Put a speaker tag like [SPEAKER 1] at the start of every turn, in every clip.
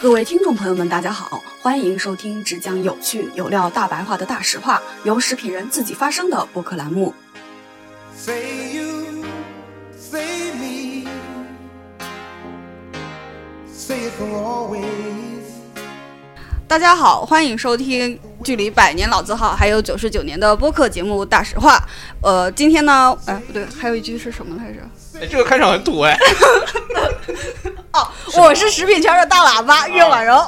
[SPEAKER 1] 各位听众朋友们，大家好，欢迎收听只讲有趣有料大白话的大实话，由食品人自己发声的播客栏目。
[SPEAKER 2] Say you, say me. Say it for always.
[SPEAKER 1] 大家好，欢迎收听距离百年老字号还有九十九年的播客节目《大实话》。呃，今天呢，哎，不对，还有一句是什么来着？
[SPEAKER 3] 哎，这个开场很土 哎，
[SPEAKER 1] 哦我是食品圈的大喇叭岳婉柔。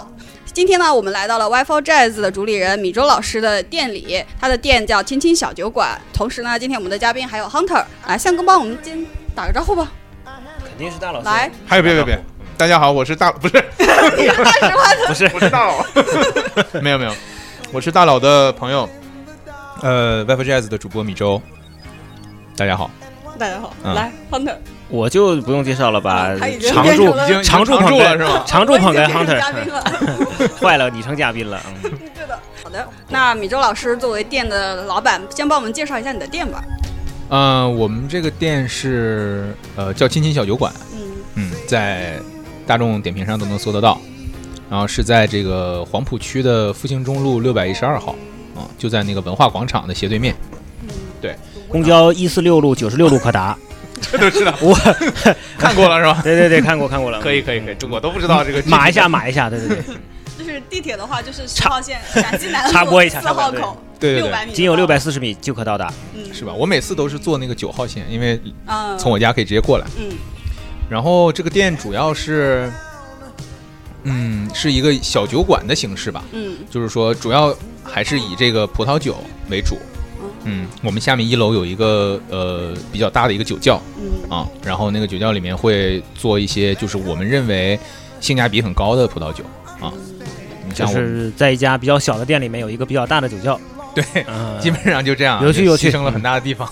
[SPEAKER 1] 今天呢，我们来到了 WiFi Jazz 的主理人米周老师的店里，他的店叫亲亲小酒馆。同时呢，今天我们的嘉宾还有 Hunter，来，向哥帮我们先打个招呼吧。
[SPEAKER 4] 肯定是大老师。
[SPEAKER 1] 来，
[SPEAKER 3] 还有别别别，大家好，我是大不是
[SPEAKER 4] 不是
[SPEAKER 3] 我是大 佬，没有没有，我是大佬的朋友，呃 w i f Jazz 的主播米周，大家好，
[SPEAKER 1] 大家好，
[SPEAKER 3] 嗯
[SPEAKER 1] 来 Hunter，
[SPEAKER 4] 我就不用介绍了吧
[SPEAKER 1] 啊他已？经
[SPEAKER 4] 常
[SPEAKER 1] 变成
[SPEAKER 4] 驻
[SPEAKER 1] 了
[SPEAKER 3] 已经
[SPEAKER 4] 常驻
[SPEAKER 3] 常
[SPEAKER 4] 捧
[SPEAKER 3] 驻
[SPEAKER 4] 哏
[SPEAKER 3] 了是吗？
[SPEAKER 4] 常驻
[SPEAKER 1] 哦我
[SPEAKER 4] 捧哏
[SPEAKER 1] 已经变成嘉宾
[SPEAKER 4] Hunter，
[SPEAKER 1] 了。
[SPEAKER 4] 坏了，你成嘉宾了。嗯
[SPEAKER 1] 对的，好的。那米周老师作为店的老板，先帮我们介绍一下你的店吧。
[SPEAKER 5] 嗯、我们这个店是呃叫亲亲小酒馆，
[SPEAKER 1] 嗯，
[SPEAKER 5] 嗯，在大众点评上都能搜得到，然后是在这个黄浦区的复兴中路六百一十二号，啊、就在那个文化广场的斜对面。
[SPEAKER 4] 公交一四六路九十六路可 达。
[SPEAKER 3] 这都 知道，
[SPEAKER 4] 我，
[SPEAKER 3] 看过了是吧？
[SPEAKER 4] 对对对，看过看过了。
[SPEAKER 3] 可以可以可以，这我都不知道这个
[SPEAKER 4] 嗯码一下码一下，对对对，
[SPEAKER 1] 就是地铁的话，就是十
[SPEAKER 4] 插
[SPEAKER 1] 号线陕西南路
[SPEAKER 4] 插播一下
[SPEAKER 1] 四号
[SPEAKER 4] 插播对
[SPEAKER 1] 口，
[SPEAKER 5] 对对
[SPEAKER 1] 六
[SPEAKER 5] 对，
[SPEAKER 1] 百米，
[SPEAKER 4] 仅有六，百四十米就可到达。
[SPEAKER 1] 嗯，
[SPEAKER 5] 是吧？？我每次都是坐那个九号线，因为
[SPEAKER 1] 嗯，
[SPEAKER 5] 从我家可以直接过来。
[SPEAKER 1] 嗯
[SPEAKER 5] 然后这个店主要是，嗯，是一个小酒馆的形式吧，
[SPEAKER 1] 嗯
[SPEAKER 5] 就是说主要还是以这个葡萄酒为主。嗯，我们下面一楼有一个呃比较大的一个酒窖
[SPEAKER 1] 嗯
[SPEAKER 5] 啊，然后那个酒窖里面会做一些就是我们认为性价比很高的葡萄酒啊。你
[SPEAKER 4] 就
[SPEAKER 5] 像我们
[SPEAKER 4] 是在一家比较小的店里面有一个比较大的酒窖，
[SPEAKER 5] 对，
[SPEAKER 4] 嗯，
[SPEAKER 5] 基本上就这样，
[SPEAKER 4] 有趣
[SPEAKER 5] 就
[SPEAKER 4] 有趣
[SPEAKER 5] 牺牲了很大的地方。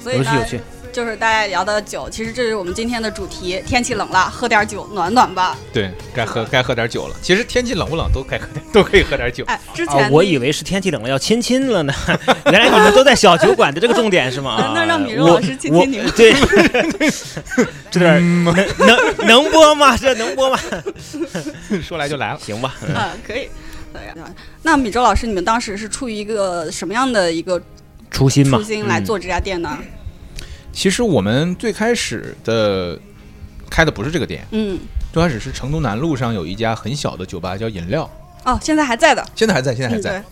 [SPEAKER 1] 所以
[SPEAKER 4] 有趣有
[SPEAKER 1] 呢，
[SPEAKER 4] 趣。
[SPEAKER 1] 就是大家聊的酒，其实这是我们今天的主题。天气冷了，喝点酒暖暖吧。
[SPEAKER 5] 对，该喝该喝点酒了。其实天气冷不冷都该喝点， 都可以喝点酒。
[SPEAKER 1] 哎，之前、
[SPEAKER 4] 啊，我以为是天气冷了要亲亲了呢， 原来你们都在小酒馆的这个重点是吗？啊
[SPEAKER 1] 那让米肉
[SPEAKER 4] 我
[SPEAKER 1] 老师亲
[SPEAKER 4] 我
[SPEAKER 1] 亲你们
[SPEAKER 4] 对， 这点儿
[SPEAKER 3] 嗯
[SPEAKER 4] 能能能播吗？这能播吗？
[SPEAKER 5] 说来就来了。
[SPEAKER 4] 行吧，
[SPEAKER 1] 嗯可以。对呀那米周老师，你们当时是出于一个什么样的一个
[SPEAKER 4] 初心嘛，
[SPEAKER 1] 初心来
[SPEAKER 4] 嗯
[SPEAKER 1] 做这家店呢？
[SPEAKER 5] 其实我们最开始的开的不是这个店，
[SPEAKER 1] 嗯，
[SPEAKER 5] 最开始是成都南路上有一家很小的酒吧叫饮料，
[SPEAKER 1] 哦，现在还在的，
[SPEAKER 5] 现在还在，现在还
[SPEAKER 1] 嗯，
[SPEAKER 5] 在。
[SPEAKER 1] 对，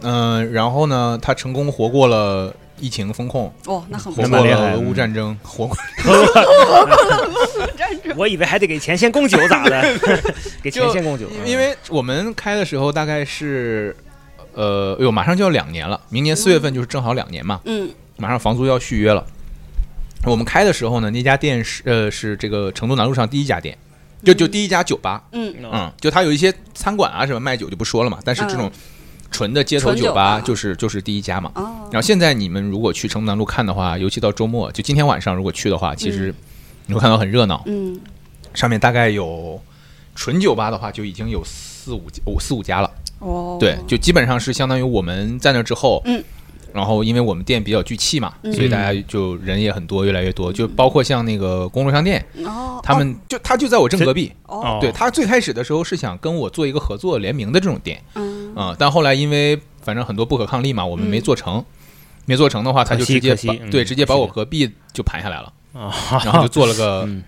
[SPEAKER 5] 嗯、然后呢，他成功活过了疫情风控，
[SPEAKER 1] 哦，那很不错
[SPEAKER 5] 活
[SPEAKER 4] 那么
[SPEAKER 5] 过
[SPEAKER 4] 厉
[SPEAKER 5] 了
[SPEAKER 4] 害
[SPEAKER 5] 俄乌战争，活过
[SPEAKER 4] 我以为还得给前线供酒咋 的，给前线供酒，
[SPEAKER 5] 因因为我们开的时候大概是，呃，哎呦，马上就要两年了，明年四月份就是正好两年嘛，
[SPEAKER 1] 嗯
[SPEAKER 5] 马上房租要续约了。我们开的时候呢，那家店是呃是这个成都南路上第一家店，就就第一家酒吧，
[SPEAKER 1] 嗯
[SPEAKER 4] 嗯
[SPEAKER 5] 嗯，就它有一些餐馆啊什么卖酒就不说了嘛，但是这种纯的街头
[SPEAKER 1] 纯酒
[SPEAKER 5] 酒吧
[SPEAKER 1] 吧
[SPEAKER 5] 就是就是第一家嘛。
[SPEAKER 1] 哦，
[SPEAKER 5] 然后现在你们如果去成都南路看的话，尤其到周末，就今天晚上如果去的话，其实你会看到很热闹。
[SPEAKER 1] 嗯
[SPEAKER 5] 上面大概有纯酒吧的话，就已经有四五五四五家了。
[SPEAKER 1] 哦，
[SPEAKER 5] 对，就基本上是相当于我们在那之后，
[SPEAKER 1] 嗯，
[SPEAKER 5] 然后因为我们店比较聚气嘛，
[SPEAKER 1] 嗯
[SPEAKER 5] 所以大家就人也很多，越来越多。就包括像那个公路商店，
[SPEAKER 1] 哦，
[SPEAKER 5] 他们就他就在我正隔壁。
[SPEAKER 1] 哦，
[SPEAKER 5] 对他最开始的时候是想跟我做一个合作联名的这种店，
[SPEAKER 1] 嗯
[SPEAKER 5] 啊、但后来因为反正很多不可抗力嘛，我们没
[SPEAKER 1] 嗯
[SPEAKER 5] 做成。没做成的话，他就
[SPEAKER 4] 可惜
[SPEAKER 5] 直接
[SPEAKER 4] 可惜
[SPEAKER 5] 把、
[SPEAKER 4] 嗯
[SPEAKER 5] 对直接把我
[SPEAKER 4] 是的
[SPEAKER 5] 隔壁就盘下来了，然
[SPEAKER 4] 然
[SPEAKER 5] 后就做了个、
[SPEAKER 4] 嗯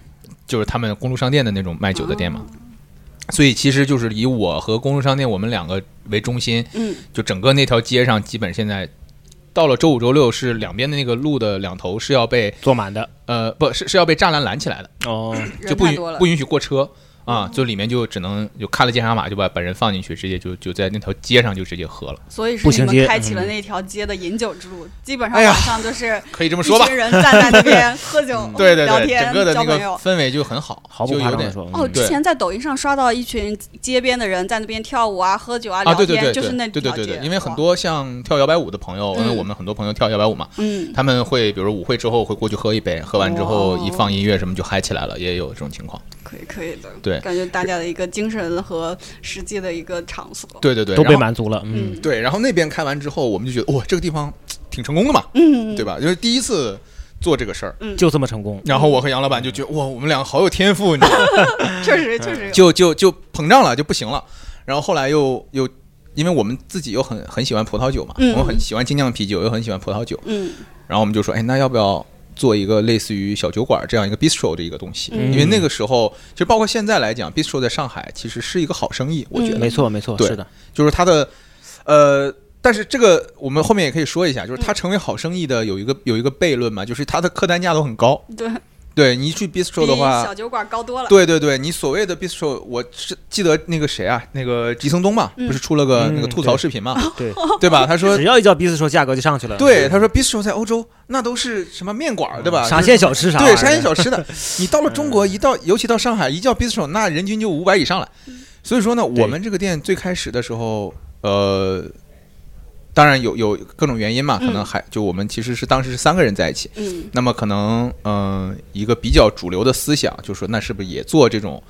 [SPEAKER 5] 就是他们公路商店的那种卖酒的店
[SPEAKER 1] 哦
[SPEAKER 5] 嘛。所以其实就是以我和公路商店我们两个为中心，
[SPEAKER 1] 嗯
[SPEAKER 5] 就整个那条街上基本现在到了周五周六是两边的那个路的两头是要被
[SPEAKER 4] 做满的
[SPEAKER 5] 呃不是是要被栅栏拦起来的，
[SPEAKER 4] 哦，
[SPEAKER 5] 就
[SPEAKER 1] 人
[SPEAKER 5] 不
[SPEAKER 1] 太
[SPEAKER 5] 允
[SPEAKER 1] 多了嗯
[SPEAKER 5] 不，允许过车啊，就里面就只能就看了健康码就把把人放进去，直接就就在那条街上就直接喝了，
[SPEAKER 1] 所以是
[SPEAKER 4] 步
[SPEAKER 1] 你
[SPEAKER 4] 行
[SPEAKER 1] 们
[SPEAKER 4] 街
[SPEAKER 1] 开启了
[SPEAKER 4] 嗯
[SPEAKER 1] 那条街的饮酒之路，基本上
[SPEAKER 5] 哎呀
[SPEAKER 1] 晚上 就是
[SPEAKER 5] 可以这么说
[SPEAKER 1] 一
[SPEAKER 5] 吧
[SPEAKER 1] 群。人站在那 边喝酒，
[SPEAKER 5] 对对
[SPEAKER 1] 聊
[SPEAKER 5] 对，
[SPEAKER 1] 天
[SPEAKER 5] 整个的
[SPEAKER 1] 交
[SPEAKER 5] 那个
[SPEAKER 1] 朋友。
[SPEAKER 5] 氛围就很好，
[SPEAKER 4] 毫不
[SPEAKER 5] 就有
[SPEAKER 4] 夸张的
[SPEAKER 5] 点
[SPEAKER 4] 说，
[SPEAKER 1] 哦，
[SPEAKER 4] 嗯
[SPEAKER 1] 之
[SPEAKER 5] 对
[SPEAKER 1] 前在抖音上刷到一群街边的人在那边跳舞啊、喝酒啊、
[SPEAKER 5] 啊，
[SPEAKER 1] 聊
[SPEAKER 5] 对对
[SPEAKER 1] 天，
[SPEAKER 5] 对
[SPEAKER 1] 就
[SPEAKER 5] 对
[SPEAKER 1] 是那
[SPEAKER 5] 对对
[SPEAKER 1] 条
[SPEAKER 5] 对
[SPEAKER 1] 街
[SPEAKER 5] 对，因为很，多像跳摇摆舞的朋友，因为
[SPEAKER 1] 嗯
[SPEAKER 5] 我们很多朋友跳摇摆舞嘛，
[SPEAKER 1] 哇嗯，
[SPEAKER 5] 他们会比如舞会之后会过去喝一杯，喝完之后
[SPEAKER 1] 哦
[SPEAKER 5] 一放音乐什么就嗨起来了，也有这种情况。
[SPEAKER 1] 可以可以的，
[SPEAKER 5] 对
[SPEAKER 1] 感觉大家的一个精神和实际的一个场所，
[SPEAKER 5] 对对对，
[SPEAKER 4] 都被
[SPEAKER 5] 然后
[SPEAKER 4] 满足了，嗯，
[SPEAKER 1] 嗯
[SPEAKER 5] 对，然后那边开完之后，我们就觉得哇，这个地方嘖挺成功的嘛，
[SPEAKER 1] 嗯，
[SPEAKER 5] 对吧？就是第一次做这个事儿。
[SPEAKER 4] 就这么成功。
[SPEAKER 5] 然后我和杨老板就觉得哇，我们两个好有天赋，你知道 吗？
[SPEAKER 1] 确实确实有。
[SPEAKER 5] 嗯就就就膨胀了，就不行了。然后后来又又，因为我们自己又很很喜欢葡萄酒嘛，
[SPEAKER 1] 嗯
[SPEAKER 5] 我们很喜欢精酿啤酒，又很喜欢葡萄酒，
[SPEAKER 1] 嗯
[SPEAKER 5] 然后我们就说，哎，那要不要做一个类似于小酒馆这样一个 bistro 的一个东西？
[SPEAKER 1] 嗯
[SPEAKER 5] 因为那个时候，其实包括现在来讲，bistro 在上海其实是一个好生意，我觉得、
[SPEAKER 4] 没错，没错，
[SPEAKER 5] 对
[SPEAKER 4] 是的，
[SPEAKER 5] 就是它的，呃。但是这个我们后面也可以说一下，就是它成为好生意的有一个有一个悖论嘛，就是它的客单价都很高。
[SPEAKER 1] 对，
[SPEAKER 5] 对你一去 bistro 的话，
[SPEAKER 1] 比小酒馆高多了。
[SPEAKER 5] 对对对，你所谓的 bistro，我是记得那个谁啊，那个吉森东嘛，
[SPEAKER 1] 嗯哦
[SPEAKER 5] 不是出了个
[SPEAKER 4] 嗯
[SPEAKER 5] 那个吐槽视频嘛，
[SPEAKER 4] 对，
[SPEAKER 5] 对吧？他说
[SPEAKER 4] 只，要一叫鼻子说，价格就上去了。
[SPEAKER 5] 对，他说 bistro 在欧洲那都是什么面馆儿，对吧？
[SPEAKER 4] 嗯沙县小吃啥玩
[SPEAKER 5] 对
[SPEAKER 4] 意儿的？嗯
[SPEAKER 5] 沙县小吃的，你到了中国一到，尤其到上海一叫 bistro，那人均就五百以上了。所以说呢，
[SPEAKER 4] 对
[SPEAKER 5] 我们这个店最开始的时候，呃。当然有有各种原因嘛，可能
[SPEAKER 1] 嗯
[SPEAKER 5] 还就我们其实是当时是三个人在一起，
[SPEAKER 1] 嗯
[SPEAKER 5] 那么可能，嗯、一个比较主流的思想就是说，那是不是也做这种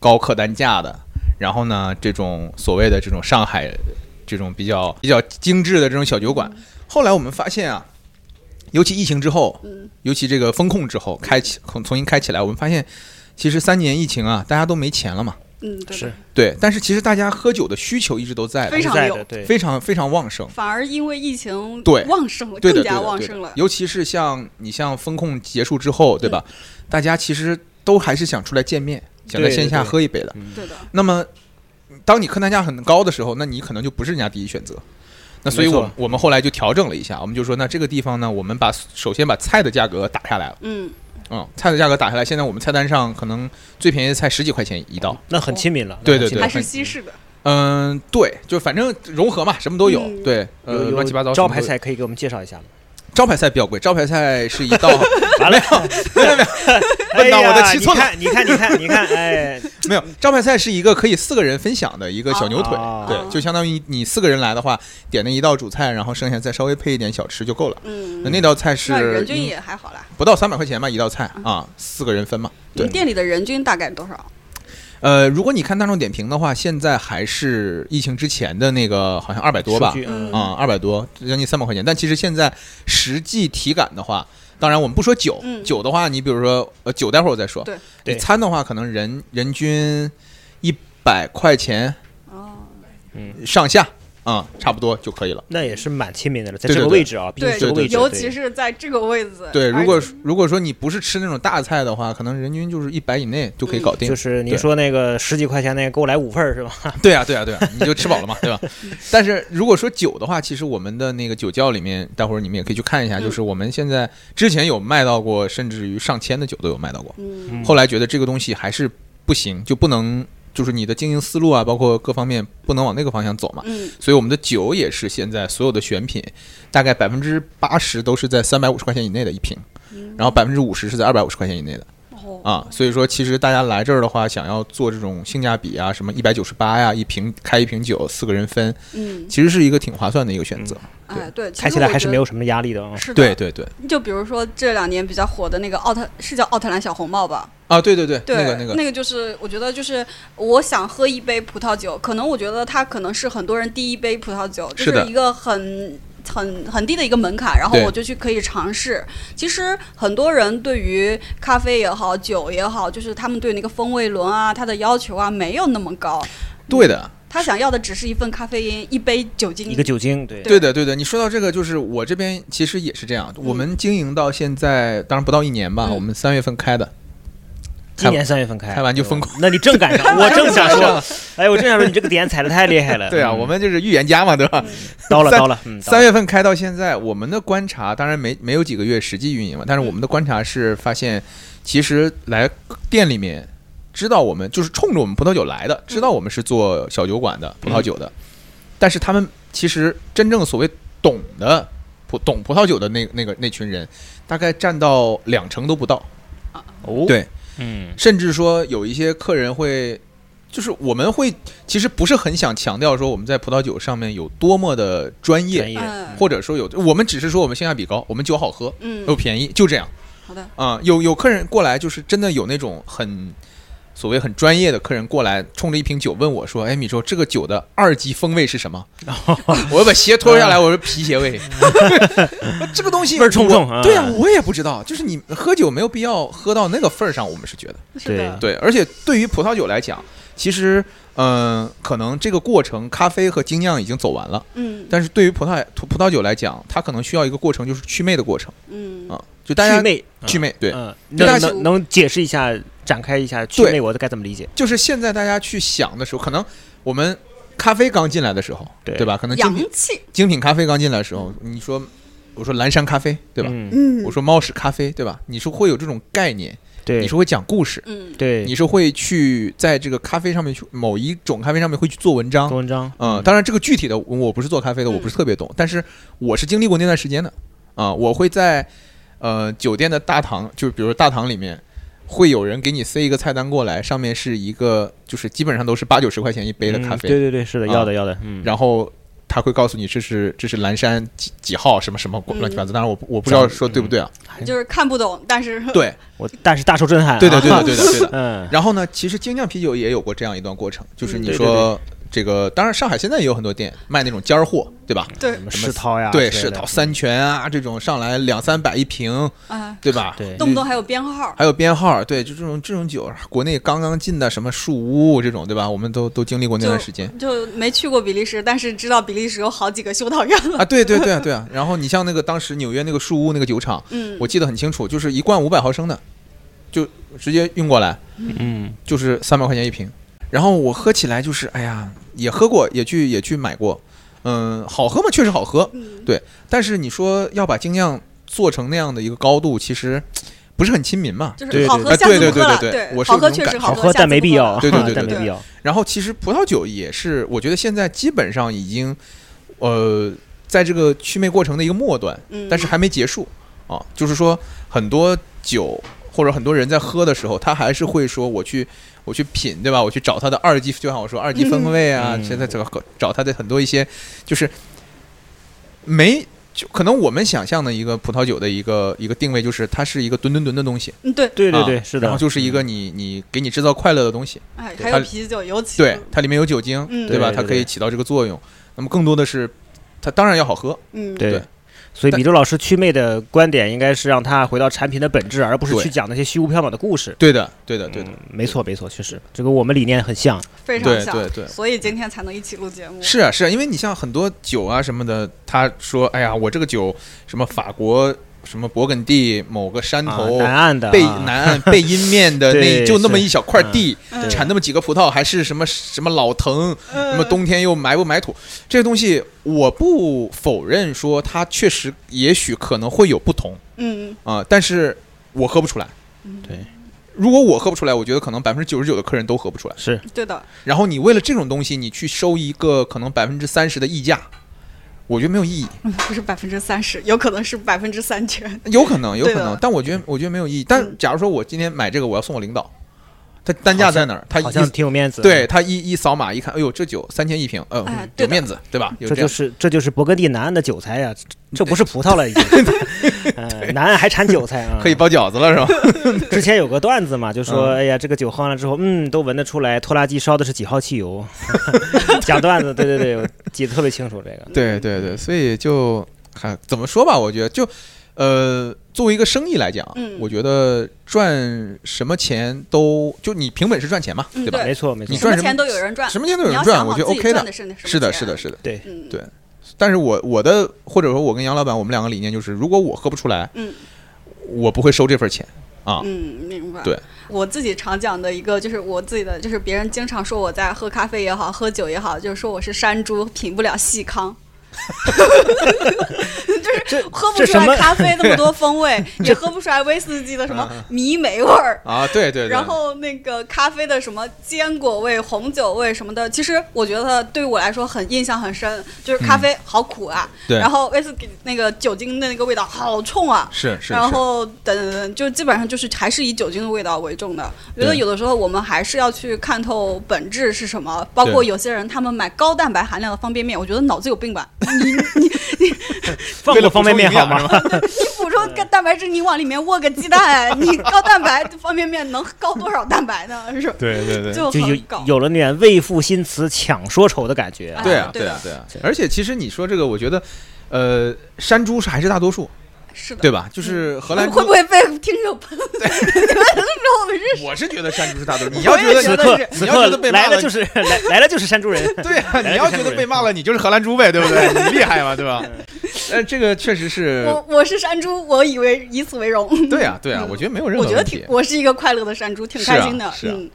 [SPEAKER 5] 高客单价的？然后呢，这种所谓的这种上海这种比较比较精致的这种小酒
[SPEAKER 1] 嗯
[SPEAKER 5] 馆，后来我们发现啊，尤其疫情之后，
[SPEAKER 1] 嗯
[SPEAKER 5] 尤其这个风控之后开启重重新开起来，我们发现其实三年疫情啊，大家都没钱了嘛，
[SPEAKER 1] 嗯，对
[SPEAKER 4] 是
[SPEAKER 5] 对，但是其实大家喝酒的需求一直都在的
[SPEAKER 1] 非常
[SPEAKER 4] 在
[SPEAKER 1] 有
[SPEAKER 4] 的，对，
[SPEAKER 5] 非常非常旺盛。
[SPEAKER 1] 反而因为疫情
[SPEAKER 5] 对
[SPEAKER 1] 旺盛了，
[SPEAKER 5] 对
[SPEAKER 1] 更
[SPEAKER 5] 的，对的
[SPEAKER 1] 加，旺
[SPEAKER 5] 对
[SPEAKER 1] 盛
[SPEAKER 5] 的
[SPEAKER 1] 了。
[SPEAKER 5] 尤其是像你像风控结束之后，对吧？大家其实都还是想出来见面，想在
[SPEAKER 4] 对
[SPEAKER 5] 线下
[SPEAKER 4] 对嗯
[SPEAKER 5] 喝一杯的。
[SPEAKER 1] 对的，
[SPEAKER 5] 那么，当你客单价很高的时候，那你可能就不是人家第一选择。那所以
[SPEAKER 4] 没
[SPEAKER 5] 我
[SPEAKER 4] 错
[SPEAKER 5] 们，我们后来就调整了一下，我们就说，那这个地方呢，我们把首先把菜的价格打下来了，
[SPEAKER 1] 嗯，
[SPEAKER 5] 嗯，菜的价格打下来，现在我们菜单上可能最便宜的菜十几块钱一道，
[SPEAKER 4] 那很亲民了。
[SPEAKER 5] 对对
[SPEAKER 4] 那很亲民
[SPEAKER 5] 对
[SPEAKER 1] 还是西式的。
[SPEAKER 5] 嗯，对，就反正融合嘛，什么都有，
[SPEAKER 1] 嗯
[SPEAKER 5] 对，
[SPEAKER 4] 有
[SPEAKER 5] 呃，
[SPEAKER 4] 有
[SPEAKER 5] 乱七八糟，
[SPEAKER 4] 招牌，菜可以给我们介绍一下吗？
[SPEAKER 5] 招牌菜比较贵，招牌菜是一 道，
[SPEAKER 4] 完了，
[SPEAKER 5] 没有没有问到我的七寸了
[SPEAKER 4] 哎呀你看，你看，你看，你看， 哎，
[SPEAKER 5] 没有，招牌菜是一个可以四个人分享的一个小牛腿，
[SPEAKER 4] 哦
[SPEAKER 5] 对，就相当于你四个人来的话，点那一道主菜，然后剩下再稍微配一点小吃就够了。
[SPEAKER 1] 嗯，
[SPEAKER 5] 那道菜
[SPEAKER 1] 那
[SPEAKER 5] 是嗯
[SPEAKER 1] 人均也嗯还好啦。
[SPEAKER 5] 不到三百块钱吧，一道菜啊，四个人分嘛。
[SPEAKER 1] 你
[SPEAKER 5] 对
[SPEAKER 1] 们，店里的人均大概多少？
[SPEAKER 5] 呃，如果你看大众点评的话，现在还是疫情之前的那个，好像二百多吧
[SPEAKER 4] 数，据嗯
[SPEAKER 5] 啊，二百多，将近三百块钱。但其实现在实际体感的话，当然我们不说酒，
[SPEAKER 1] 嗯
[SPEAKER 5] 酒的话，你比如说呃，酒待会儿我再说。
[SPEAKER 1] 对
[SPEAKER 5] 你
[SPEAKER 4] 对
[SPEAKER 5] 餐的话，可能人人均一百块钱
[SPEAKER 1] 哦，
[SPEAKER 5] 上下啊、差不多就可以了。
[SPEAKER 4] 那也是蛮亲民的了，在
[SPEAKER 5] 对
[SPEAKER 4] 这个
[SPEAKER 5] 对对
[SPEAKER 4] 位置啊，毕竟
[SPEAKER 1] 对
[SPEAKER 4] 是这个位，置，
[SPEAKER 1] 尤
[SPEAKER 4] 对
[SPEAKER 1] 其是在这个位置。
[SPEAKER 5] 对，
[SPEAKER 1] 而
[SPEAKER 5] 如果如果说你不是吃那种大菜的话，可能人均就是一百以内就可以搞定。
[SPEAKER 4] 就是
[SPEAKER 5] 对
[SPEAKER 4] 您说那个十几块钱那个，给我来五份儿是吧？
[SPEAKER 5] 对啊，对啊，对啊，你就吃饱了嘛，对吧？但是如果说酒的话，其实我们的那个酒窖里面，待会儿你们也可以去看一下，
[SPEAKER 1] 嗯
[SPEAKER 5] 就是我们现在之前有卖到过，甚至于上千的酒都有卖到过。
[SPEAKER 1] 嗯
[SPEAKER 5] 后来觉得这个东西还是不行，就不能就是你的经营思路啊，包括各方面不能往那个方向走嘛。
[SPEAKER 1] 嗯
[SPEAKER 5] 所以我们的酒也是现在所有的选品，大概百分之八十都是在三百五十块钱以内的一瓶，
[SPEAKER 1] 嗯
[SPEAKER 5] 然后百分之五十是在二百五十块钱以内的
[SPEAKER 1] 哦
[SPEAKER 5] 啊。所以说，其实大家来这儿的话，想要做这种性价比啊，什么一百九十八呀，一瓶开一瓶酒，四个人分，
[SPEAKER 1] 嗯，
[SPEAKER 5] 其实是一个挺划算的一个选择。
[SPEAKER 1] 哎对，其
[SPEAKER 4] 开起
[SPEAKER 1] 实
[SPEAKER 4] 来
[SPEAKER 1] 我
[SPEAKER 4] 还是
[SPEAKER 1] 觉
[SPEAKER 4] 没
[SPEAKER 1] 得嗯
[SPEAKER 4] 有什么压力的啊。
[SPEAKER 1] 是的
[SPEAKER 5] 对对对，
[SPEAKER 1] 就比如说这两年比较火的那个奥特，是叫奥特兰小红帽吧？
[SPEAKER 5] 啊，对对对，
[SPEAKER 1] 对，
[SPEAKER 5] 那个那个，
[SPEAKER 1] 就是我觉得就是我想喝一杯葡萄酒，可能我觉得它可能是很多人第一杯葡萄酒，就是
[SPEAKER 5] 的
[SPEAKER 1] 是一个很。很很低的一个门槛，然后
[SPEAKER 5] 对
[SPEAKER 1] 我就去可以尝试。其实很多人对于咖啡也好，酒也好，就是他们对那个风味轮啊、它的要求啊，没有那么高。
[SPEAKER 5] 对的。
[SPEAKER 1] 他想要的只是一份咖啡因、一杯酒精。嗯
[SPEAKER 4] 一个酒精，对，
[SPEAKER 5] 对的，对的，你说到这个，就是我这边其实也是这样，我们经营到现在，当然不到一年吧，
[SPEAKER 1] 嗯
[SPEAKER 5] 我们三月份开的，
[SPEAKER 4] 今年三月份开，
[SPEAKER 5] 开完就疯狂
[SPEAKER 4] 对吧。那你正赶 上，我正想
[SPEAKER 5] 上了
[SPEAKER 4] 说， 哎，我正想说，你这个点踩的太厉害 了。
[SPEAKER 5] 对啊，
[SPEAKER 4] 嗯
[SPEAKER 5] 我们就是预言家嘛，对吧？
[SPEAKER 4] 刀了
[SPEAKER 5] 三
[SPEAKER 4] 刀了，嗯，刀了
[SPEAKER 5] 三月份开到现在，我们的观察当然没没有几个月实际运营嘛，但是我们的观察是发现，其实来店里面知道我们就是冲着我们葡萄酒来的，
[SPEAKER 4] 嗯
[SPEAKER 5] 知道我们是做小酒馆的葡萄酒的，但是他们其实真正所谓懂的葡懂葡萄酒的那那个那群人，大概占到两成都不到，
[SPEAKER 4] 哦，
[SPEAKER 5] 对，
[SPEAKER 4] 嗯，
[SPEAKER 5] 甚至说有一些客人会。就是我们会其实不是很想强调说我们在葡萄酒上面有多么的专业
[SPEAKER 4] 专，业，
[SPEAKER 1] 嗯
[SPEAKER 5] 或者说有，我们只是说我们性价比高，我们酒好喝
[SPEAKER 1] 嗯
[SPEAKER 5] 又，便宜，就这样
[SPEAKER 1] 好的，
[SPEAKER 5] 啊、有有客人过来，就是真的有那种很所谓很专业的客人过来，冲着一瓶酒问我说：“哎，米粥，这个酒的二级风味是什么？” 我要把鞋脱下来，我说皮鞋味。 这个东西
[SPEAKER 4] 味儿冲不
[SPEAKER 5] 我
[SPEAKER 4] 冲啊
[SPEAKER 5] 对呀、我也不知道。就是你喝酒没有必要喝到那个份儿上，我们是觉得。
[SPEAKER 1] 是
[SPEAKER 4] 啊
[SPEAKER 1] 的，
[SPEAKER 5] 对，而且对于葡萄酒来讲，其实，嗯、可能这个过程，咖啡和精酿已经走完了，
[SPEAKER 1] 嗯
[SPEAKER 5] 但是对于葡萄葡萄酒来讲，它可能需要一个过程，就是祛魅的过程
[SPEAKER 1] 嗯，
[SPEAKER 5] 啊，就大家
[SPEAKER 4] 祛魅，
[SPEAKER 5] 祛
[SPEAKER 4] 魅，
[SPEAKER 5] 魅，对，
[SPEAKER 4] 嗯，
[SPEAKER 5] 就大
[SPEAKER 4] 能
[SPEAKER 5] 家
[SPEAKER 4] 能能解释一下，展开一下祛
[SPEAKER 5] 对
[SPEAKER 4] 魅，我该怎么理解？
[SPEAKER 5] 就是现在大家去想的时候，可能我们咖啡刚进来的时候，
[SPEAKER 4] 对
[SPEAKER 5] 对吧？可能精
[SPEAKER 1] 洋
[SPEAKER 5] 品
[SPEAKER 1] 气，
[SPEAKER 5] 精品咖啡刚进来的时候，你说，我说蓝山咖啡，对吧？
[SPEAKER 4] 嗯，
[SPEAKER 1] 嗯
[SPEAKER 5] 我说猫屎咖啡，对吧？你是会有这种概念，
[SPEAKER 4] 对，
[SPEAKER 5] 你是会讲故事，
[SPEAKER 1] 嗯，
[SPEAKER 4] 对，
[SPEAKER 5] 你是会去在这个咖啡上面去某一种咖啡上面会去做文章
[SPEAKER 4] 做，文章，
[SPEAKER 5] 嗯，当然这个具体的我不是做咖
[SPEAKER 4] 嗯
[SPEAKER 5] 啡的，我不是特别懂，但是我是经历过那段时间的啊、我会在呃酒店的大堂，就是比如说大堂里面。会有人给你塞一个菜单过来，上面是一个就是基本上都是八九十块钱一杯的咖
[SPEAKER 4] 嗯
[SPEAKER 5] 啡，
[SPEAKER 4] 对对对，是的，
[SPEAKER 5] 啊
[SPEAKER 4] 要的要的，嗯，
[SPEAKER 5] 然后他会告诉你这是这是蓝山几几号什么什么
[SPEAKER 1] 嗯
[SPEAKER 5] 乱七八糟，当然我不我不知道
[SPEAKER 4] 咱
[SPEAKER 5] 说对不对啊？
[SPEAKER 1] 就是看不懂，但是
[SPEAKER 4] 嗯
[SPEAKER 5] 对
[SPEAKER 4] 我但是大受震撼啊，
[SPEAKER 5] 对的对的对的对的。
[SPEAKER 4] 嗯，
[SPEAKER 5] 然后呢，其实精酿啤酒也有过这样一段过程，就是
[SPEAKER 1] 嗯
[SPEAKER 5] 你
[SPEAKER 4] 对对
[SPEAKER 5] 说这个，当然上海现在也有很多店卖那种尖儿货，对吧？
[SPEAKER 1] 对
[SPEAKER 4] 什么世涛啊呀之类
[SPEAKER 5] 对，
[SPEAKER 4] 的，
[SPEAKER 5] 世涛三全啊，这种上来两三百一瓶，
[SPEAKER 1] 啊，
[SPEAKER 5] 对吧？
[SPEAKER 4] 对
[SPEAKER 1] 动不动还有编号，
[SPEAKER 5] 还有编号，对，就这种这种酒，啊国内刚刚进的什么树屋这种，对吧？我们都都经历过那段时间
[SPEAKER 1] 就没去过比利时，但是知道比利时有好几个修道院了。
[SPEAKER 5] 啊，对对对啊对 啊。然后你像那个当时纽约那个树屋那个酒厂，
[SPEAKER 1] 嗯，
[SPEAKER 5] 我记得很清楚，就是一罐五百毫升的，就直接运过来，
[SPEAKER 4] 嗯，
[SPEAKER 5] 就是三百块钱一瓶。然后我喝起来就是，哎呀，也喝过，也去也去买过，嗯，好喝嘛，确实好喝，
[SPEAKER 1] 嗯
[SPEAKER 5] 对。但是你说要把精酿做成那样的一个高度，其实不是很亲民嘛。
[SPEAKER 1] 就
[SPEAKER 4] 对
[SPEAKER 1] 是好
[SPEAKER 4] 对
[SPEAKER 1] 喝
[SPEAKER 5] 哎
[SPEAKER 1] 下
[SPEAKER 5] 对
[SPEAKER 1] 次
[SPEAKER 5] 对
[SPEAKER 1] 不喝
[SPEAKER 5] 对
[SPEAKER 1] 了，
[SPEAKER 5] 对对
[SPEAKER 1] 对，
[SPEAKER 5] 我是
[SPEAKER 1] 好
[SPEAKER 5] 有
[SPEAKER 1] 喝
[SPEAKER 5] 这种
[SPEAKER 1] 确实
[SPEAKER 5] 感
[SPEAKER 1] 好
[SPEAKER 4] 好喝
[SPEAKER 1] 下次
[SPEAKER 4] 但没
[SPEAKER 1] 不
[SPEAKER 4] 必
[SPEAKER 1] 喝
[SPEAKER 4] 要
[SPEAKER 1] 了，
[SPEAKER 5] 对对对
[SPEAKER 4] 但
[SPEAKER 5] 对
[SPEAKER 4] 没必要，
[SPEAKER 5] 然后其实葡萄酒也是，我觉得现在基本上已经，呃，在这个祛魅过程的一个末端，
[SPEAKER 1] 嗯，
[SPEAKER 5] 但是还没结束啊。就是说，很多酒或者很多人在喝的时候，他还是会说我去我去品，对吧？我去找他的二级，就像我说二级风味啊，
[SPEAKER 4] 嗯
[SPEAKER 5] 现在这个找他的很多一些就是没。就可能我们想象的一个葡萄酒的一个一个定位，就是它是一个吨吨吨的东西，
[SPEAKER 1] 嗯对，
[SPEAKER 4] 对对
[SPEAKER 5] 啊
[SPEAKER 4] 对，是的，嗯
[SPEAKER 5] 然后就是一个你你给你制造快乐的东西，
[SPEAKER 1] 哎，
[SPEAKER 5] 对
[SPEAKER 1] 还
[SPEAKER 5] 它
[SPEAKER 1] 有啤酒，尤其
[SPEAKER 5] 对，它里面有酒精，
[SPEAKER 1] 嗯
[SPEAKER 5] 对吧？
[SPEAKER 4] 对对
[SPEAKER 5] 它可以
[SPEAKER 4] 对
[SPEAKER 5] 起到这个作用。那么更多的是，它当然要好喝，
[SPEAKER 1] 嗯，
[SPEAKER 4] 对
[SPEAKER 5] 对。
[SPEAKER 4] 所以
[SPEAKER 5] 但
[SPEAKER 4] 米周老师祛魅的观点应该是让他回到产品的本质，而不是
[SPEAKER 5] 对
[SPEAKER 4] 去讲那些虚无缥缈的故事。
[SPEAKER 5] 对的，对的，对的，
[SPEAKER 4] 嗯没错没错，确实这个我们理念很像。
[SPEAKER 1] 非常
[SPEAKER 5] 对
[SPEAKER 1] 像，
[SPEAKER 5] 对对。
[SPEAKER 1] 所以今天才能一起录节目。
[SPEAKER 5] 是啊，是啊，因为你像很多酒啊什么的，他说：“哎呀，我这个酒什么法国什么勃艮第某个山嗯头、
[SPEAKER 4] 啊、南岸的
[SPEAKER 5] 背
[SPEAKER 4] 啊
[SPEAKER 5] 南 岸背阴面的那
[SPEAKER 4] 对
[SPEAKER 5] 就那么
[SPEAKER 4] 是
[SPEAKER 5] 一小块地，
[SPEAKER 1] 嗯
[SPEAKER 5] 产那么几个葡萄，还是什么什么老藤，
[SPEAKER 1] 嗯
[SPEAKER 5] 什么冬天又埋不埋土，这些东西我不否认说它确实也许可能会有不同
[SPEAKER 1] 嗯
[SPEAKER 5] 啊、但是我喝不出来。
[SPEAKER 4] 对
[SPEAKER 5] 如果我喝不出来，我觉得可能百分之九十九的客人都喝不出来。
[SPEAKER 4] 是
[SPEAKER 1] 对的，
[SPEAKER 5] 然后你为了这种东西，你去收一个可能百分之三十的溢价，我觉得没有意义。
[SPEAKER 1] 嗯不是百分之三十，有可能是百分之三全。
[SPEAKER 5] 有可能，有可
[SPEAKER 1] 对
[SPEAKER 5] 能
[SPEAKER 1] 的，
[SPEAKER 5] 但我觉得我觉得没有意义。但
[SPEAKER 1] 嗯
[SPEAKER 5] 假如说我今天买这个，我要送我领导，他单价
[SPEAKER 4] 好像
[SPEAKER 5] 在哪儿？他一
[SPEAKER 4] 好像挺有面子。
[SPEAKER 5] 对，他一一扫码一看，哎呦，这酒三千一瓶，嗯、
[SPEAKER 1] 哎对
[SPEAKER 5] 有
[SPEAKER 1] 的
[SPEAKER 5] 面子，对吧？有
[SPEAKER 4] 这
[SPEAKER 5] 样
[SPEAKER 4] 就是这就是勃艮第南岸的韭菜呀、这这不是葡 萄了已经。嗯，南岸还产韭菜啊！
[SPEAKER 5] 可以包饺子 了是吧？
[SPEAKER 4] 之前有个段子嘛，就说
[SPEAKER 5] 嗯
[SPEAKER 4] 哎呀，这个酒喝完了之后，嗯，都闻得出来拖拉机烧的是几号 汽油。讲段子，对对对，我记得特别清楚这个。
[SPEAKER 5] 对对对，所以就还怎么说吧？我觉得就呃，作为一个生意来讲，
[SPEAKER 1] 嗯
[SPEAKER 5] 我觉得赚什么钱都就你凭本事赚钱嘛，
[SPEAKER 1] 嗯
[SPEAKER 5] 对吧？
[SPEAKER 1] 对
[SPEAKER 4] 没错没错
[SPEAKER 5] 你，
[SPEAKER 1] 什
[SPEAKER 5] 赚
[SPEAKER 1] 么
[SPEAKER 5] 什么
[SPEAKER 1] 钱都有人赚，
[SPEAKER 5] 什么钱都有
[SPEAKER 1] 你
[SPEAKER 5] 人
[SPEAKER 1] 要
[SPEAKER 5] 赚，
[SPEAKER 1] 想
[SPEAKER 5] 我
[SPEAKER 1] 好
[SPEAKER 5] 觉得
[SPEAKER 1] 自己
[SPEAKER 5] OK
[SPEAKER 1] 赚
[SPEAKER 5] 的
[SPEAKER 1] 的，是那什么
[SPEAKER 5] 是的，
[SPEAKER 1] 钱
[SPEAKER 5] 是的，是的。
[SPEAKER 4] 对，
[SPEAKER 1] 嗯
[SPEAKER 5] 对但是我我的或者说我跟杨老板，我们两个理念就是，如果我喝不出来，
[SPEAKER 1] 嗯
[SPEAKER 5] 我不会收这份钱啊。
[SPEAKER 1] 嗯，明白。
[SPEAKER 5] 对，
[SPEAKER 1] 我自己常讲的一个就是我自己的，就是别人经常说我在喝咖啡也好，喝酒也好，就是说我是山猪，品不了细 糠。就是喝不
[SPEAKER 4] 这
[SPEAKER 1] 出
[SPEAKER 4] 什么
[SPEAKER 1] 来
[SPEAKER 4] 啊
[SPEAKER 1] 咖啡那么多风 味，也喝不出来威士忌的什么迷梅味儿，
[SPEAKER 5] 啊，对对对。
[SPEAKER 1] 然后那个咖啡的什么坚果味、红酒味什么的，其实我觉得对我来说很印象很深，就是
[SPEAKER 4] 嗯
[SPEAKER 1] 咖啡好苦啊，
[SPEAKER 5] 对
[SPEAKER 1] 然后威士忌那个酒精的那个味道好冲啊，
[SPEAKER 5] 是是是，
[SPEAKER 1] 然后等等等，就基本上就是还是以酒精的味道为重的。我觉得
[SPEAKER 5] 对
[SPEAKER 1] 有的时候我们还是要去看透本质是什么，包括
[SPEAKER 5] 对
[SPEAKER 1] 有些人他们买高蛋白含量的方便面，我觉得脑子有病吧？你你
[SPEAKER 4] 放
[SPEAKER 6] 为
[SPEAKER 4] 过
[SPEAKER 6] 了
[SPEAKER 4] 方便面
[SPEAKER 5] 啊
[SPEAKER 6] 补充营
[SPEAKER 4] 好
[SPEAKER 6] 养是
[SPEAKER 4] 吗？
[SPEAKER 1] 补充个蛋白质，你往里面握个鸡蛋，你高蛋白方便面能高多少蛋白呢？是吧
[SPEAKER 6] 对对对
[SPEAKER 1] 就
[SPEAKER 4] 就有
[SPEAKER 1] 很搞。
[SPEAKER 4] 有了那点为赋新词强说愁的感觉啊。
[SPEAKER 1] 哎
[SPEAKER 5] 对啊，
[SPEAKER 1] 对
[SPEAKER 5] 对
[SPEAKER 1] 的
[SPEAKER 5] 啊，对啊
[SPEAKER 4] 对。
[SPEAKER 5] 而且其实你说这个，我觉得，呃，山猪是还是大多数，
[SPEAKER 1] 是的，
[SPEAKER 5] 对吧？就是荷兰猪
[SPEAKER 1] 嗯会不，会被听众 喷？你们 说我们是
[SPEAKER 5] 我是觉得山猪是大多数。你要觉
[SPEAKER 1] 我也
[SPEAKER 5] 得
[SPEAKER 1] 觉
[SPEAKER 4] 此
[SPEAKER 1] 得
[SPEAKER 4] 刻
[SPEAKER 1] 是
[SPEAKER 4] 此
[SPEAKER 5] 你要
[SPEAKER 4] 刻
[SPEAKER 5] 觉得被骂
[SPEAKER 4] 来了
[SPEAKER 5] 了
[SPEAKER 4] 就是来来了就是山猪人，
[SPEAKER 5] 对啊，
[SPEAKER 4] 来
[SPEAKER 5] 你
[SPEAKER 4] 了
[SPEAKER 5] 要
[SPEAKER 4] 就
[SPEAKER 5] 觉
[SPEAKER 4] 山
[SPEAKER 5] 得
[SPEAKER 4] 猪
[SPEAKER 5] 被
[SPEAKER 4] 人
[SPEAKER 5] 骂了，你就是荷兰猪呗，对不对？ 你厉害嘛，对吧？但这个确实是，
[SPEAKER 1] 嗯我我是山猪，我以为以此为荣。
[SPEAKER 5] 对啊，对啊，我觉得没有任
[SPEAKER 1] 我
[SPEAKER 5] 何
[SPEAKER 1] 觉得
[SPEAKER 5] 问
[SPEAKER 1] 挺
[SPEAKER 5] 题，。
[SPEAKER 1] 我是一个快乐的山猪，挺开心的。
[SPEAKER 5] 是啊是啊
[SPEAKER 1] 嗯。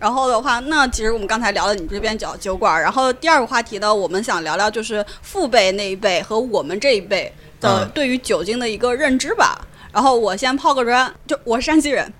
[SPEAKER 1] 然后的话，那其实我们刚才聊了你们这边酒酒馆，然后第二个话题呢，我们想聊聊就是父辈那一辈和我们这一辈的
[SPEAKER 5] 嗯
[SPEAKER 1] 对于酒精的一个认知吧。然后我先抛个砖，就我是山西人，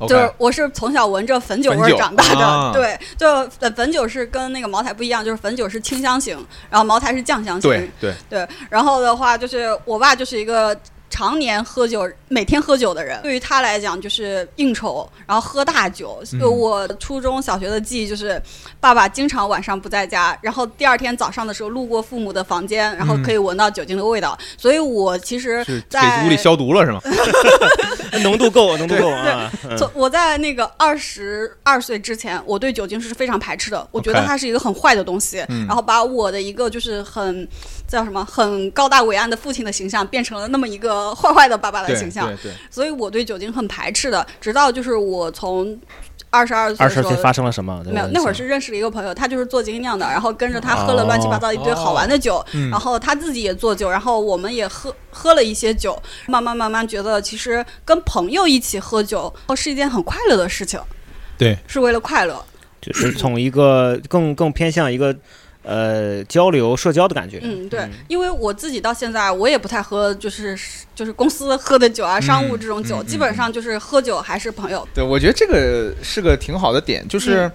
[SPEAKER 1] 就
[SPEAKER 5] OK，
[SPEAKER 1] 是我是从小闻着汾酒味
[SPEAKER 5] 汾
[SPEAKER 1] 儿
[SPEAKER 5] 酒
[SPEAKER 1] 长大的，
[SPEAKER 5] 啊
[SPEAKER 1] 对，就呃汾酒是跟那个茅台不一样，就是汾酒是清香型，然后茅台是酱香型，
[SPEAKER 5] 对对，
[SPEAKER 1] 对，然后的话就是我爸就是一个常年喝酒、每天喝酒的人，对于他来讲就是应酬，然后喝大酒。就
[SPEAKER 5] 嗯
[SPEAKER 1] 我初中小学的记忆就是，爸爸经常晚上不在家，然后第二天早上的时候路过父母的房间，然后可以闻到酒精的味道。所以我其实
[SPEAKER 5] 嗯是给
[SPEAKER 1] 在
[SPEAKER 5] 屋里消毒了是吗？
[SPEAKER 4] 浓度够，浓度够啊！
[SPEAKER 1] 从我在那个二十二岁之前，我对酒精是非常排斥的，我觉得
[SPEAKER 5] OK
[SPEAKER 1] 它是一个很坏的东西，
[SPEAKER 5] 嗯
[SPEAKER 1] 然后把我的一个就是很叫什么很高大伟岸的父亲的形象变成了那么一个坏坏的爸爸的
[SPEAKER 5] 对
[SPEAKER 1] 呃形象
[SPEAKER 5] 对，对，
[SPEAKER 1] 所以我对酒精很排斥的。直到就是我从二十二岁
[SPEAKER 4] 二
[SPEAKER 1] 的
[SPEAKER 4] 十
[SPEAKER 1] 时候
[SPEAKER 4] 岁发生了什么？
[SPEAKER 1] 没有，那会儿是认识了一个朋友，他就是做精酿的，然后跟着他喝了
[SPEAKER 4] 哦
[SPEAKER 1] 乱七八糟一堆好玩的酒，
[SPEAKER 5] 嗯
[SPEAKER 1] 然后他自己也做酒，然后我们也喝喝了一些酒，慢慢慢慢觉得其实跟朋友一起喝酒是一件很快乐的事情，
[SPEAKER 6] 对，
[SPEAKER 1] 是为了快乐，
[SPEAKER 4] 就是从一个更更偏向一个呃交流社交的感觉。
[SPEAKER 1] 嗯，对，因为我自己到现在我也不太喝，就是就是公司喝的酒啊，商务这种酒，
[SPEAKER 5] 嗯嗯
[SPEAKER 1] 基本上就是喝酒还是朋友，
[SPEAKER 5] 对，我觉得这个是个挺好的点，
[SPEAKER 1] 嗯
[SPEAKER 5] 就是，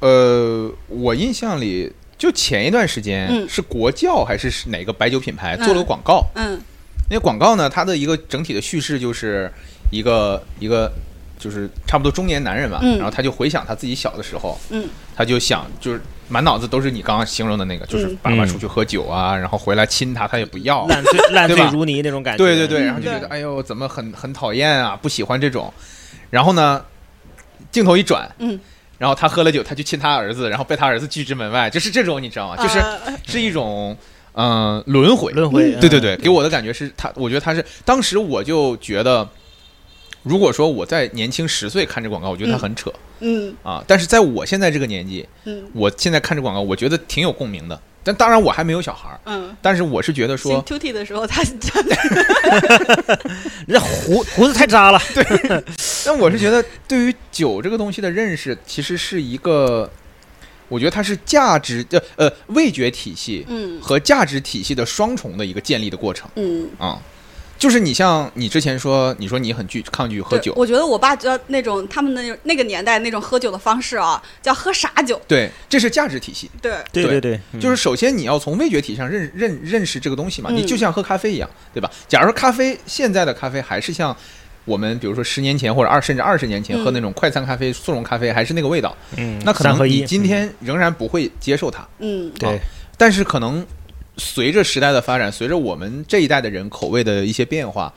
[SPEAKER 5] 呃，我印象里就前一段时间、
[SPEAKER 1] 嗯
[SPEAKER 5] 是国窖还是是哪个白酒品牌
[SPEAKER 1] 嗯
[SPEAKER 5] 做了个广告，
[SPEAKER 1] 嗯
[SPEAKER 5] 那个广告呢，它的一个整体的叙事就是一个一个就是差不多中年男人吧，
[SPEAKER 1] 嗯
[SPEAKER 5] 然后他就回想他自己小的时候，
[SPEAKER 1] 嗯，
[SPEAKER 5] 他就想就是满脑子都是你刚刚形容的那个，就是
[SPEAKER 1] 嗯
[SPEAKER 5] 爸爸出去喝酒啊，然后回来亲他，他也不要，啊
[SPEAKER 4] 烂醉烂醉
[SPEAKER 5] 对吧
[SPEAKER 4] 如泥那种感觉。
[SPEAKER 5] 对对
[SPEAKER 1] 嗯
[SPEAKER 5] 对，然后就觉得
[SPEAKER 1] 对
[SPEAKER 5] 哎呦，怎么很很讨厌啊，不喜欢这种。然后呢，镜头一转，
[SPEAKER 1] 嗯，
[SPEAKER 5] 然后他喝了酒，他去亲他儿子，然后被他儿子拒之门外，就是这种，你知道吗？啊就是
[SPEAKER 1] 呃
[SPEAKER 5] 是一种嗯、呃轮回。
[SPEAKER 4] 轮回。嗯
[SPEAKER 5] 对对对，给我的感觉是他，我觉得他是当时我就觉得，如果说我在年轻十岁看这广告，我觉得他很扯、
[SPEAKER 1] 嗯
[SPEAKER 5] 啊。但是在我现在这个年纪，
[SPEAKER 1] 嗯
[SPEAKER 5] 我现在看这广告，我觉得挺有共鸣的。但当然我还没有小孩儿，
[SPEAKER 1] 嗯，
[SPEAKER 5] 但是我是觉得说
[SPEAKER 1] 行 Tutti 的时候他
[SPEAKER 4] 嗯，人家胡胡子太扎了。
[SPEAKER 5] 但我是觉得，对于酒这个东西的认识，其实是一个，我觉得它是价值呃呃味觉体系
[SPEAKER 1] 嗯
[SPEAKER 5] 和价值体系的双重的一个建立的过程
[SPEAKER 1] 嗯。
[SPEAKER 5] 啊、就是你像你之前说，你说你很拒抗拒喝
[SPEAKER 1] 对，
[SPEAKER 5] 酒，
[SPEAKER 1] 我觉得我爸觉得那种他们那那个年代那种喝酒的方式啊，叫喝傻酒。
[SPEAKER 5] 对，这是价值体系。
[SPEAKER 1] 对，
[SPEAKER 4] 对
[SPEAKER 5] 对
[SPEAKER 4] 对，嗯
[SPEAKER 5] 就是首先你要从味觉体系上认认认识这个东西嘛，
[SPEAKER 1] 嗯
[SPEAKER 5] 你就像喝咖啡一样，对吧？假如说咖啡现在的咖啡还是像我们比如说十年前或者二甚至二十年前
[SPEAKER 1] 嗯
[SPEAKER 5] 喝那种快餐咖啡、速溶咖啡还是那个味道，
[SPEAKER 4] 嗯
[SPEAKER 5] 那可
[SPEAKER 4] 三合
[SPEAKER 5] 能
[SPEAKER 4] 一嗯
[SPEAKER 5] 你今天仍然不会接受它。
[SPEAKER 1] 嗯
[SPEAKER 4] 对
[SPEAKER 5] 但是可能随着时代的发展，随着我们这一代的人口味的一些变化，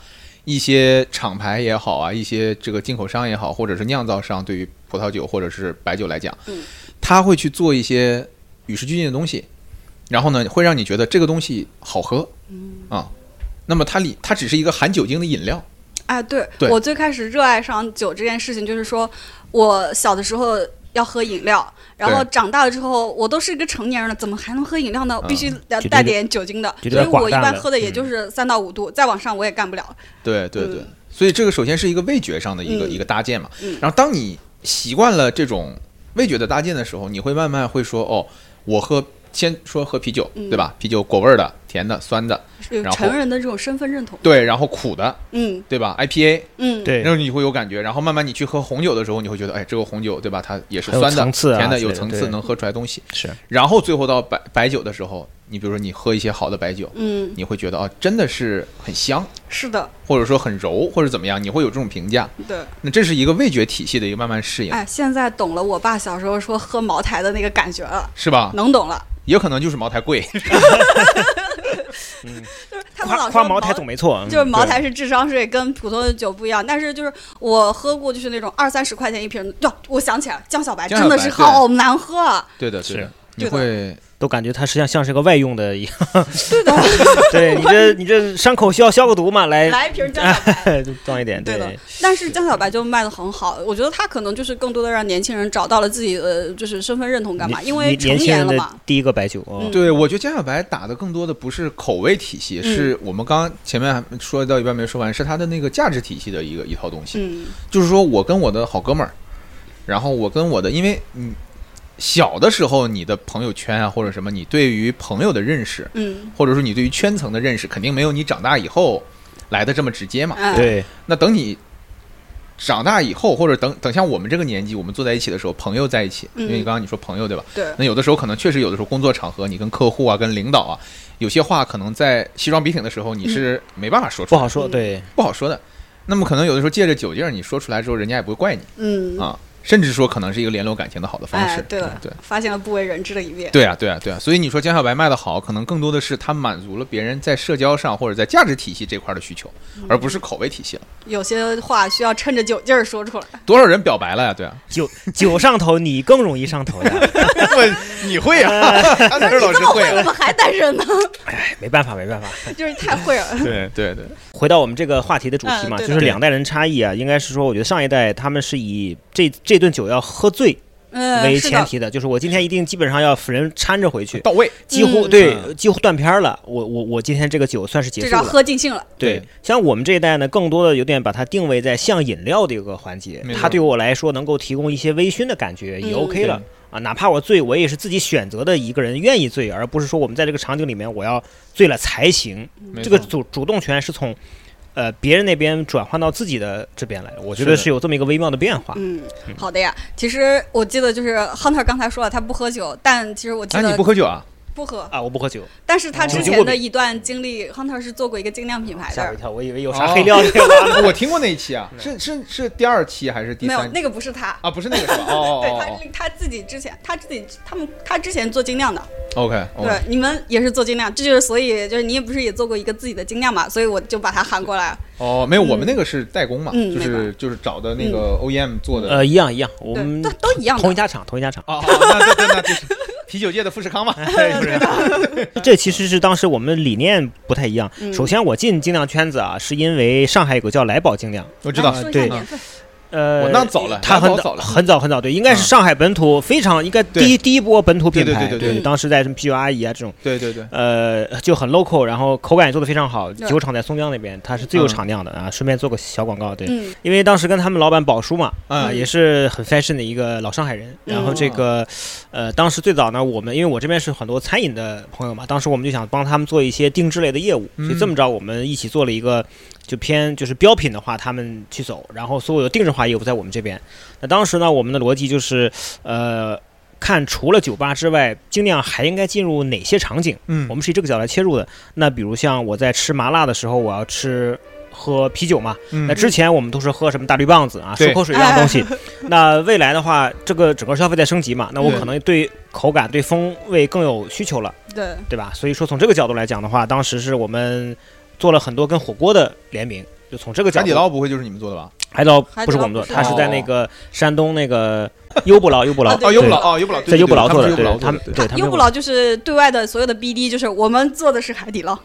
[SPEAKER 5] 一些厂牌也好啊，一些这个进口商也好，或者是酿造商对于葡萄酒或者是白酒来讲，
[SPEAKER 1] 嗯
[SPEAKER 5] 他会去做一些与时俱进的东西，然后呢，会让你觉得这个东西好喝，啊，那么它里它只是一个含酒精的饮料，
[SPEAKER 1] 哎，对
[SPEAKER 5] 对
[SPEAKER 1] 我最开始热爱上酒这件事情，就是说我小的时候要喝饮料，然后
[SPEAKER 5] 对
[SPEAKER 1] 长大了之后，我都是一个成年人了，怎么还能喝饮料呢？我必须得
[SPEAKER 4] 就
[SPEAKER 1] 带
[SPEAKER 4] 这个
[SPEAKER 1] 点酒精的，
[SPEAKER 4] 就有
[SPEAKER 1] 所
[SPEAKER 4] 点
[SPEAKER 1] 以我
[SPEAKER 4] 寡
[SPEAKER 1] 一
[SPEAKER 4] 淡
[SPEAKER 1] 般
[SPEAKER 4] 了
[SPEAKER 1] 喝的也就是三到五度，再往上我也干不了。
[SPEAKER 5] 对对对，
[SPEAKER 1] 嗯
[SPEAKER 5] 所以这个首先是一个味觉上的一个、
[SPEAKER 1] 嗯
[SPEAKER 5] 一个搭建嘛。
[SPEAKER 1] 嗯
[SPEAKER 5] 然后当你习惯了这种味觉的搭建的时候，你会慢慢会说哦，我喝先说喝啤酒，
[SPEAKER 1] 嗯
[SPEAKER 5] 对吧？啤酒果味儿的、甜的、酸的，
[SPEAKER 1] 有
[SPEAKER 5] 然后
[SPEAKER 1] 成人的这种身份认同。
[SPEAKER 5] 对，然后苦的，
[SPEAKER 1] 嗯
[SPEAKER 5] 对吧？IPA，
[SPEAKER 1] 嗯，
[SPEAKER 4] 对
[SPEAKER 5] 然后你会有感觉。然后慢慢你去喝红酒的时候，你会觉得哎，这个红酒对吧？它也是
[SPEAKER 4] 很有
[SPEAKER 5] 酸的、
[SPEAKER 4] 层次啊
[SPEAKER 5] 甜的，
[SPEAKER 4] 之
[SPEAKER 5] 有
[SPEAKER 4] 类的
[SPEAKER 5] 层次，
[SPEAKER 4] 对
[SPEAKER 5] 能喝出来东西。
[SPEAKER 4] 是
[SPEAKER 5] 然后最后到白白酒的时候，你比如说你喝一些好的白酒，
[SPEAKER 1] 嗯，
[SPEAKER 5] 你会觉得啊、真的是很香，
[SPEAKER 1] 是的，
[SPEAKER 5] 或者说很柔，或者怎么样，你会有这种评价。
[SPEAKER 1] 对。
[SPEAKER 5] 那这是一个味觉体系的一个慢慢适应，
[SPEAKER 1] 哎，现在懂了我爸小时候说
[SPEAKER 5] 啊
[SPEAKER 1] 喝茅台的那个感觉了，
[SPEAKER 5] 是吧？
[SPEAKER 1] 能懂了。
[SPEAKER 5] 也可能就是茅台贵，
[SPEAKER 1] 就是他们老
[SPEAKER 4] 夸
[SPEAKER 1] 说
[SPEAKER 4] 夸茅
[SPEAKER 1] 茅
[SPEAKER 4] 台总没错，嗯
[SPEAKER 1] 就是茅
[SPEAKER 4] 对
[SPEAKER 1] 台是智商税，跟普通的酒不一样。但是就是我喝过，就是那种二三十块钱一瓶，哟，我想起来，江小白
[SPEAKER 5] 江
[SPEAKER 1] 真
[SPEAKER 5] 小
[SPEAKER 1] 的
[SPEAKER 5] 白
[SPEAKER 1] 是好难喝。 啊
[SPEAKER 5] 对的，
[SPEAKER 4] 是
[SPEAKER 5] 对的，你
[SPEAKER 1] 对的
[SPEAKER 5] 会
[SPEAKER 4] 都感觉它实际上像是个外用的一 样。 对的，对你这你这伤口需要消个毒嘛，来
[SPEAKER 1] 来一瓶江小白，
[SPEAKER 4] 装一点，
[SPEAKER 1] 对的
[SPEAKER 4] 哎对，。
[SPEAKER 1] 但是江小白就卖的很好，我觉得他可能就是更多的让年轻人找到了自己的就是身份认同感吧，
[SPEAKER 4] 年
[SPEAKER 1] 因为
[SPEAKER 4] 年
[SPEAKER 1] 成
[SPEAKER 4] 年轻
[SPEAKER 1] 年
[SPEAKER 4] 人
[SPEAKER 1] 了
[SPEAKER 4] 的
[SPEAKER 1] 嘛。
[SPEAKER 4] 第一个白酒，哦
[SPEAKER 1] 嗯
[SPEAKER 5] 对，我觉得江小白打的更多的不是口味体系，
[SPEAKER 1] 嗯
[SPEAKER 5] 是我们刚刚前面还说到一半没说完，是他的那个价值体系的一个一套东西。
[SPEAKER 1] 嗯，
[SPEAKER 5] 就是说我跟我的好哥们儿，然后我跟我的，因为你小的时候你的朋友圈啊或者什么，你对于朋友的认识，
[SPEAKER 1] 嗯，
[SPEAKER 5] 或者说你对于圈层的认识，肯定没有你长大以后来的这么直接嘛。
[SPEAKER 1] 嗯，
[SPEAKER 4] 对，
[SPEAKER 5] 那等你长大以后，或者等等像我们这个年纪，我们坐在一起的时候，朋友在一起，因为你
[SPEAKER 1] 嗯
[SPEAKER 5] 刚刚你说朋友对吧？
[SPEAKER 1] 对，
[SPEAKER 5] 那有的时候可能确实有的时候工作场合，你跟客户啊、跟领导啊，有些话可能在西装笔挺的时候你是没办法说出
[SPEAKER 4] 不
[SPEAKER 5] 来，
[SPEAKER 4] 好说，
[SPEAKER 1] 嗯
[SPEAKER 4] 对，
[SPEAKER 5] 不好说的。那么可能有的时候借着酒劲儿你说出来之后，人家也不会怪你
[SPEAKER 1] 嗯，
[SPEAKER 5] 啊，甚至说可能是一个联络感情的好的方
[SPEAKER 1] 哎
[SPEAKER 5] 式。，
[SPEAKER 1] 对了
[SPEAKER 5] 嗯，对。
[SPEAKER 1] 发现了不为人知的一面。
[SPEAKER 5] 对啊，对啊，对啊，所以你说江小白卖的好，可能更多的是他满足了别人在社交上或者在价值体系这块儿的需求，
[SPEAKER 1] 嗯
[SPEAKER 5] 而不是口味体系了。
[SPEAKER 1] 有些话需要趁着酒劲儿说出来。
[SPEAKER 5] 多少人表白了呀？对啊，
[SPEAKER 4] 酒酒上头，你更容易上头呀。
[SPEAKER 5] 你会啊？
[SPEAKER 1] 哎
[SPEAKER 5] 安德老师会、啊
[SPEAKER 1] 怎么还单身呢？
[SPEAKER 4] 没办法，没办法。
[SPEAKER 1] 就是太会了。
[SPEAKER 5] 对对对，
[SPEAKER 4] 回到我们这个话题的主题
[SPEAKER 1] 嗯
[SPEAKER 4] 嘛，
[SPEAKER 1] 对的
[SPEAKER 4] 就是两代人差异啊，应该是说，我觉得上一代他们是以这这顿酒要喝醉
[SPEAKER 1] 嗯，
[SPEAKER 4] 为
[SPEAKER 1] 是
[SPEAKER 4] 前
[SPEAKER 1] 的，
[SPEAKER 4] 提的，就是我今天一定基本上要人搀着回去，
[SPEAKER 5] 到位。
[SPEAKER 4] 几乎
[SPEAKER 1] 嗯
[SPEAKER 4] 对，几乎断片儿了。我我我今天这个酒算是结
[SPEAKER 1] 至
[SPEAKER 4] 束
[SPEAKER 1] 少
[SPEAKER 4] 了。
[SPEAKER 1] 喝尽兴了。
[SPEAKER 4] 对
[SPEAKER 5] 对，
[SPEAKER 4] 像我们这一代呢，更多的有点把它定位在像饮料的一个环节
[SPEAKER 5] 没，错
[SPEAKER 4] 它对我来说能够提供一些微醺的感觉也
[SPEAKER 1] 嗯
[SPEAKER 4] OK 了。啊，哪怕我醉，我也是自己选择的一个人愿意醉，而不是说我们在这个场景里面我要醉了才行。
[SPEAKER 5] 没
[SPEAKER 4] 这个
[SPEAKER 5] 错
[SPEAKER 4] 主主动权是从呃别人那边转换到自己的这边来，我觉得
[SPEAKER 5] 是的
[SPEAKER 4] 是有这么一个微妙的变化。
[SPEAKER 1] 嗯，好的呀。其实我记得就是 Hunter 刚才说了他不喝酒，但其实我记
[SPEAKER 5] 啊，你
[SPEAKER 1] 得
[SPEAKER 5] 不喝酒啊？
[SPEAKER 1] 哎不喝，
[SPEAKER 4] 啊，我不喝酒，
[SPEAKER 1] 但是他
[SPEAKER 4] 哦
[SPEAKER 1] 之
[SPEAKER 4] 酒过
[SPEAKER 1] 前的
[SPEAKER 4] 敏
[SPEAKER 1] 一段经历，Hunter 是做过一个精酿品牌
[SPEAKER 4] 吓我一
[SPEAKER 1] 的。
[SPEAKER 4] 跳，我以
[SPEAKER 5] 哦
[SPEAKER 4] 为有啥黑料呢。
[SPEAKER 5] 我听过那一期啊， 是是是第二期还是第
[SPEAKER 1] 没有，
[SPEAKER 5] 三期？
[SPEAKER 1] 那个不是他。
[SPEAKER 5] 啊，不是那个是吧？哦 哦
[SPEAKER 1] 对
[SPEAKER 5] 哦
[SPEAKER 1] 他，他自己之前，他自己他们他之前做精酿的，
[SPEAKER 5] 哦，OK，
[SPEAKER 1] 对，你们也是做精酿，这就是所以就是你也不是也做过一个自己的精酿嘛，所以我就把他喊过来。
[SPEAKER 5] 哦，没有，我们那个是代工嘛，
[SPEAKER 1] 嗯
[SPEAKER 5] 就是就是找的那个 OEM 做的。
[SPEAKER 4] 呃，一样一样，我
[SPEAKER 1] 对，
[SPEAKER 4] 们
[SPEAKER 1] 都都一样
[SPEAKER 4] 同一
[SPEAKER 1] 的。
[SPEAKER 4] 家厂，同一家厂。
[SPEAKER 5] 哦哦，那那那就是啤酒界的富士康嘛，
[SPEAKER 1] 哎
[SPEAKER 4] 这其实是当时我们理念不太一样。
[SPEAKER 1] 嗯
[SPEAKER 4] 首先，我进精酿圈子啊，是因为上海有个叫来宝精酿，
[SPEAKER 5] 我知道
[SPEAKER 1] 来，说一下
[SPEAKER 4] 对
[SPEAKER 1] 年份，
[SPEAKER 4] 呃，
[SPEAKER 5] 我那早了，
[SPEAKER 4] 他
[SPEAKER 5] 那
[SPEAKER 4] 很
[SPEAKER 5] 早早了，
[SPEAKER 4] 很早很早，对，应该是
[SPEAKER 5] 嗯
[SPEAKER 4] 上海本土非常应该
[SPEAKER 5] 对
[SPEAKER 4] 第一第一波本土品
[SPEAKER 5] 对对
[SPEAKER 4] 牌，
[SPEAKER 5] 对对
[SPEAKER 1] 对
[SPEAKER 4] 当时在什么啤酒阿姨啊这种，
[SPEAKER 5] 对对对，
[SPEAKER 4] 呃，就很 local，然后口感也做得非常好。
[SPEAKER 1] 对
[SPEAKER 4] 酒厂在松江那边，它是最
[SPEAKER 5] 嗯
[SPEAKER 4] 有厂酿的啊。顺便做个小广告，对，
[SPEAKER 1] 嗯
[SPEAKER 4] 因为当时跟他们老板宝叔嘛，啊、
[SPEAKER 5] 嗯
[SPEAKER 4] 也是很 fashion 的一个老上海人。然后这个，呃，当时最早呢，我们因为我这边是很多餐饮的朋友嘛，当时我们就想帮他们做一些定制类的业务，
[SPEAKER 5] 嗯
[SPEAKER 4] 所以这么着，我们一起做了一个就偏就是标品的话，他们去走，然后所有的定制化业务在我们这边。那当时呢，我们的逻辑就是，呃。看除了酒吧之外，精酿还应该进入哪些场景？
[SPEAKER 5] 嗯
[SPEAKER 4] 我们是以这个角度来切入的。那比如像我在吃麻辣的时候，我要吃喝啤酒嘛，
[SPEAKER 5] 嗯
[SPEAKER 4] 那之前我们都是喝什么大绿棒子啊、漱
[SPEAKER 5] 对
[SPEAKER 4] 口水一样的东西。那未来的话，这个整个消费在升级嘛，那我
[SPEAKER 5] 对
[SPEAKER 4] 可能对口感、对风味更有需求了，
[SPEAKER 1] 对，
[SPEAKER 4] 对吧？所以说从这个角度来讲的话，当时是我们做了很多跟火锅的联名，就从这个角
[SPEAKER 5] 海
[SPEAKER 4] 度。
[SPEAKER 5] 底捞不会就是你们做的吧？
[SPEAKER 4] 海底捞
[SPEAKER 1] 海底捞
[SPEAKER 4] 不是我们做
[SPEAKER 1] 不是
[SPEAKER 4] 的，它是在那个山东那个优不劳，优不劳
[SPEAKER 1] 啊，对
[SPEAKER 5] 哦，
[SPEAKER 4] 对
[SPEAKER 5] 优不老，哦，优不老，
[SPEAKER 4] 在优不劳做的，
[SPEAKER 5] 对
[SPEAKER 4] 对
[SPEAKER 5] 对
[SPEAKER 4] 他们，对他们
[SPEAKER 1] 优
[SPEAKER 4] 是
[SPEAKER 1] 不老就是对外的所有的 BD，就是我们做的是海底捞。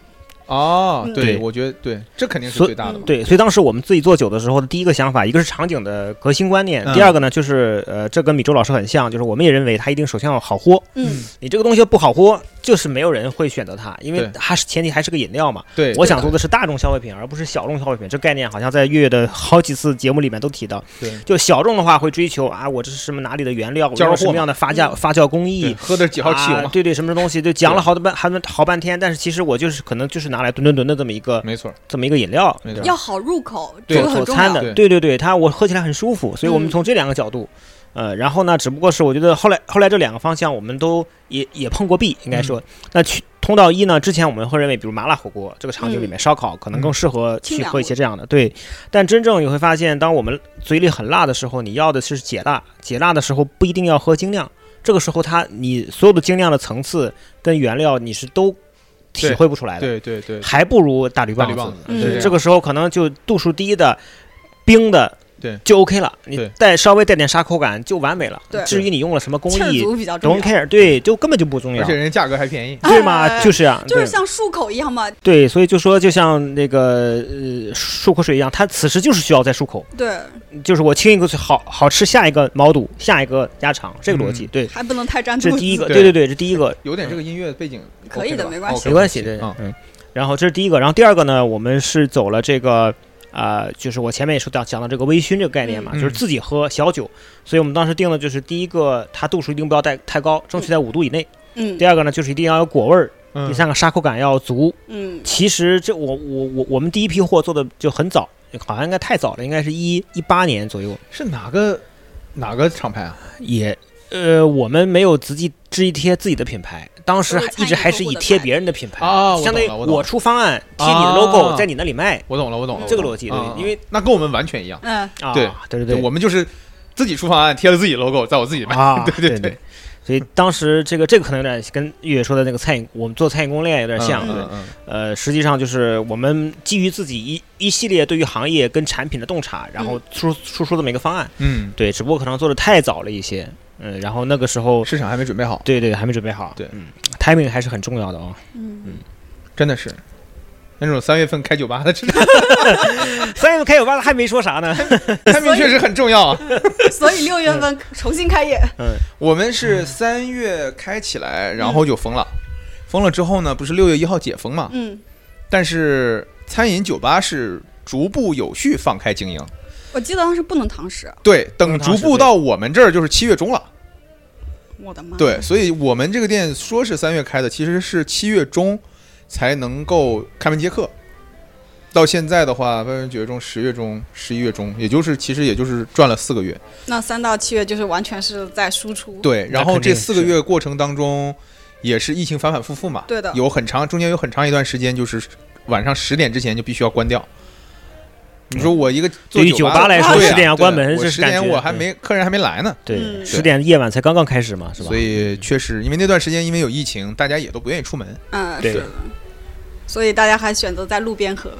[SPEAKER 5] 哦，
[SPEAKER 1] 嗯
[SPEAKER 5] 对，
[SPEAKER 4] 对
[SPEAKER 5] 我觉得对，这肯定是
[SPEAKER 4] 所
[SPEAKER 5] 最大的嘛，
[SPEAKER 4] 对，所以当时我们自己做酒的时候的第一个想法，一个是场景的革新观念，
[SPEAKER 5] 嗯
[SPEAKER 4] 第二个呢就是呃，这跟米周老师很像，就是我们也认为它一定首先要好喝，
[SPEAKER 1] 嗯
[SPEAKER 4] 你这个东西不好喝，就是没有人会选择它，因为
[SPEAKER 5] 对
[SPEAKER 4] 它是前提还是个饮料嘛。
[SPEAKER 5] 对，
[SPEAKER 4] 嗯我想做的是大众消费品，而不是小众消费品。这概念好像在月月的好几次节目里面都提到。
[SPEAKER 5] 对
[SPEAKER 4] 就小众的话会追求啊，我这是什么哪里的原料，我
[SPEAKER 5] 交
[SPEAKER 4] 用
[SPEAKER 5] 货嗯
[SPEAKER 4] 什么样的发酵发酵工
[SPEAKER 5] 对
[SPEAKER 4] 艺。
[SPEAKER 5] 喝的是几号汽油
[SPEAKER 4] 啊
[SPEAKER 5] 嘛？
[SPEAKER 4] 对对，什么东西就讲了好多半，还好半天，但是其实我就是可能就是拿来吨吨吨的这么一个
[SPEAKER 5] 没错，
[SPEAKER 4] 这么一个饮料，
[SPEAKER 5] 嗯没错，
[SPEAKER 1] 要好入口，
[SPEAKER 5] 对
[SPEAKER 1] 这
[SPEAKER 4] 佐
[SPEAKER 1] 个很
[SPEAKER 4] 佐
[SPEAKER 1] 重
[SPEAKER 4] 餐
[SPEAKER 1] 要。
[SPEAKER 4] 的，
[SPEAKER 5] 对
[SPEAKER 4] 对对对，它我喝起来很舒服，所以我们
[SPEAKER 1] 嗯
[SPEAKER 4] 从这两个角度，呃，然后呢，只不过是我觉得后来后来这两个方向我们都也也碰过壁，应该
[SPEAKER 1] 嗯
[SPEAKER 4] 说，那去通道一呢，之前我们会认为，比如麻辣火锅这个场景里面，烧烤可能更适合
[SPEAKER 1] 嗯清
[SPEAKER 4] 去
[SPEAKER 1] 凉
[SPEAKER 4] 喝一些这样的，对，但真正你会发现，当我们嘴里很辣的时候，你要的是解辣，解辣的时候不一定要喝精酿，这个时候它你所有的精酿的层次跟原料你是都。体
[SPEAKER 5] 对
[SPEAKER 4] 会不出来的，
[SPEAKER 5] 哎对对对
[SPEAKER 4] 还不如大绿
[SPEAKER 5] 大
[SPEAKER 4] 棒
[SPEAKER 5] 绿棒
[SPEAKER 4] 子。
[SPEAKER 5] 子，
[SPEAKER 1] 嗯
[SPEAKER 5] 是
[SPEAKER 1] 对
[SPEAKER 4] 这
[SPEAKER 5] 个
[SPEAKER 4] 个时候可能就度数低的冰的，
[SPEAKER 5] 对
[SPEAKER 4] 就 OK 了。你
[SPEAKER 5] 对
[SPEAKER 4] 带稍微带点沙口感就完美了。
[SPEAKER 1] 对
[SPEAKER 4] 至于你用了什么工
[SPEAKER 1] 气儿
[SPEAKER 4] 艺
[SPEAKER 1] 足比较重
[SPEAKER 4] ，don't
[SPEAKER 1] 要。
[SPEAKER 4] care，对，就根本就不重要
[SPEAKER 5] 而且，人家价格还便宜，
[SPEAKER 4] 对吗？
[SPEAKER 1] 哎
[SPEAKER 4] 就是啊，
[SPEAKER 1] 就是
[SPEAKER 4] 对
[SPEAKER 1] 像漱口一样嘛，
[SPEAKER 4] 对，所以就说就像那个呃漱口水一样，它此时就是需要再漱口，
[SPEAKER 1] 对，
[SPEAKER 4] 就是我清一口水好好吃下一个毛肚，下一个鸭肠，这个逻辑、 对。
[SPEAKER 1] 还不能太沾
[SPEAKER 4] 这
[SPEAKER 1] 肚子。
[SPEAKER 4] 是第一个，
[SPEAKER 5] 嗯对
[SPEAKER 4] 对对对，这第一个
[SPEAKER 5] 有点这个音乐背景 OK 吧，
[SPEAKER 1] 可以的没关系
[SPEAKER 4] 没关系，对，
[SPEAKER 5] 啊，
[SPEAKER 4] 嗯。然后这是第一个，然后第二个呢，我们是走了这个，呃，就是我前面也说到讲到这个微醺这个概念嘛，
[SPEAKER 5] 嗯
[SPEAKER 4] 就是自己喝小酒，所以我们当时定的就是第一个，它度数一定不要太太高，争取在五度以内。
[SPEAKER 1] 嗯
[SPEAKER 4] 第二个呢，就是一定要有果味儿，
[SPEAKER 5] 嗯
[SPEAKER 4] 第三个沙口感要足。
[SPEAKER 1] 嗯
[SPEAKER 4] 其实这我我我我们第一批货做的就很早，好像应该太早了，应该是一一八年左右，
[SPEAKER 5] 是哪个哪个厂牌啊？
[SPEAKER 4] 也呃我们没有自己自己贴自己的品牌，当时
[SPEAKER 1] 都是
[SPEAKER 4] 还
[SPEAKER 1] 参
[SPEAKER 4] 一直
[SPEAKER 1] 与
[SPEAKER 4] 还
[SPEAKER 1] 客
[SPEAKER 4] 是
[SPEAKER 1] 户
[SPEAKER 4] 以
[SPEAKER 1] 的
[SPEAKER 4] 贴
[SPEAKER 1] 牌
[SPEAKER 4] 别人的品牌，
[SPEAKER 5] 啊我
[SPEAKER 4] 相当于
[SPEAKER 5] 懂了我懂了
[SPEAKER 4] 出方案贴你的 logo 在你那里卖。
[SPEAKER 5] 我懂了，我懂了，
[SPEAKER 4] 这个逻辑对
[SPEAKER 5] 啊
[SPEAKER 4] 因为
[SPEAKER 5] 那跟我们完全一样，
[SPEAKER 1] 嗯，
[SPEAKER 4] 啊，
[SPEAKER 5] 对
[SPEAKER 4] 对对对，
[SPEAKER 5] 我们就是自己出方案，贴了自己 logo，在我自己卖，
[SPEAKER 4] 啊，对
[SPEAKER 5] 对
[SPEAKER 4] 对
[SPEAKER 5] 对，
[SPEAKER 4] 所以当时这个这个可能有点跟月月说的那个餐饮，我们做餐饮攻略有点像。对
[SPEAKER 5] 嗯嗯
[SPEAKER 4] 呃，实际上就是我们基于自己一一系列对于行业跟产品的洞察，然
[SPEAKER 1] 嗯
[SPEAKER 4] 后出出出这么一个方案。
[SPEAKER 5] 嗯，
[SPEAKER 4] 对，只不过可能做的太早了一些，嗯，然后那个时候
[SPEAKER 5] 嗯，市场还没准备好，
[SPEAKER 4] 对对还没准备好，
[SPEAKER 5] 对
[SPEAKER 4] 嗯，timing 还是很重要的啊、
[SPEAKER 5] 真的是。那种三月份开酒吧的， 这
[SPEAKER 4] 三月份开酒吧还没说啥呢，
[SPEAKER 5] 产品确实很重要啊。
[SPEAKER 1] 所以六月
[SPEAKER 4] 嗯
[SPEAKER 1] 份重新开业，
[SPEAKER 5] 我们是三月开起来，然后就封了，
[SPEAKER 4] 嗯
[SPEAKER 5] 封了之后呢，不是六月一号解封嘛？
[SPEAKER 1] 嗯，
[SPEAKER 5] 但是餐饮酒吧是逐步有序放开经营，
[SPEAKER 1] 我记得当时不能堂食，
[SPEAKER 5] 对，等
[SPEAKER 4] 能
[SPEAKER 5] 逐
[SPEAKER 4] 堂食
[SPEAKER 5] 步到我们这儿就是七月中了，
[SPEAKER 1] 我的妈，
[SPEAKER 5] 对，，所以我们这个店说是三月开的，其实是七月中才能够开门接客。到现在的话，八月、九月中、十月中、十一月中，也就是其实也就是赚了四个月。
[SPEAKER 1] 那三到七月就是完全是在输出，
[SPEAKER 5] 对，然
[SPEAKER 4] 那
[SPEAKER 5] 后
[SPEAKER 4] 肯
[SPEAKER 5] 这
[SPEAKER 4] 定
[SPEAKER 5] 四个
[SPEAKER 4] 是
[SPEAKER 5] 月过程当中，也是疫情反反复复嘛。
[SPEAKER 1] 对的
[SPEAKER 5] 有很长中间有很长一段时间，就是晚上十点之前就必须要关掉。你说我一个做
[SPEAKER 4] 对于
[SPEAKER 5] 酒
[SPEAKER 4] 酒吧来说
[SPEAKER 5] 对呀
[SPEAKER 4] 10点要
[SPEAKER 5] 对呀
[SPEAKER 4] 关门
[SPEAKER 5] 我
[SPEAKER 4] 这是
[SPEAKER 5] 十
[SPEAKER 4] 感
[SPEAKER 5] 点
[SPEAKER 4] 觉
[SPEAKER 5] 我还
[SPEAKER 4] 嗯
[SPEAKER 5] 没客人还没来呢。
[SPEAKER 4] 对，
[SPEAKER 1] 嗯
[SPEAKER 4] 十点夜晚才刚刚开始嘛，是吧？
[SPEAKER 5] 所以确实，因为那段时间因为有疫情，大家也都不愿意出门。
[SPEAKER 1] 嗯，
[SPEAKER 4] 对
[SPEAKER 1] 是的，所以大家还选择在路边喝，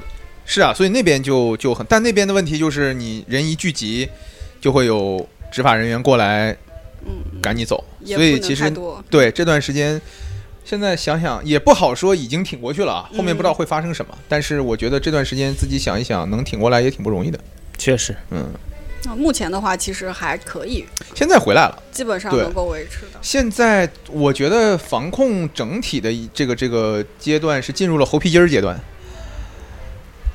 [SPEAKER 5] 是啊，所以那边就就很，但那边的问题就是你人一聚集，就会有执法人员过来
[SPEAKER 1] 嗯，
[SPEAKER 5] 赶你走。
[SPEAKER 1] 也
[SPEAKER 5] 所
[SPEAKER 1] 不
[SPEAKER 5] 以
[SPEAKER 1] 能
[SPEAKER 5] 其
[SPEAKER 1] 太
[SPEAKER 5] 实
[SPEAKER 1] 多，
[SPEAKER 5] 对这段时间，现在想想也不好说已经挺过去了啊，后面不知
[SPEAKER 1] 嗯
[SPEAKER 5] 道会发生什么。但是我觉得这段时间自己想一想，能挺过来也挺不容易的。
[SPEAKER 4] 确实，
[SPEAKER 1] 啊
[SPEAKER 5] 嗯，
[SPEAKER 1] 那目前的话其实还可以，
[SPEAKER 5] 现在回来了，
[SPEAKER 1] 基本上
[SPEAKER 5] 对
[SPEAKER 1] 能够维持的，
[SPEAKER 5] 现在我觉得防控整体的一这个这个阶段是进入了猴皮筋儿 阶段。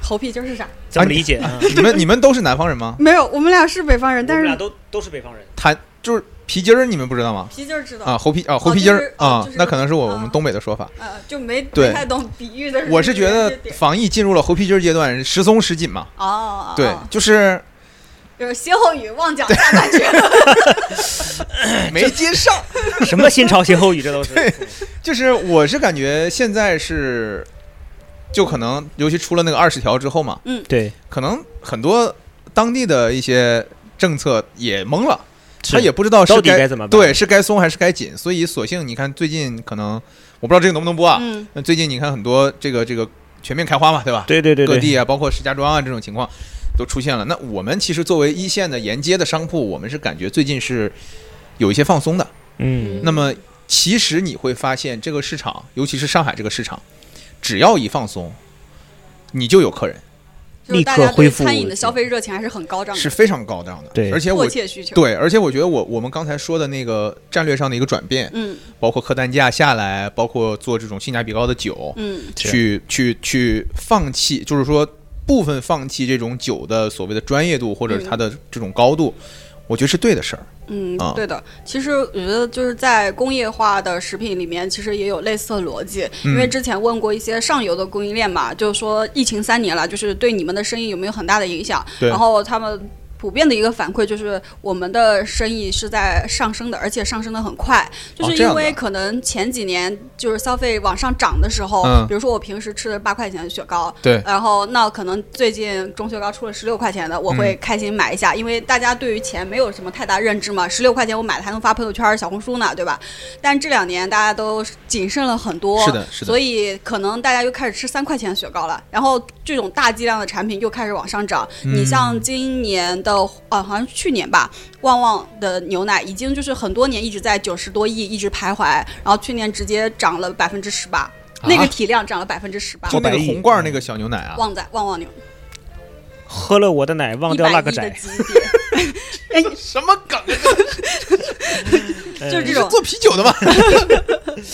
[SPEAKER 1] 猴皮筋儿是啥？
[SPEAKER 4] 怎么理解？啊、
[SPEAKER 5] 你们你们都是南方人吗？
[SPEAKER 1] 没有，我们俩是北方人，
[SPEAKER 4] 我
[SPEAKER 1] 但
[SPEAKER 4] 们俩
[SPEAKER 1] 是
[SPEAKER 4] 都都是北方人，
[SPEAKER 5] 弹就是皮筋儿，你们不知道吗？
[SPEAKER 1] 皮筋儿知道
[SPEAKER 5] 啊，，猴皮啊，猴
[SPEAKER 1] 哦
[SPEAKER 5] 皮
[SPEAKER 1] 就
[SPEAKER 5] 筋
[SPEAKER 1] 是
[SPEAKER 5] 儿
[SPEAKER 1] 哦
[SPEAKER 5] 啊
[SPEAKER 1] 就是，
[SPEAKER 5] 那可能是我
[SPEAKER 1] 啊
[SPEAKER 5] 我们东北的说法。
[SPEAKER 1] 呃，就没
[SPEAKER 5] 对
[SPEAKER 1] 没太懂比喻的，
[SPEAKER 5] 我是觉得防疫进入了猴皮筋儿阶段，时松时紧嘛。
[SPEAKER 1] 哦哦，哦
[SPEAKER 5] 对，就是
[SPEAKER 1] 就是歇后语忘 讲下半句，
[SPEAKER 5] 没接上。
[SPEAKER 4] 什么新潮歇后语，这都是。
[SPEAKER 5] 就是我是感觉现在是，就可能尤其出了那个二十条之后嘛，
[SPEAKER 4] 对，
[SPEAKER 5] 可能很多当地的一些政策也懵了，
[SPEAKER 4] 是
[SPEAKER 5] 他也不知道是
[SPEAKER 4] 到底该怎么办
[SPEAKER 5] 对，是该松还是该紧，所以索性你看最近可能我不知道这个能不能播啊，
[SPEAKER 1] 嗯
[SPEAKER 5] 那最近你看很多这个这个全面开花嘛，对吧？
[SPEAKER 4] 对对对
[SPEAKER 5] 各
[SPEAKER 4] 对，
[SPEAKER 5] 地啊，包括石家庄啊这种情况都出现了。那我们其实作为一线的沿街的商铺，我们是感觉最近是有一些放松的。
[SPEAKER 4] 嗯，
[SPEAKER 5] 那么其实你会发现，这个市场，尤其是上海这个市场，只要一放松，你就有客人，
[SPEAKER 1] 就是大
[SPEAKER 4] 立
[SPEAKER 1] 家
[SPEAKER 4] 刻恢
[SPEAKER 1] 对
[SPEAKER 4] 复
[SPEAKER 1] 餐饮的消费热情还是很高涨的，
[SPEAKER 5] 是非常高档的。
[SPEAKER 4] 对
[SPEAKER 5] 而且
[SPEAKER 1] 迫
[SPEAKER 5] 我
[SPEAKER 1] 切需求，
[SPEAKER 5] 对，而且我觉得我我们刚才说的那个战略上的一个转变，
[SPEAKER 1] 嗯
[SPEAKER 5] 包括客单价下来，包括做这种性价比高的酒，
[SPEAKER 1] 嗯
[SPEAKER 4] 是
[SPEAKER 5] 去去去放弃，就是说部分放弃这种酒的所谓的专业度或者是它的这种高度，我觉得是对的事儿。
[SPEAKER 1] 嗯
[SPEAKER 5] 啊，
[SPEAKER 1] 对的。其实我觉得就是在工业化的食品里面，其实也有类似的逻辑，因为
[SPEAKER 5] 嗯
[SPEAKER 1] 之前问过一些上游的供应链嘛，就是说疫情三年了，就是对你们的生意有没有很大的影响？
[SPEAKER 5] 对
[SPEAKER 1] 然后他们。普遍的一个反馈就是我们的生意是在上升的，而且上升的很快，就
[SPEAKER 5] 哦
[SPEAKER 1] 是
[SPEAKER 5] 这
[SPEAKER 1] 因
[SPEAKER 5] 样的
[SPEAKER 1] 为可能前几年就是消费往上涨的时候，
[SPEAKER 5] 嗯
[SPEAKER 1] 比如说我平时吃的八块钱的雪糕，
[SPEAKER 5] 对
[SPEAKER 1] 然后那可能最近中雪糕出了十六块钱的，我
[SPEAKER 5] 嗯
[SPEAKER 1] 会开心买一下，因为大家对于钱没有什么太大认知嘛，十六块钱我买了还能发朋友圈、小红书呢，对吧？但这两年大家都谨慎了很多，
[SPEAKER 5] 是的是的
[SPEAKER 1] 所以可能大家又开始吃三块钱的雪糕了，然后这种大剂量的产品又开始往上涨。
[SPEAKER 5] 嗯
[SPEAKER 1] 你像今年的呃，好像去年吧，旺旺的牛奶已经就是很多年一直在九十多亿一直徘徊，然后去年直接涨了百分之十
[SPEAKER 5] 啊
[SPEAKER 1] 八，那个体量涨了百分之十八。
[SPEAKER 5] 就那
[SPEAKER 4] 好
[SPEAKER 5] 个
[SPEAKER 4] 百亿
[SPEAKER 5] 红罐儿那个小牛奶啊，
[SPEAKER 1] 旺仔旺旺牛，
[SPEAKER 4] 喝了我的奶，忘
[SPEAKER 1] 一
[SPEAKER 4] 掉
[SPEAKER 1] 百
[SPEAKER 4] 那
[SPEAKER 1] 亿
[SPEAKER 4] 个
[SPEAKER 1] 的
[SPEAKER 4] 仔，
[SPEAKER 1] 级别，
[SPEAKER 5] 什么梗？
[SPEAKER 1] 就
[SPEAKER 4] 嗯
[SPEAKER 1] 是这种
[SPEAKER 5] 做啤酒的吗？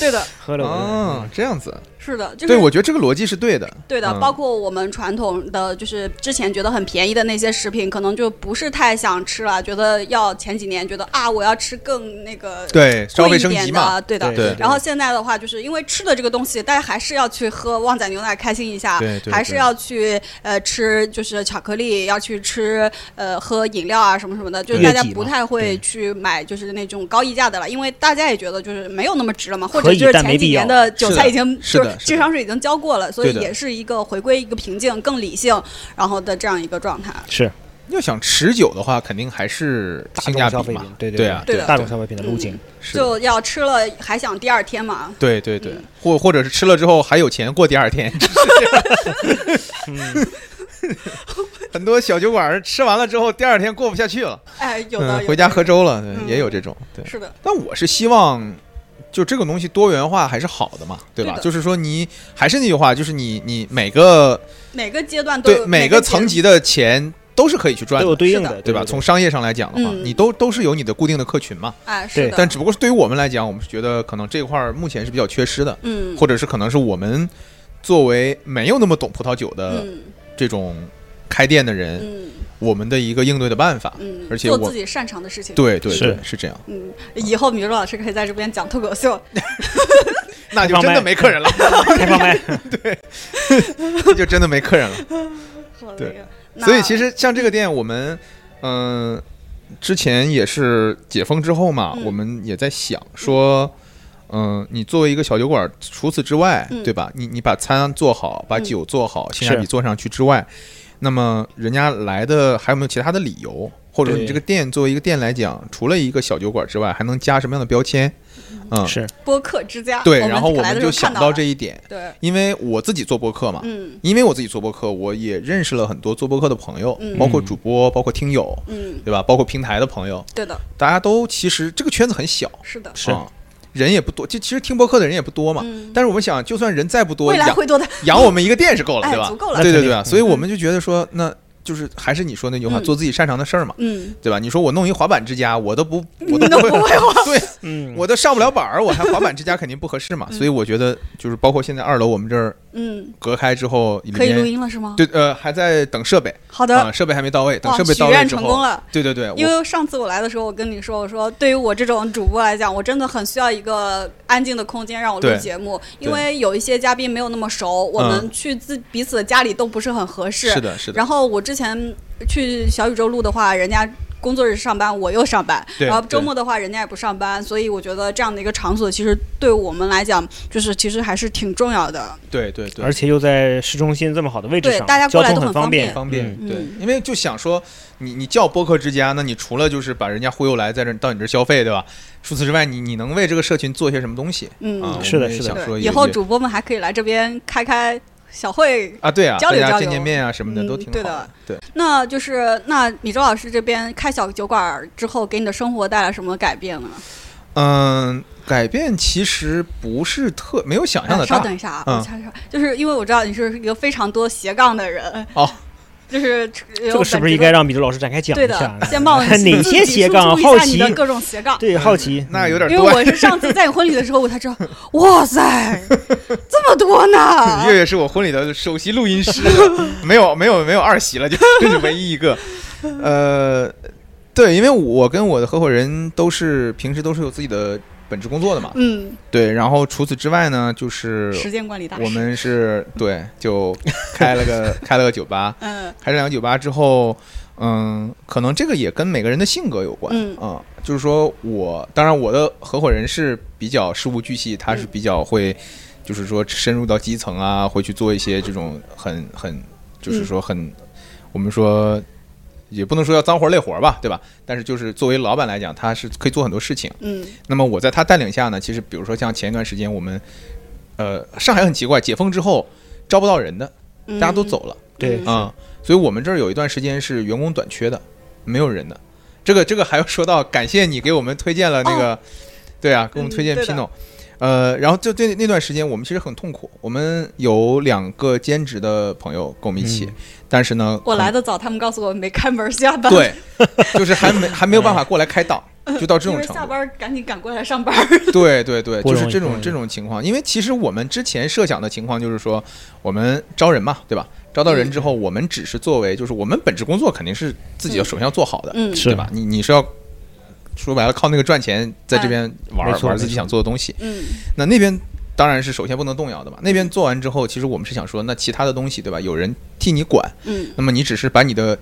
[SPEAKER 1] 对的，
[SPEAKER 4] 喝了我的
[SPEAKER 1] 哦
[SPEAKER 4] 奶。
[SPEAKER 5] 啊，这样子，
[SPEAKER 1] 是的，就是
[SPEAKER 5] 对，我觉得这个逻辑是对的。
[SPEAKER 1] 对的，
[SPEAKER 5] 嗯
[SPEAKER 1] 包括我们传统的，就是之前觉得很便宜的那些食品，可能就不是太想吃了，觉得要前几年觉得啊，我要吃更那个
[SPEAKER 5] 对，消
[SPEAKER 1] 贵
[SPEAKER 5] 费
[SPEAKER 1] 一
[SPEAKER 5] 升
[SPEAKER 1] 点
[SPEAKER 5] 级嘛，
[SPEAKER 1] 的，对的。
[SPEAKER 5] 对
[SPEAKER 1] 然后现在的话，就是因为吃的这个东西，大家还是要去喝旺仔牛奶开心一下，
[SPEAKER 5] 对对
[SPEAKER 1] 还是
[SPEAKER 5] 对
[SPEAKER 1] 要去呃吃就是巧克力，要去吃呃喝饮料啊什么什么的，就是
[SPEAKER 4] 对
[SPEAKER 1] 大家
[SPEAKER 4] 月季嘛
[SPEAKER 1] 不太会
[SPEAKER 4] 对
[SPEAKER 1] 去买就是那种高溢价的了，因为大家也觉得就是没有那么值了嘛，或
[SPEAKER 4] 可
[SPEAKER 1] 者
[SPEAKER 4] 以
[SPEAKER 1] 就是
[SPEAKER 4] 但没
[SPEAKER 1] 前几
[SPEAKER 4] 必要
[SPEAKER 1] 年的韭
[SPEAKER 5] 是
[SPEAKER 1] 菜
[SPEAKER 5] 的
[SPEAKER 1] 已经
[SPEAKER 5] 是
[SPEAKER 1] 就
[SPEAKER 5] 的是
[SPEAKER 1] 智
[SPEAKER 5] 的
[SPEAKER 1] 商税已经交过了，所以
[SPEAKER 5] 对的
[SPEAKER 1] 也是一个回归一个平静、更理性，然后的这样一个状态。
[SPEAKER 4] 是
[SPEAKER 5] 要想持久的话，肯定还是
[SPEAKER 4] 大
[SPEAKER 5] 性
[SPEAKER 4] 众
[SPEAKER 5] 价
[SPEAKER 4] 消
[SPEAKER 5] 比
[SPEAKER 4] 费
[SPEAKER 5] 嘛
[SPEAKER 4] 品，，对
[SPEAKER 5] 对啊，
[SPEAKER 1] 对
[SPEAKER 5] 对
[SPEAKER 1] 的
[SPEAKER 4] 大众消费品的路径
[SPEAKER 1] 嗯，
[SPEAKER 5] 是的
[SPEAKER 1] 就要吃了还想第二天嘛，
[SPEAKER 5] 对对对，或或者是吃了之后还有钱过第 二天，是
[SPEAKER 4] 嗯
[SPEAKER 5] 这样很多小酒馆儿吃完了之后，第二天过不下去了，
[SPEAKER 1] 哎，有的，有
[SPEAKER 5] 嗯，
[SPEAKER 1] 的
[SPEAKER 5] 回家喝粥了，对
[SPEAKER 1] 嗯
[SPEAKER 5] 也有这种。对，
[SPEAKER 1] 是的，
[SPEAKER 5] 但我是希望，就这个东西多元化还是好的嘛，对吧？
[SPEAKER 1] 对的
[SPEAKER 5] 就是说你还是那句话，就是你你每个
[SPEAKER 1] 每个阶段都
[SPEAKER 5] 对
[SPEAKER 1] 有
[SPEAKER 5] 每
[SPEAKER 1] 个
[SPEAKER 5] 个
[SPEAKER 1] 阶
[SPEAKER 5] 层级的钱都是可以去赚
[SPEAKER 4] 都有
[SPEAKER 5] 的，
[SPEAKER 4] 对应
[SPEAKER 1] 是
[SPEAKER 4] 的，
[SPEAKER 1] 的
[SPEAKER 5] 对吧？从商业上来讲的话，
[SPEAKER 1] 嗯
[SPEAKER 5] 你都都是有你的固定的客群嘛。
[SPEAKER 1] 哎，是
[SPEAKER 4] 对
[SPEAKER 1] 的，
[SPEAKER 5] 但只不过是对于我们来讲，我们是觉得可能这块儿目前是比较缺失的。
[SPEAKER 1] 嗯
[SPEAKER 5] 或者是可能是我们作为没有那么懂葡萄酒的
[SPEAKER 1] 嗯
[SPEAKER 5] 这种开店的人，
[SPEAKER 1] 嗯
[SPEAKER 5] 我们的一个应对的办法。
[SPEAKER 1] 嗯，
[SPEAKER 5] 呃而且
[SPEAKER 1] 做
[SPEAKER 5] 我
[SPEAKER 1] 自己擅长的事情。，
[SPEAKER 5] 对对对
[SPEAKER 4] 是，
[SPEAKER 5] 是这样，
[SPEAKER 1] 嗯，以后米露老师可以在这边讲脱口秀，
[SPEAKER 5] 那就真的没客人了，
[SPEAKER 4] 开放麦，
[SPEAKER 5] 那就真的没客人了。
[SPEAKER 1] 好嘞
[SPEAKER 5] 对
[SPEAKER 1] 那
[SPEAKER 5] 所以其实像这个店，我们嗯、之前也是解封之后嘛，
[SPEAKER 1] 嗯
[SPEAKER 5] 我们也在想说。嗯，你作为一个小酒馆，除此之外，
[SPEAKER 1] 嗯
[SPEAKER 5] 对吧？你你把餐做好，把
[SPEAKER 1] 嗯
[SPEAKER 5] 酒做好，性价比
[SPEAKER 4] 是
[SPEAKER 5] 做上去之外，那么人家来的还有没有其他的理由？或者说你
[SPEAKER 4] 对
[SPEAKER 5] 这个店作为一个店来讲，除了一个小酒馆之外，还能加什么样的标签？嗯，
[SPEAKER 4] 是
[SPEAKER 1] 播客之家，
[SPEAKER 5] 对。
[SPEAKER 1] 们
[SPEAKER 5] 然后我
[SPEAKER 1] 来的
[SPEAKER 5] 们
[SPEAKER 1] 时
[SPEAKER 5] 就
[SPEAKER 1] 候
[SPEAKER 5] 想
[SPEAKER 1] 看到
[SPEAKER 5] 到这
[SPEAKER 1] 了，
[SPEAKER 5] 一点，
[SPEAKER 1] 对，
[SPEAKER 5] 因为我自己做播客嘛，
[SPEAKER 1] 嗯
[SPEAKER 5] 因为我自己做播客，我也认识了很多做播客的朋友，
[SPEAKER 1] 嗯
[SPEAKER 5] 包括主播，包括听友，
[SPEAKER 1] 嗯，
[SPEAKER 5] 对吧？包括平台的朋友，
[SPEAKER 1] 对的，
[SPEAKER 5] 大家都其实这个圈子很小，
[SPEAKER 1] 是的，
[SPEAKER 4] 是
[SPEAKER 5] 啊人也不多，就其实听播客的人也不多嘛。
[SPEAKER 1] 嗯
[SPEAKER 5] 但是我们想，就算人再不多，
[SPEAKER 1] 未来
[SPEAKER 5] 养
[SPEAKER 1] 会多的，
[SPEAKER 5] 养我们一个店是够了，
[SPEAKER 1] 哎
[SPEAKER 5] 对，吧
[SPEAKER 1] 足？够了
[SPEAKER 4] 那，
[SPEAKER 5] 对对
[SPEAKER 4] 肯
[SPEAKER 5] 对
[SPEAKER 4] 定
[SPEAKER 5] 啊，
[SPEAKER 4] 嗯
[SPEAKER 5] 所以我们就觉得说，那就是还是你说那句话，
[SPEAKER 1] 嗯
[SPEAKER 5] 做自己擅长的事儿嘛。
[SPEAKER 1] 嗯，
[SPEAKER 5] 对吧？你说我弄一滑板之家，我都不，我
[SPEAKER 1] 你都
[SPEAKER 5] 都
[SPEAKER 1] 不会
[SPEAKER 5] 滑， 对
[SPEAKER 4] 嗯，
[SPEAKER 5] 我都上不了板儿，我还滑板之家肯定不合适嘛。所以我觉得，就是包括现在二楼我们这儿
[SPEAKER 1] 嗯，
[SPEAKER 5] 隔开之后，里
[SPEAKER 1] 可以录
[SPEAKER 5] 面
[SPEAKER 1] 音了是吗？
[SPEAKER 5] 对呃还在等设备，
[SPEAKER 1] 好的，
[SPEAKER 5] 啊，设备还没到位，等
[SPEAKER 1] 哇
[SPEAKER 5] 设备
[SPEAKER 1] 许
[SPEAKER 5] 到位
[SPEAKER 1] 愿
[SPEAKER 5] 之
[SPEAKER 1] 成功
[SPEAKER 5] 后，
[SPEAKER 1] 了。
[SPEAKER 5] 对对对，
[SPEAKER 1] 因
[SPEAKER 5] 我
[SPEAKER 1] 为上次我来的时候，我跟你说，我说对于我这种主播来讲，我真的很需要一个安静的空间让我录
[SPEAKER 5] 对
[SPEAKER 1] 节目，
[SPEAKER 5] 对嗯
[SPEAKER 1] 因为有一些嘉宾没有那么熟，我们去自彼此的家里都不是很合适。
[SPEAKER 5] 是的，是的，
[SPEAKER 1] 然后我之前去小宇宙录的话，人家。工作日上班，我又上班，
[SPEAKER 5] 对
[SPEAKER 1] 然后周末的话，人家也不上班，所以我觉得这样的一个场所，其实对我们来讲，就是其实还是挺重要的。
[SPEAKER 5] 对对对，
[SPEAKER 4] 而且又在市中心这么好的位置
[SPEAKER 1] 对
[SPEAKER 4] 上，
[SPEAKER 1] 大家过
[SPEAKER 4] 交
[SPEAKER 1] 来
[SPEAKER 4] 通
[SPEAKER 1] 都很
[SPEAKER 4] 很
[SPEAKER 1] 方
[SPEAKER 4] 便，
[SPEAKER 5] 方便
[SPEAKER 4] 嗯。
[SPEAKER 1] 嗯
[SPEAKER 5] 对，因为就想说，你你叫播客之家，那你除了就是把人家忽悠来在这儿到你这儿消费，对吧？除此之外，你你能为这个社群做些什么东西
[SPEAKER 1] 嗯，
[SPEAKER 5] 啊？
[SPEAKER 4] 是的
[SPEAKER 5] 我们也
[SPEAKER 4] 是的
[SPEAKER 5] 想说
[SPEAKER 1] 对，
[SPEAKER 5] 也
[SPEAKER 1] 以后
[SPEAKER 5] 也
[SPEAKER 1] 主播们还可以来这边开开小会，
[SPEAKER 5] 啊，对啊，
[SPEAKER 1] 交流
[SPEAKER 5] 大
[SPEAKER 1] 交
[SPEAKER 5] 家见
[SPEAKER 1] 流
[SPEAKER 5] 见面啊什么的都
[SPEAKER 1] 嗯
[SPEAKER 5] 挺
[SPEAKER 1] 对
[SPEAKER 5] 好
[SPEAKER 1] 的
[SPEAKER 5] 的，对。
[SPEAKER 1] 那就是那米周老师这边开小酒馆儿之后，给你的生活带来什么改变呢？
[SPEAKER 5] 嗯，改变其实不是特没有想象的
[SPEAKER 1] 哎稍
[SPEAKER 5] 大
[SPEAKER 1] 等一下啊，
[SPEAKER 5] 嗯
[SPEAKER 1] 我猜猜，就是因为我知道你是一个非常多斜杠的人，
[SPEAKER 5] 哦，
[SPEAKER 1] 就是
[SPEAKER 4] 这个是不是应该让米德老师展开讲
[SPEAKER 1] 对
[SPEAKER 4] 一
[SPEAKER 1] 的
[SPEAKER 4] 下？？
[SPEAKER 1] 先 帮我
[SPEAKER 4] 哪些斜杠？啊
[SPEAKER 1] 输出
[SPEAKER 4] 好
[SPEAKER 1] 一下你
[SPEAKER 4] 奇
[SPEAKER 1] 的，各种斜杠。
[SPEAKER 4] 对，好奇，
[SPEAKER 5] 那有
[SPEAKER 4] 嗯
[SPEAKER 5] 点
[SPEAKER 1] 因为
[SPEAKER 5] 多。
[SPEAKER 1] 我是上次在你婚礼的时候，我才知 道，哇塞，这么多
[SPEAKER 5] 月
[SPEAKER 1] 呢！
[SPEAKER 5] 月是我婚礼的首席录音师，啊没有没有没有二席了，就就是唯一一个。呃，对，因为我跟我的合伙人都是平时都是有自己的本职工作的嘛。
[SPEAKER 1] 嗯，
[SPEAKER 5] 对，然后除此之外呢，就是
[SPEAKER 1] 时间管理大师。
[SPEAKER 5] 我们是对就开了 个开了个酒吧，
[SPEAKER 1] 嗯
[SPEAKER 5] 开这两个酒吧之后，嗯，可能这个也跟每个人的性格有关，啊
[SPEAKER 1] 嗯
[SPEAKER 5] 就是说我当然我的合伙人是比较事无巨细，他是比较会，就是说深入到基层啊，会去做一些这种很很
[SPEAKER 1] 嗯
[SPEAKER 5] 就是说很、我们说。也不能说要脏活累活吧，对吧？但是就是作为老板来讲，他是可以做很多事情。
[SPEAKER 1] 嗯
[SPEAKER 5] 那么我在他带领下呢，其实比如说像前一段时间我们，呃，上海很奇怪，解封之后招不到人的，
[SPEAKER 1] 嗯，
[SPEAKER 5] 大家都走了。
[SPEAKER 4] 对
[SPEAKER 1] 嗯
[SPEAKER 5] 啊、所以我们这儿有一段时间是员工短缺的，没有人的。这个这个还要说到，感谢你给我们推荐了那个，对啊，给我们推荐
[SPEAKER 1] 哦嗯对的
[SPEAKER 5] Pino，、呃，然后就对那段时间我们其实很痛苦，我们有两个兼职的朋友跟我们一起，
[SPEAKER 4] 嗯
[SPEAKER 5] 但是呢，
[SPEAKER 1] 我
[SPEAKER 5] 可能
[SPEAKER 1] 来的早，他们告诉我没开门下班，，
[SPEAKER 5] 对，就是 还没还没有办法过来开档，就到这
[SPEAKER 1] 因
[SPEAKER 5] 种
[SPEAKER 1] 为
[SPEAKER 5] 程
[SPEAKER 1] 下
[SPEAKER 5] 度。
[SPEAKER 1] 班赶紧赶过来上班。
[SPEAKER 5] 对对对，
[SPEAKER 4] 不
[SPEAKER 5] 就是
[SPEAKER 4] 容易
[SPEAKER 5] 这
[SPEAKER 4] 不容
[SPEAKER 5] 种
[SPEAKER 4] 易
[SPEAKER 5] 这种情况。因为其实我们之前设想的情况就是说，我们招人嘛，对吧？招到人之
[SPEAKER 4] 嗯
[SPEAKER 5] 后，我们只是作为，就是我们本职工作肯定是自己要
[SPEAKER 1] 嗯
[SPEAKER 5] 首先要做好的，
[SPEAKER 1] 嗯
[SPEAKER 4] 是嗯
[SPEAKER 5] 对吧？你你是要说白了靠那个赚钱，在这边玩、
[SPEAKER 4] 没错
[SPEAKER 5] 玩自
[SPEAKER 4] 没
[SPEAKER 5] 己
[SPEAKER 4] 错
[SPEAKER 5] 想做的东西。
[SPEAKER 1] 嗯
[SPEAKER 5] 那那边当然是首先不能动摇的嘛。那边做完之后，其实我们是想说，那其他的东西，对吧？有人替你管，
[SPEAKER 1] 嗯
[SPEAKER 5] 那么你只是把你的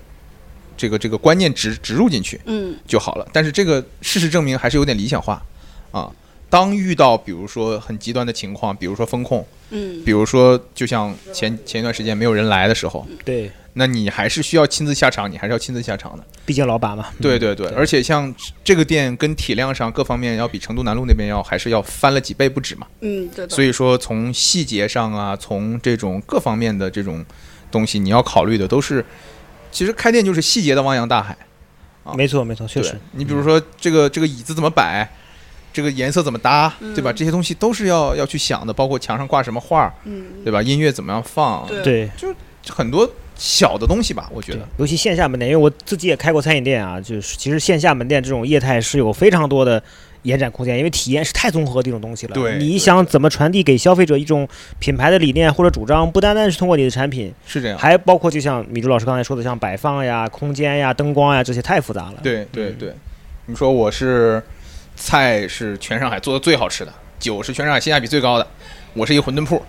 [SPEAKER 5] 这个这个观念植植入进去，
[SPEAKER 1] 嗯
[SPEAKER 5] 就好了。但是这个事实证明还是有点理想化啊。当遇到比如说很极端的情况，比如说风控，
[SPEAKER 1] 嗯
[SPEAKER 5] 比如说就像前前一段时间没有人来的时候，
[SPEAKER 4] 对，
[SPEAKER 5] 那你还是需要亲自下场，你还是要亲自下场的。
[SPEAKER 4] 毕竟老板嘛，
[SPEAKER 5] 对对对，而且像这个店跟体量上各方面要比成都南路那边要还是要翻了几倍不止嘛。
[SPEAKER 1] 嗯，对的。
[SPEAKER 5] 所以说从细节上啊，从这种各方面的这种东西，你要考虑的都是，其实开店就是细节的汪洋大海。啊
[SPEAKER 4] 没错没错，确
[SPEAKER 5] 对，
[SPEAKER 4] 实，
[SPEAKER 5] 你比如说这个这个椅子怎么摆，这个颜色怎么搭，对吧？这些东西都是要要去想的，包括墙上挂什么画儿，
[SPEAKER 1] 嗯
[SPEAKER 5] 对吧？音乐怎么样放，
[SPEAKER 1] 对
[SPEAKER 4] 对。
[SPEAKER 5] 很多小的东西吧，我觉
[SPEAKER 4] 对
[SPEAKER 5] 得，，
[SPEAKER 4] 尤其线下门店，因为我自己也开过餐饮店啊，就是其实线下门店这种业态是有非常多的延展空间，因为体验是太综合的一种东西了。
[SPEAKER 5] 对
[SPEAKER 4] 你
[SPEAKER 5] 对
[SPEAKER 4] 想怎么传递给消费者一种品牌的理念或者主张，不单单是通过你的产品，
[SPEAKER 5] 是这样。
[SPEAKER 4] 还包括就像米珠老师刚才说的，像摆放呀、空间呀、灯光呀啊这些太复杂了。
[SPEAKER 5] 对对对，你说我是菜是全上海做的最好吃的，酒是全上海性价比最高的，我是一个馄饨铺。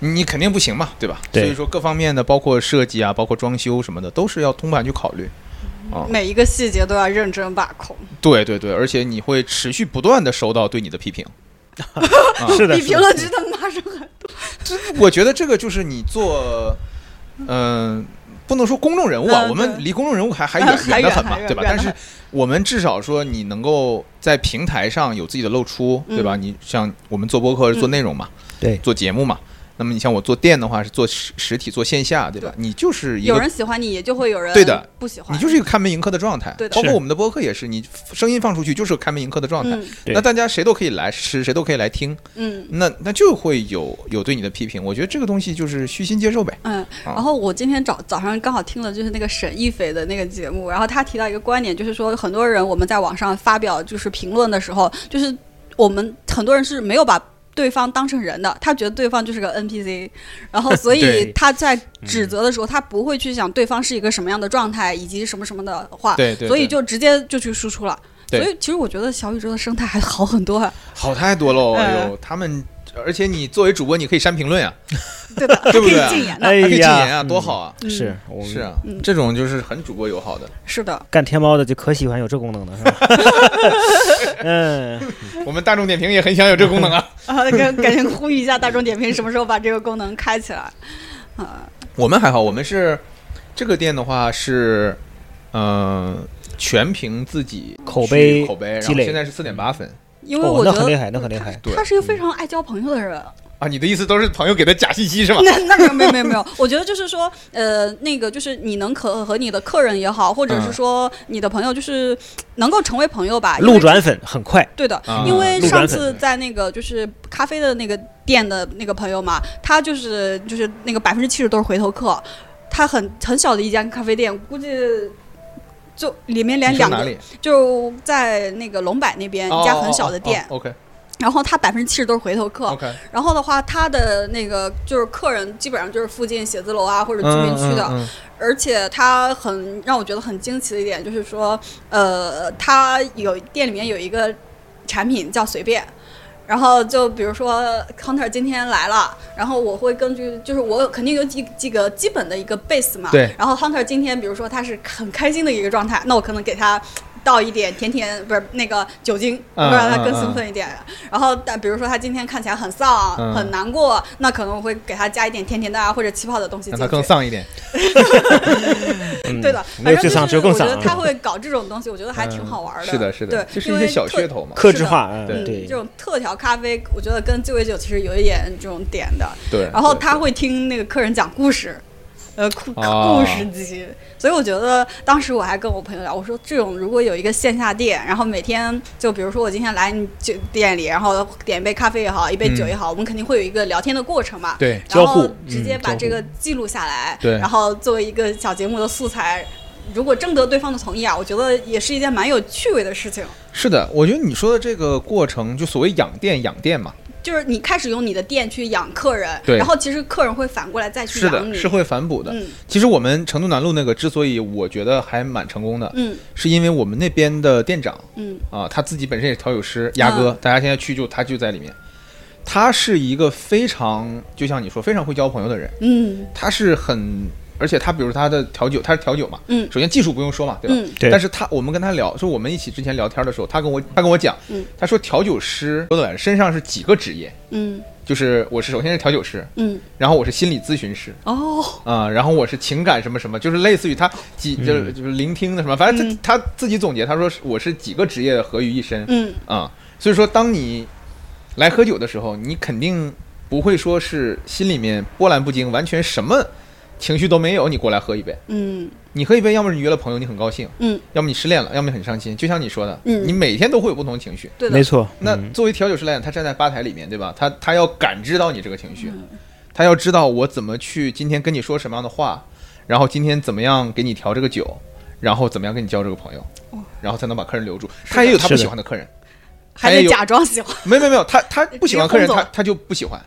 [SPEAKER 5] 你你肯定不行嘛，对吧？
[SPEAKER 4] 对
[SPEAKER 5] 所以说各方面的，包括设计啊，包括装修什么的，都是要通盘去考虑。
[SPEAKER 1] 每一个细节都要认真把控。
[SPEAKER 5] 对对对，而且你会持续不断的收到对你的批评。啊
[SPEAKER 4] 是的，
[SPEAKER 1] 比
[SPEAKER 4] 是
[SPEAKER 1] 评
[SPEAKER 4] 的
[SPEAKER 1] 论区的骂声还
[SPEAKER 5] 我觉得这个就是你做，嗯、不能说公众人物啊，
[SPEAKER 1] 嗯
[SPEAKER 5] 我们离公众人物还 还
[SPEAKER 1] 还
[SPEAKER 5] 远
[SPEAKER 1] 远
[SPEAKER 5] 得很嘛
[SPEAKER 1] 还，远
[SPEAKER 5] 对吧？
[SPEAKER 1] 远得
[SPEAKER 5] 但是
[SPEAKER 1] 很
[SPEAKER 5] 我们至少说你能够在平台上有自己的露出，
[SPEAKER 1] 嗯
[SPEAKER 5] 对吧？你像我们做播客是做内容嘛，
[SPEAKER 4] 对
[SPEAKER 5] 做节目嘛。那么你像我做店的话是做实实体做线下，对吧？你就是一
[SPEAKER 1] 有
[SPEAKER 5] 个
[SPEAKER 1] 人喜欢你，也就会有人
[SPEAKER 5] 对的
[SPEAKER 1] 不喜欢
[SPEAKER 5] 你就是一个看门迎客的状态
[SPEAKER 1] 对，的
[SPEAKER 5] 包括
[SPEAKER 4] 是
[SPEAKER 5] 我们的播客也是，你声音放出去就是看门迎客的状态。
[SPEAKER 1] 嗯
[SPEAKER 4] 对
[SPEAKER 5] 那大家谁都可以来吃，谁都可以来听，
[SPEAKER 1] 嗯。
[SPEAKER 5] 那那就会有有对你的批评。我觉得这个东西就是虚心接受呗。
[SPEAKER 1] 嗯，然后我今天早早上刚好听了就是那个沈亦菲的那个节目，然后她提到一个观点，就是说很多人我们在网上发表就是评论的时候，就是我们很多人是没有把对方当成人的，他觉得对方 就是个 NPC，然后所以
[SPEAKER 4] 对
[SPEAKER 1] 他在指责的时候，他不会去想对方是一个什么样的状态以及什么什么的话，
[SPEAKER 5] 对对
[SPEAKER 1] 所以
[SPEAKER 5] 对
[SPEAKER 1] 就直接就去输出了。所
[SPEAKER 5] 对
[SPEAKER 1] 以其实我觉得小宇宙的生态还好很多啊，
[SPEAKER 5] 好太多喽！
[SPEAKER 1] 嗯
[SPEAKER 5] 哎呦，他们，而且你作为主播，你可以删评论啊，
[SPEAKER 1] 对的，
[SPEAKER 5] 对不对
[SPEAKER 1] 还 可以禁言的，
[SPEAKER 5] 还
[SPEAKER 4] 哎
[SPEAKER 5] 可以禁
[SPEAKER 4] 呀，
[SPEAKER 5] 言啊，
[SPEAKER 4] 嗯
[SPEAKER 5] 多好！啊！
[SPEAKER 1] 嗯
[SPEAKER 4] 是，我们
[SPEAKER 5] 是啊
[SPEAKER 1] 嗯，
[SPEAKER 5] 这种就是很主播友好的。
[SPEAKER 1] 是的，
[SPEAKER 4] 干天猫的就可喜欢有这功 能了，是吧？嗯，
[SPEAKER 5] 我们大众点评也很想有这功能 啊。
[SPEAKER 1] 啊，感感觉呼吁一下大众点评什么时候把这个功能开起来，啊，
[SPEAKER 5] 我们还好，我们是这个店的话是，嗯，全凭自己
[SPEAKER 4] 口碑
[SPEAKER 5] 去口碑，然
[SPEAKER 4] 积
[SPEAKER 5] 后
[SPEAKER 4] 累
[SPEAKER 5] 现在是四点八分
[SPEAKER 1] 因为
[SPEAKER 4] 哦，
[SPEAKER 1] 我
[SPEAKER 4] 那
[SPEAKER 1] 觉
[SPEAKER 4] 很厉
[SPEAKER 1] 得
[SPEAKER 4] 害，那很厉害。
[SPEAKER 5] 对
[SPEAKER 1] 他是一个非常爱交朋友的人。
[SPEAKER 5] 啊！你的意思都是朋友给的假信息是吧？
[SPEAKER 1] 那那没有没有没有， 我觉得就是说，呃，那个就是你能可和你的客人也好，或者是
[SPEAKER 5] 嗯
[SPEAKER 1] 说你的朋友，就是能够成为朋友吧。因
[SPEAKER 4] 路
[SPEAKER 1] 为
[SPEAKER 4] 转粉很快，
[SPEAKER 1] 对的，
[SPEAKER 5] 啊
[SPEAKER 1] 因为
[SPEAKER 4] 路
[SPEAKER 1] 上
[SPEAKER 4] 转
[SPEAKER 1] 次
[SPEAKER 4] 粉
[SPEAKER 1] 在那个就是咖啡的那个店的那个朋友嘛，他就是就是那个百分之七十都是回头客，他很很小的一家咖啡店，估计就里面连
[SPEAKER 5] 你说
[SPEAKER 1] 两
[SPEAKER 5] 哪
[SPEAKER 1] 个
[SPEAKER 5] 里？
[SPEAKER 1] 就在那个龙柏那边一家很小
[SPEAKER 5] 哦
[SPEAKER 1] 的店，
[SPEAKER 5] OK
[SPEAKER 1] 然后他百分之七十都是回头客，
[SPEAKER 5] OK，
[SPEAKER 1] 然后的话，他的那个就是客人基本上就是附近写字楼啊或者居民区的，
[SPEAKER 5] 嗯
[SPEAKER 1] 而且他很让我觉得很惊奇的一点就是说，呃，他有店里面有一个产品叫随便。然后就比如说 Hunter 今天来了，然后我会根据就是我肯定有几几个基本的一个 base 嘛，
[SPEAKER 5] 对
[SPEAKER 1] 然后 Hunter 今天比如说他是很开心的一个状态，那我可能给他倒一点甜甜不是那个酒精，
[SPEAKER 5] 嗯
[SPEAKER 1] 会让他更
[SPEAKER 5] 嗯嗯
[SPEAKER 1] 兴奋一点。然后但比如说他今天看起来很丧、
[SPEAKER 5] 嗯
[SPEAKER 1] 很难过，那可能我会给他加一点甜甜的啊或者气泡的东西进
[SPEAKER 5] 让
[SPEAKER 1] 去，
[SPEAKER 5] 他更丧一点。
[SPEAKER 4] 嗯
[SPEAKER 1] 对的，
[SPEAKER 4] 没
[SPEAKER 1] 反正
[SPEAKER 4] 有智商只
[SPEAKER 1] 就是
[SPEAKER 4] 有更
[SPEAKER 1] 我觉
[SPEAKER 4] 丧
[SPEAKER 1] 得
[SPEAKER 4] 啊。
[SPEAKER 1] 他会搞这种东西，我觉得还挺好玩
[SPEAKER 5] 嗯是的，是的，
[SPEAKER 1] 对，
[SPEAKER 5] 就是
[SPEAKER 1] 因
[SPEAKER 5] 一
[SPEAKER 1] 为
[SPEAKER 5] 些小
[SPEAKER 1] 特
[SPEAKER 5] 噱头嘛。
[SPEAKER 4] 克制化，
[SPEAKER 5] 是的
[SPEAKER 1] 嗯，
[SPEAKER 4] 嗯，对
[SPEAKER 1] 这，种特调咖啡，我觉得跟鸡尾酒其实有一点这种点的。
[SPEAKER 5] 对，
[SPEAKER 1] 然后
[SPEAKER 5] 对
[SPEAKER 1] 他会听那个客人讲故事，呃，故
[SPEAKER 5] 哦
[SPEAKER 1] 故事集。所以我觉得当时我还跟我朋友聊，我说这种如果有一个线下店，然后每天就比如说我今天来你酒店里，然后点一杯咖啡也好，一杯酒也好，我们肯定会有一个聊天的过程嘛。
[SPEAKER 5] 嗯对
[SPEAKER 1] 然
[SPEAKER 4] 交互
[SPEAKER 1] 后直接
[SPEAKER 4] 嗯
[SPEAKER 1] 把
[SPEAKER 4] 交
[SPEAKER 1] 这
[SPEAKER 4] 互
[SPEAKER 1] 个记录下来，
[SPEAKER 5] 对
[SPEAKER 1] 然后作为一个小节目的素材。如果征得对方的同意啊，我觉得也是一件蛮有趣味的事情。
[SPEAKER 5] 是的，我觉得你说的这个过程，就所谓养店养店嘛，
[SPEAKER 1] 就是你开始用你的店去养客人，
[SPEAKER 5] 对
[SPEAKER 1] 然后其实客人会反过来再去
[SPEAKER 5] 是
[SPEAKER 1] 养
[SPEAKER 5] 的，
[SPEAKER 1] 你，
[SPEAKER 5] 是会反哺的。
[SPEAKER 1] 嗯
[SPEAKER 5] 其实我们成都南路那个之所以我觉得还蛮成功的，
[SPEAKER 1] 嗯
[SPEAKER 5] 是因为我们那边的店长
[SPEAKER 1] 嗯
[SPEAKER 5] 啊，他自己本身也是调酒师，鸭哥，大家现在去就他就在里面。他是一个非常，就像你说，非常会交朋友的人。
[SPEAKER 1] 嗯
[SPEAKER 5] 他是很，而且他比如他的调酒，他是调酒嘛，
[SPEAKER 1] 嗯
[SPEAKER 5] 首先技术不用说嘛，对吧？
[SPEAKER 1] 嗯
[SPEAKER 4] 对
[SPEAKER 5] 但是他我们跟他聊，说我们一起之前聊天的时候，他跟我他跟我讲，
[SPEAKER 1] 嗯
[SPEAKER 5] 他说调酒师罗短身上是几个职业，
[SPEAKER 1] 嗯
[SPEAKER 5] 就是我是首先是调酒师，
[SPEAKER 1] 嗯，
[SPEAKER 5] 然后我是心理咨询师
[SPEAKER 1] 哦，
[SPEAKER 5] 啊、然后我是情感什么什么，就是类似于他几就是就是聆听的什么，反正他他自己总结，他说是我是几个职业合于一身
[SPEAKER 1] 嗯
[SPEAKER 5] 啊、所以说当你来喝酒的时候，你肯定不会说是心里面波澜不惊，完全什么情绪都没有，你过来喝一杯。
[SPEAKER 1] 嗯
[SPEAKER 5] 你喝一杯，要么是你约了朋友，你很高兴；
[SPEAKER 1] 嗯，
[SPEAKER 5] 要么你失恋了，要么你很伤心。就像你说的，
[SPEAKER 1] 嗯
[SPEAKER 5] 你每天都会有不同的情绪。
[SPEAKER 1] 对的，
[SPEAKER 4] 没错。
[SPEAKER 5] 那
[SPEAKER 4] 嗯
[SPEAKER 5] 作为调酒师来讲，他站在吧台里面，对吧？他他要感知到你这个情绪，他要知道我怎么去今天跟你说什么样的话，然后今天怎么样给你调这个酒，然后怎么样跟你交这个朋友，然后才能把客人留住。他也有他不
[SPEAKER 4] 是的
[SPEAKER 5] 喜欢的客人，
[SPEAKER 1] 还
[SPEAKER 5] 还
[SPEAKER 1] 得
[SPEAKER 5] 有
[SPEAKER 1] 假装喜欢，
[SPEAKER 5] 没有没有没有，他他不喜欢客
[SPEAKER 1] 直
[SPEAKER 5] 人，
[SPEAKER 1] 接轰
[SPEAKER 5] 他
[SPEAKER 1] 走
[SPEAKER 5] 他就不喜欢，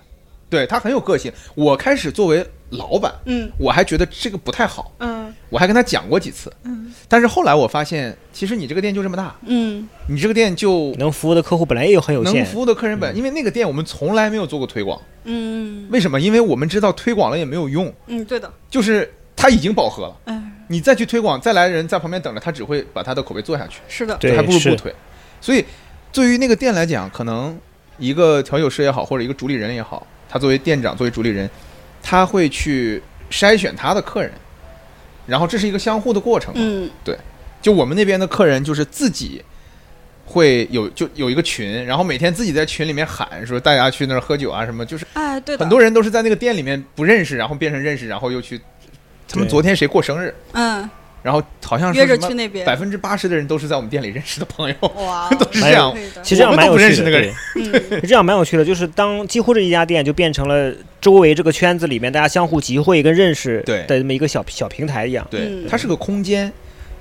[SPEAKER 5] 对他很有个性。我开始作为老板，
[SPEAKER 1] 嗯
[SPEAKER 5] 我还觉得这个不太好，
[SPEAKER 1] 嗯
[SPEAKER 5] 我还跟他讲过几次，
[SPEAKER 1] 嗯
[SPEAKER 5] 但是后来我发现，其实你这个店就这么大，
[SPEAKER 1] 嗯
[SPEAKER 5] 你这个店就
[SPEAKER 4] 能服务的客户本来也有很有
[SPEAKER 5] 能
[SPEAKER 4] 限，嗯
[SPEAKER 5] 服务的客人本，因为那个店我们从来没有做过推广，
[SPEAKER 1] 嗯
[SPEAKER 5] 为什么？因为我们知道推广了也没有用，
[SPEAKER 1] 嗯，对的，
[SPEAKER 5] 就是它已经饱和了，
[SPEAKER 1] 嗯
[SPEAKER 5] 你再去推广，再来人在旁边等着，他只会把他的口碑做下去，
[SPEAKER 1] 是的，
[SPEAKER 4] 对
[SPEAKER 5] 还不如
[SPEAKER 4] 是
[SPEAKER 5] 不推。所以，对于那个店来讲，可能一个调酒师也好，或者一个主理人也好，他作为店长，作为主理人，他会去筛选他的客人，然后这是一个相互的过程嘛。
[SPEAKER 1] 嗯
[SPEAKER 5] 就我们那边的客人就是自己会有就有一个群，然后每天自己在群里面喊说大家去那儿喝酒啊什么，就是
[SPEAKER 1] 哎对的，
[SPEAKER 5] 很多人都是在那个店里面不认识，然后变成认识，然后又去。他们
[SPEAKER 4] 对
[SPEAKER 5] 昨天谁过生日？
[SPEAKER 1] 嗯
[SPEAKER 5] 然后好像
[SPEAKER 1] 约着去那边嗯
[SPEAKER 5] 百分之八十的人都是在我们店里认识的朋友。
[SPEAKER 1] 哇，
[SPEAKER 5] 都是这样
[SPEAKER 1] 可以的
[SPEAKER 4] 其实这样蛮有
[SPEAKER 5] 我们都不认
[SPEAKER 4] 趣
[SPEAKER 5] 识
[SPEAKER 4] 的。
[SPEAKER 5] 那个人
[SPEAKER 4] 对，
[SPEAKER 1] 嗯
[SPEAKER 4] 这样蛮有趣的，就是当几乎这一家店就变成了周围这个圈子里面大家相互集会跟认识
[SPEAKER 5] 对
[SPEAKER 4] 的这么一个小小平台一样。
[SPEAKER 5] 对，
[SPEAKER 1] 嗯
[SPEAKER 5] 它是个空间，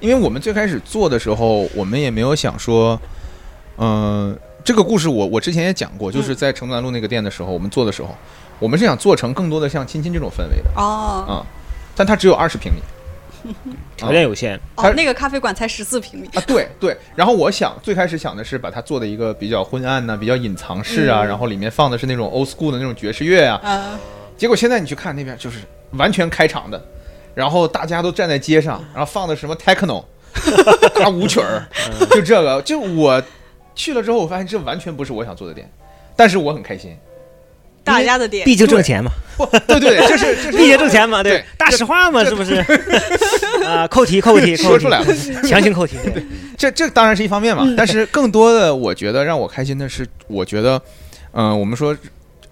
[SPEAKER 5] 因为我们最开始做的时候，我们也没有想说，嗯、这个故事我我之前也讲过，就是
[SPEAKER 1] 嗯
[SPEAKER 5] 在成都南路那个店的时候，我们做的时候，我们是想做成更多的像亲亲这种氛围的，
[SPEAKER 1] 哦
[SPEAKER 5] 啊、但它只有二十平米
[SPEAKER 4] 条件有限，
[SPEAKER 5] 他
[SPEAKER 1] 哦，那个咖啡馆才十四平米，
[SPEAKER 5] 啊，对对。然后我想最开始想的是把它做的一个比较昏暗呐、比较隐藏式啊，
[SPEAKER 1] 嗯
[SPEAKER 5] 然后里面放的是那种 old school 的那种爵士乐啊。
[SPEAKER 1] 嗯
[SPEAKER 5] 结果现在你去看那边就是完全开场的，然后大家都站在街上，然后放的什么 techno 大舞曲儿，就这个。就我去了之后，我发现这完全不是我想做的店，但是我很开心。
[SPEAKER 1] 大家的店
[SPEAKER 4] 毕竟挣钱嘛，
[SPEAKER 5] 不，对对，对这是这是
[SPEAKER 4] 毕竟挣钱嘛，
[SPEAKER 5] 对
[SPEAKER 4] 对，大实话嘛，是不是？ 啊，扣 题扣题，扣题
[SPEAKER 5] 说出来了，
[SPEAKER 4] 强行扣题。对
[SPEAKER 5] 这这当然是一方面嘛，
[SPEAKER 1] 嗯
[SPEAKER 5] 但是更多的我觉得让我开心的是，我觉得，嗯、我们说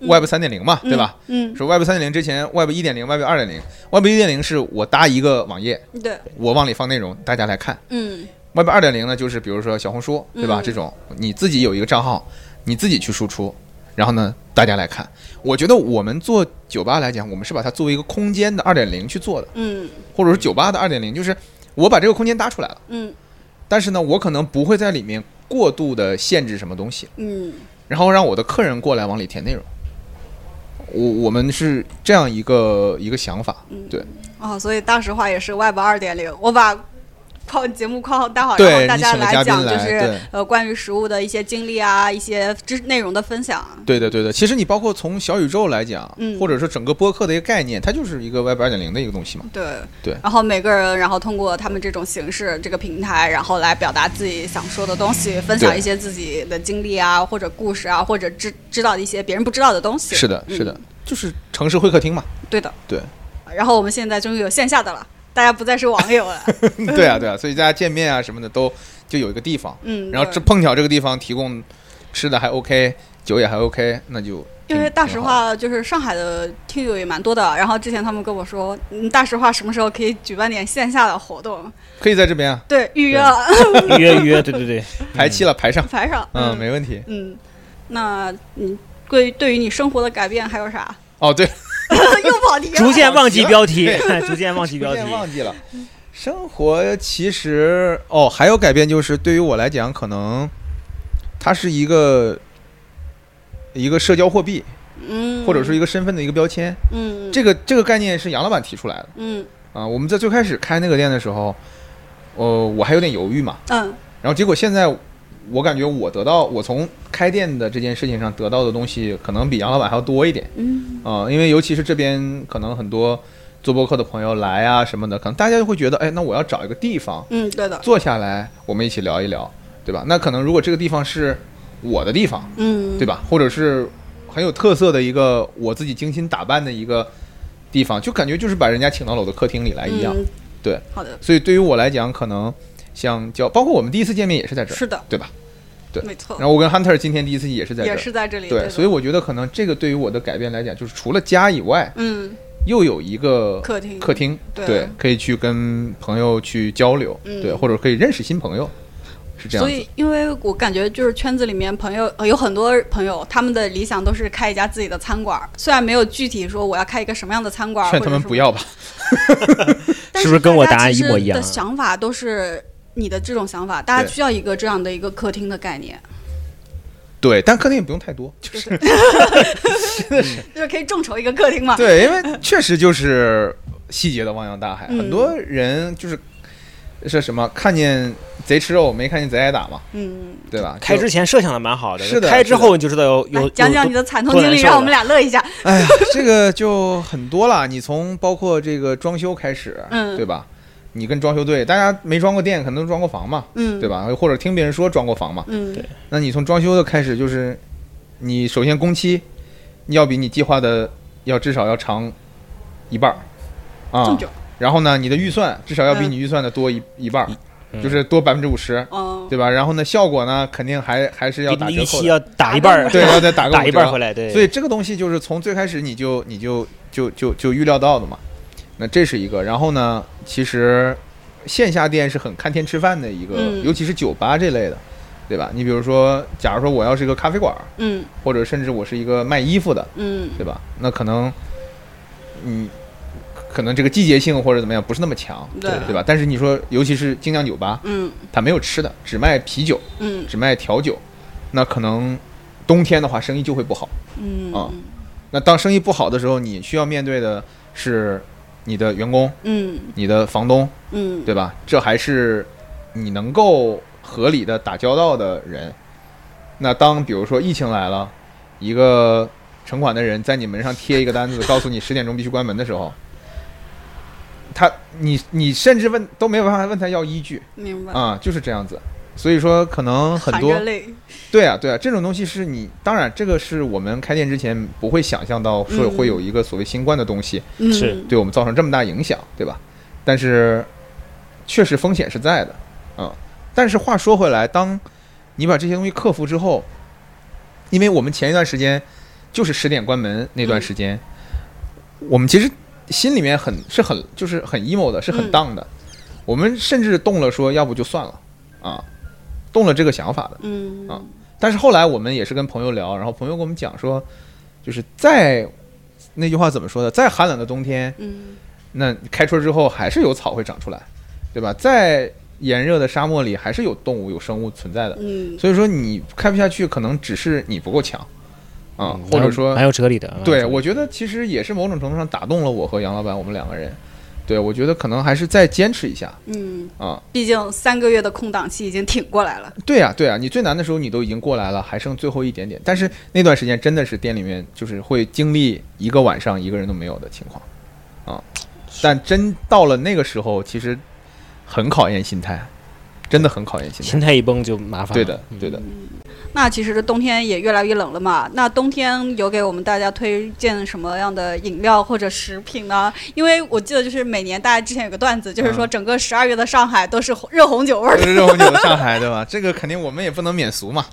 [SPEAKER 5] Web 三点零嘛，对吧？？
[SPEAKER 1] 嗯，
[SPEAKER 5] 说 Web 三点零之前，Web 一点零、Web 二点零，Web 一点零是我搭一个网页，
[SPEAKER 1] 嗯对，
[SPEAKER 5] 我往里放内容，大家来看。
[SPEAKER 1] 嗯
[SPEAKER 5] Web 二点零呢，就是比如说小红书，对吧？
[SPEAKER 1] 嗯
[SPEAKER 5] 这种你自己有一个账号，你自己去输出，然后呢，大家来看。我觉得我们做酒吧来讲，我们是把它作为一个空间的二点零去做的，
[SPEAKER 1] 嗯
[SPEAKER 5] 或者是酒吧的二点零，就是我把这个空间搭出来了，
[SPEAKER 1] 嗯
[SPEAKER 5] 但是呢，我可能不会在里面过度的限制什么东西，
[SPEAKER 1] 嗯
[SPEAKER 5] 然后让我的客人过来往里填内容。我我们是这样
[SPEAKER 1] 嗯
[SPEAKER 5] 一个一个想法，对，
[SPEAKER 1] 哦，所以当时话也是 Web 二点零，我把框节目框搭好，然后
[SPEAKER 5] 对
[SPEAKER 1] 大
[SPEAKER 5] 你
[SPEAKER 1] 家
[SPEAKER 5] 请了嘉宾
[SPEAKER 1] 讲就
[SPEAKER 5] 来
[SPEAKER 1] 是
[SPEAKER 5] 对
[SPEAKER 1] 呃关于食物的一些经历啊，一些知内容的分享。
[SPEAKER 5] 对的，对的。其实你包括从小宇宙来讲，
[SPEAKER 1] 嗯
[SPEAKER 5] 或者说整个播客的一个概念，它就是一个 Web 二点零的一个东西嘛。
[SPEAKER 1] 对
[SPEAKER 5] 对
[SPEAKER 1] 然后每个人，然后通过他们这种形式、这个平台，然后来表达自己想说的东西，分享
[SPEAKER 5] 对
[SPEAKER 1] 一些自己的经历啊，或者故事啊，或者知知道的一些别人不知道的东西。
[SPEAKER 5] 是的，
[SPEAKER 1] 嗯
[SPEAKER 5] 是的，就是城市会客厅 嘛。
[SPEAKER 1] 对的。
[SPEAKER 5] 对，
[SPEAKER 1] 然后我们现在终于有线下的了，大家不再是网友了。
[SPEAKER 5] 对啊，对啊，所以大家见面啊什么的都就有一个地方，
[SPEAKER 1] 嗯，
[SPEAKER 5] 然后
[SPEAKER 1] 对
[SPEAKER 5] 这碰巧这个地方提供吃的还 OK，酒也还 OK，那就
[SPEAKER 1] 因为
[SPEAKER 5] 挺
[SPEAKER 1] 大
[SPEAKER 5] 挺
[SPEAKER 1] 实
[SPEAKER 5] 好
[SPEAKER 1] 话就是上海的听友也蛮多的，然后之前他们跟我说，嗯，大实话什么时候可以举办点线下的活动？
[SPEAKER 5] 可以在这边啊，
[SPEAKER 1] 对，预约
[SPEAKER 5] 对
[SPEAKER 1] 了，
[SPEAKER 4] 预约预约，对对对，
[SPEAKER 5] 排期了排上，
[SPEAKER 1] 排上。
[SPEAKER 5] 嗯，没问题。
[SPEAKER 1] 嗯，那你对对于你生活的改变还有啥？
[SPEAKER 5] 哦，对，
[SPEAKER 1] 又跑题了。
[SPEAKER 4] 逐渐忘记
[SPEAKER 5] 好
[SPEAKER 4] 标题， 逐渐忘记标
[SPEAKER 5] 逐
[SPEAKER 4] 题
[SPEAKER 5] 渐，忘记了。
[SPEAKER 1] 嗯
[SPEAKER 5] 生活其实哦，还有改变就是对于我来讲，可能它是一个一个社交货币，
[SPEAKER 1] 嗯，
[SPEAKER 5] 或者说一个身份的一个标签。
[SPEAKER 1] 嗯
[SPEAKER 5] 这个这个概念是杨老板提出来的
[SPEAKER 1] 嗯
[SPEAKER 5] 啊。我们在最开始开那个店的时候，呃，我还有点犹豫嘛。
[SPEAKER 1] 嗯
[SPEAKER 5] 然后结果现在，我感觉我得到我从开店的这件事情上得到的东西，可能比杨老板还要多一点。
[SPEAKER 1] 嗯
[SPEAKER 5] 啊、因为尤其是这边可能很多做播客的朋友来啊什么的，可能大家就会觉得，哎，那我要找一个地方
[SPEAKER 1] 嗯，对的，
[SPEAKER 5] 坐下来，我们一起聊一聊，对吧？那可能如果这个地方是我的地方，
[SPEAKER 1] 嗯
[SPEAKER 5] 对吧？或者是很有特色的一个我自己精心打扮的一个地方，就感觉就是把人家请到了我的客厅里来一样。
[SPEAKER 1] 嗯
[SPEAKER 5] 对，
[SPEAKER 1] 好的，
[SPEAKER 5] 所以对于我来讲，可能像交，包括我们第一次见面也是在这儿，
[SPEAKER 1] 是的，
[SPEAKER 5] 对吧？对
[SPEAKER 1] 没错
[SPEAKER 5] 然，后我跟 Hunter 今天第一次也是在这
[SPEAKER 1] 也
[SPEAKER 5] 儿，
[SPEAKER 1] 是在这里，
[SPEAKER 5] 对，
[SPEAKER 1] 的
[SPEAKER 5] 所以我觉得可能这个对于我的改变来讲，就是除了家以外，
[SPEAKER 1] 嗯，
[SPEAKER 5] 又有一个
[SPEAKER 1] 客厅
[SPEAKER 5] 客厅，
[SPEAKER 1] 对
[SPEAKER 5] 可以去跟朋友去交流，
[SPEAKER 1] 嗯
[SPEAKER 5] 对，或者可以认识新朋友，是这
[SPEAKER 1] 所
[SPEAKER 5] 样子。
[SPEAKER 1] 以，因为我感觉就是圈子里面朋友、呃有很多朋友，他们的理想都是开一家自己的餐馆儿，虽然没有具体说我要开一个什么样的餐馆儿，
[SPEAKER 5] 劝他们
[SPEAKER 1] 或者
[SPEAKER 5] 不 要吧，
[SPEAKER 1] 什么，
[SPEAKER 4] 是不是跟我
[SPEAKER 1] 但
[SPEAKER 4] 答
[SPEAKER 1] 大家
[SPEAKER 4] 案
[SPEAKER 1] 其
[SPEAKER 4] 一模
[SPEAKER 1] 实
[SPEAKER 4] 一样啊
[SPEAKER 1] 的想法都是你的这种想法，大家
[SPEAKER 5] 对
[SPEAKER 1] 需要一个这样的一个客厅的概念，
[SPEAKER 5] 对，但客厅也不用太多，就
[SPEAKER 1] 就是是就是可以众筹一个客厅嘛。
[SPEAKER 5] 对，因为确实就是细节的汪洋大海，
[SPEAKER 1] 嗯
[SPEAKER 5] 很多人就是是什么看见贼吃肉，没看见贼挨打嘛，
[SPEAKER 1] 嗯，
[SPEAKER 5] 对吧？
[SPEAKER 4] 开
[SPEAKER 5] 就
[SPEAKER 4] 之前设想的蛮好
[SPEAKER 5] 是的
[SPEAKER 4] 开
[SPEAKER 5] 是
[SPEAKER 4] 之
[SPEAKER 5] 的
[SPEAKER 4] 后你就知道有
[SPEAKER 1] 来
[SPEAKER 4] 有
[SPEAKER 1] 哎讲讲
[SPEAKER 4] 有多
[SPEAKER 1] 你的惨痛
[SPEAKER 4] 多
[SPEAKER 1] 经
[SPEAKER 4] 难
[SPEAKER 1] 历，
[SPEAKER 4] 受
[SPEAKER 1] 让我
[SPEAKER 4] 了
[SPEAKER 1] 们俩乐一下。
[SPEAKER 5] 哎呀，这个就很多了。你从包括这个装修开始，
[SPEAKER 1] 嗯
[SPEAKER 5] 对吧？你跟装修队，大家没装过店，可能都装过房嘛，
[SPEAKER 1] 嗯，
[SPEAKER 5] 对？吧？或者听别人说装过房嘛，
[SPEAKER 1] 嗯，
[SPEAKER 4] 对
[SPEAKER 5] 那你从装修的开始，就是你首先工期要比你计划的要至少要长一半儿
[SPEAKER 1] 这
[SPEAKER 5] 啊
[SPEAKER 1] 么，久，
[SPEAKER 5] 然后呢，你的预算至少要比
[SPEAKER 1] 嗯
[SPEAKER 5] 你预算的多一一半儿，
[SPEAKER 4] 嗯
[SPEAKER 5] 就是多百分之五十，
[SPEAKER 1] 嗯，
[SPEAKER 5] 对吧？然后呢，效果呢肯定还还是要
[SPEAKER 4] 比
[SPEAKER 5] 打
[SPEAKER 4] 你预
[SPEAKER 5] 折扣
[SPEAKER 4] 期
[SPEAKER 5] 的，
[SPEAKER 4] 要打一半儿，
[SPEAKER 5] 对， 要再打个
[SPEAKER 4] 打一半
[SPEAKER 5] 五
[SPEAKER 4] 儿
[SPEAKER 5] 折
[SPEAKER 4] 回来，对，
[SPEAKER 5] 所以这个东西就是从最开始你就你就就就就预料到的嘛。那这是一个，然后呢，其实线下店是很看天吃饭的一个，
[SPEAKER 1] 嗯
[SPEAKER 5] 尤其是酒吧这类的，对吧？你比如说，假如说我要是一个咖啡馆儿，
[SPEAKER 1] 嗯
[SPEAKER 5] 或者甚至我是一个卖衣服的，
[SPEAKER 1] 嗯
[SPEAKER 5] 对吧？那可能，嗯，可能这个季节性或者怎么样不是那么强，
[SPEAKER 1] 对
[SPEAKER 5] 对吧？但是你说，尤其是精酿酒吧，
[SPEAKER 1] 嗯
[SPEAKER 5] 它没有吃的，只卖啤酒，
[SPEAKER 1] 嗯
[SPEAKER 5] 只卖调酒，那可能冬天的话生意就会不好。
[SPEAKER 1] 嗯
[SPEAKER 5] 啊那当生意不好的时候，你需要面对的是你的员工、
[SPEAKER 1] 嗯
[SPEAKER 5] 你的房东，
[SPEAKER 1] 嗯，
[SPEAKER 5] 对吧？这还是你能够合理的打交道的人。那当比如说疫情来了，一个城管的人在你门上贴一个单子，告诉你十点钟必须关门的时候，他你你甚至问都没有办法问他要依据
[SPEAKER 1] 明白。
[SPEAKER 5] 啊、就是这样子。所以说，可能很
[SPEAKER 1] 含
[SPEAKER 5] 多
[SPEAKER 1] 着泪，
[SPEAKER 5] 对啊，对啊，这种东西是你当然这个是我们开店之前不会想象到说
[SPEAKER 1] 嗯
[SPEAKER 5] 会有一个所谓新冠的东西
[SPEAKER 1] 嗯
[SPEAKER 4] 是
[SPEAKER 5] 对我们造成这么大影响，对吧？但是确实风险是在的，嗯。但是话说回来，当你把这些东西克服之后，因为我们前一段时间就是十点关门那段时间，我们其实心里面很是很就是很 emo 的，是
[SPEAKER 1] 嗯
[SPEAKER 5] 很 down 的。我们甚至动了说要不就算了啊，动了这个想法的。
[SPEAKER 1] 嗯
[SPEAKER 5] 啊但是后来我们也是跟朋友聊，然后朋友跟我们讲说，就是在那句话怎么说的，再寒冷的冬天，
[SPEAKER 1] 嗯
[SPEAKER 5] 那开春之后还是有草会长出来，对吧？在炎热的沙漠里还是有动物、有生物存在的。
[SPEAKER 1] 嗯
[SPEAKER 5] 所以说你开不下去，可能只是你不够强，啊、
[SPEAKER 4] 嗯
[SPEAKER 5] 或
[SPEAKER 4] 蛮有
[SPEAKER 5] 者说
[SPEAKER 4] 蛮，有哲理的，蛮有嗯
[SPEAKER 5] 对
[SPEAKER 4] 哲理
[SPEAKER 5] 我觉得其实也是某种程度上打动了我和杨老板我们两个人，对，我觉得可能还是再坚持一下
[SPEAKER 1] 嗯，
[SPEAKER 5] 啊。
[SPEAKER 1] 毕竟三个月的空档期已经挺过来了。
[SPEAKER 5] 对呀、对呀、啊你最难的时候你都已经过来了，还剩最后一点点。但是那段时间真的是店里面就是会经历一个晚上一个人都没有的情况啊。但真到了那个时候，其实很考验心态，真的很考验心态。
[SPEAKER 4] 心态一崩就麻烦了。
[SPEAKER 5] 对的，
[SPEAKER 1] 嗯
[SPEAKER 5] 对的。
[SPEAKER 1] 那其实冬天也越来越冷了嘛，那冬天有给我们大家推荐什么样的饮料或者食品呢？因为我记得就是每年大家之前有个段子，就是
[SPEAKER 5] 嗯
[SPEAKER 1] 说整个十二月的上海都是红热红酒味儿。
[SPEAKER 5] 热红酒的上海，对吧？这个肯定我们也不能免俗嘛。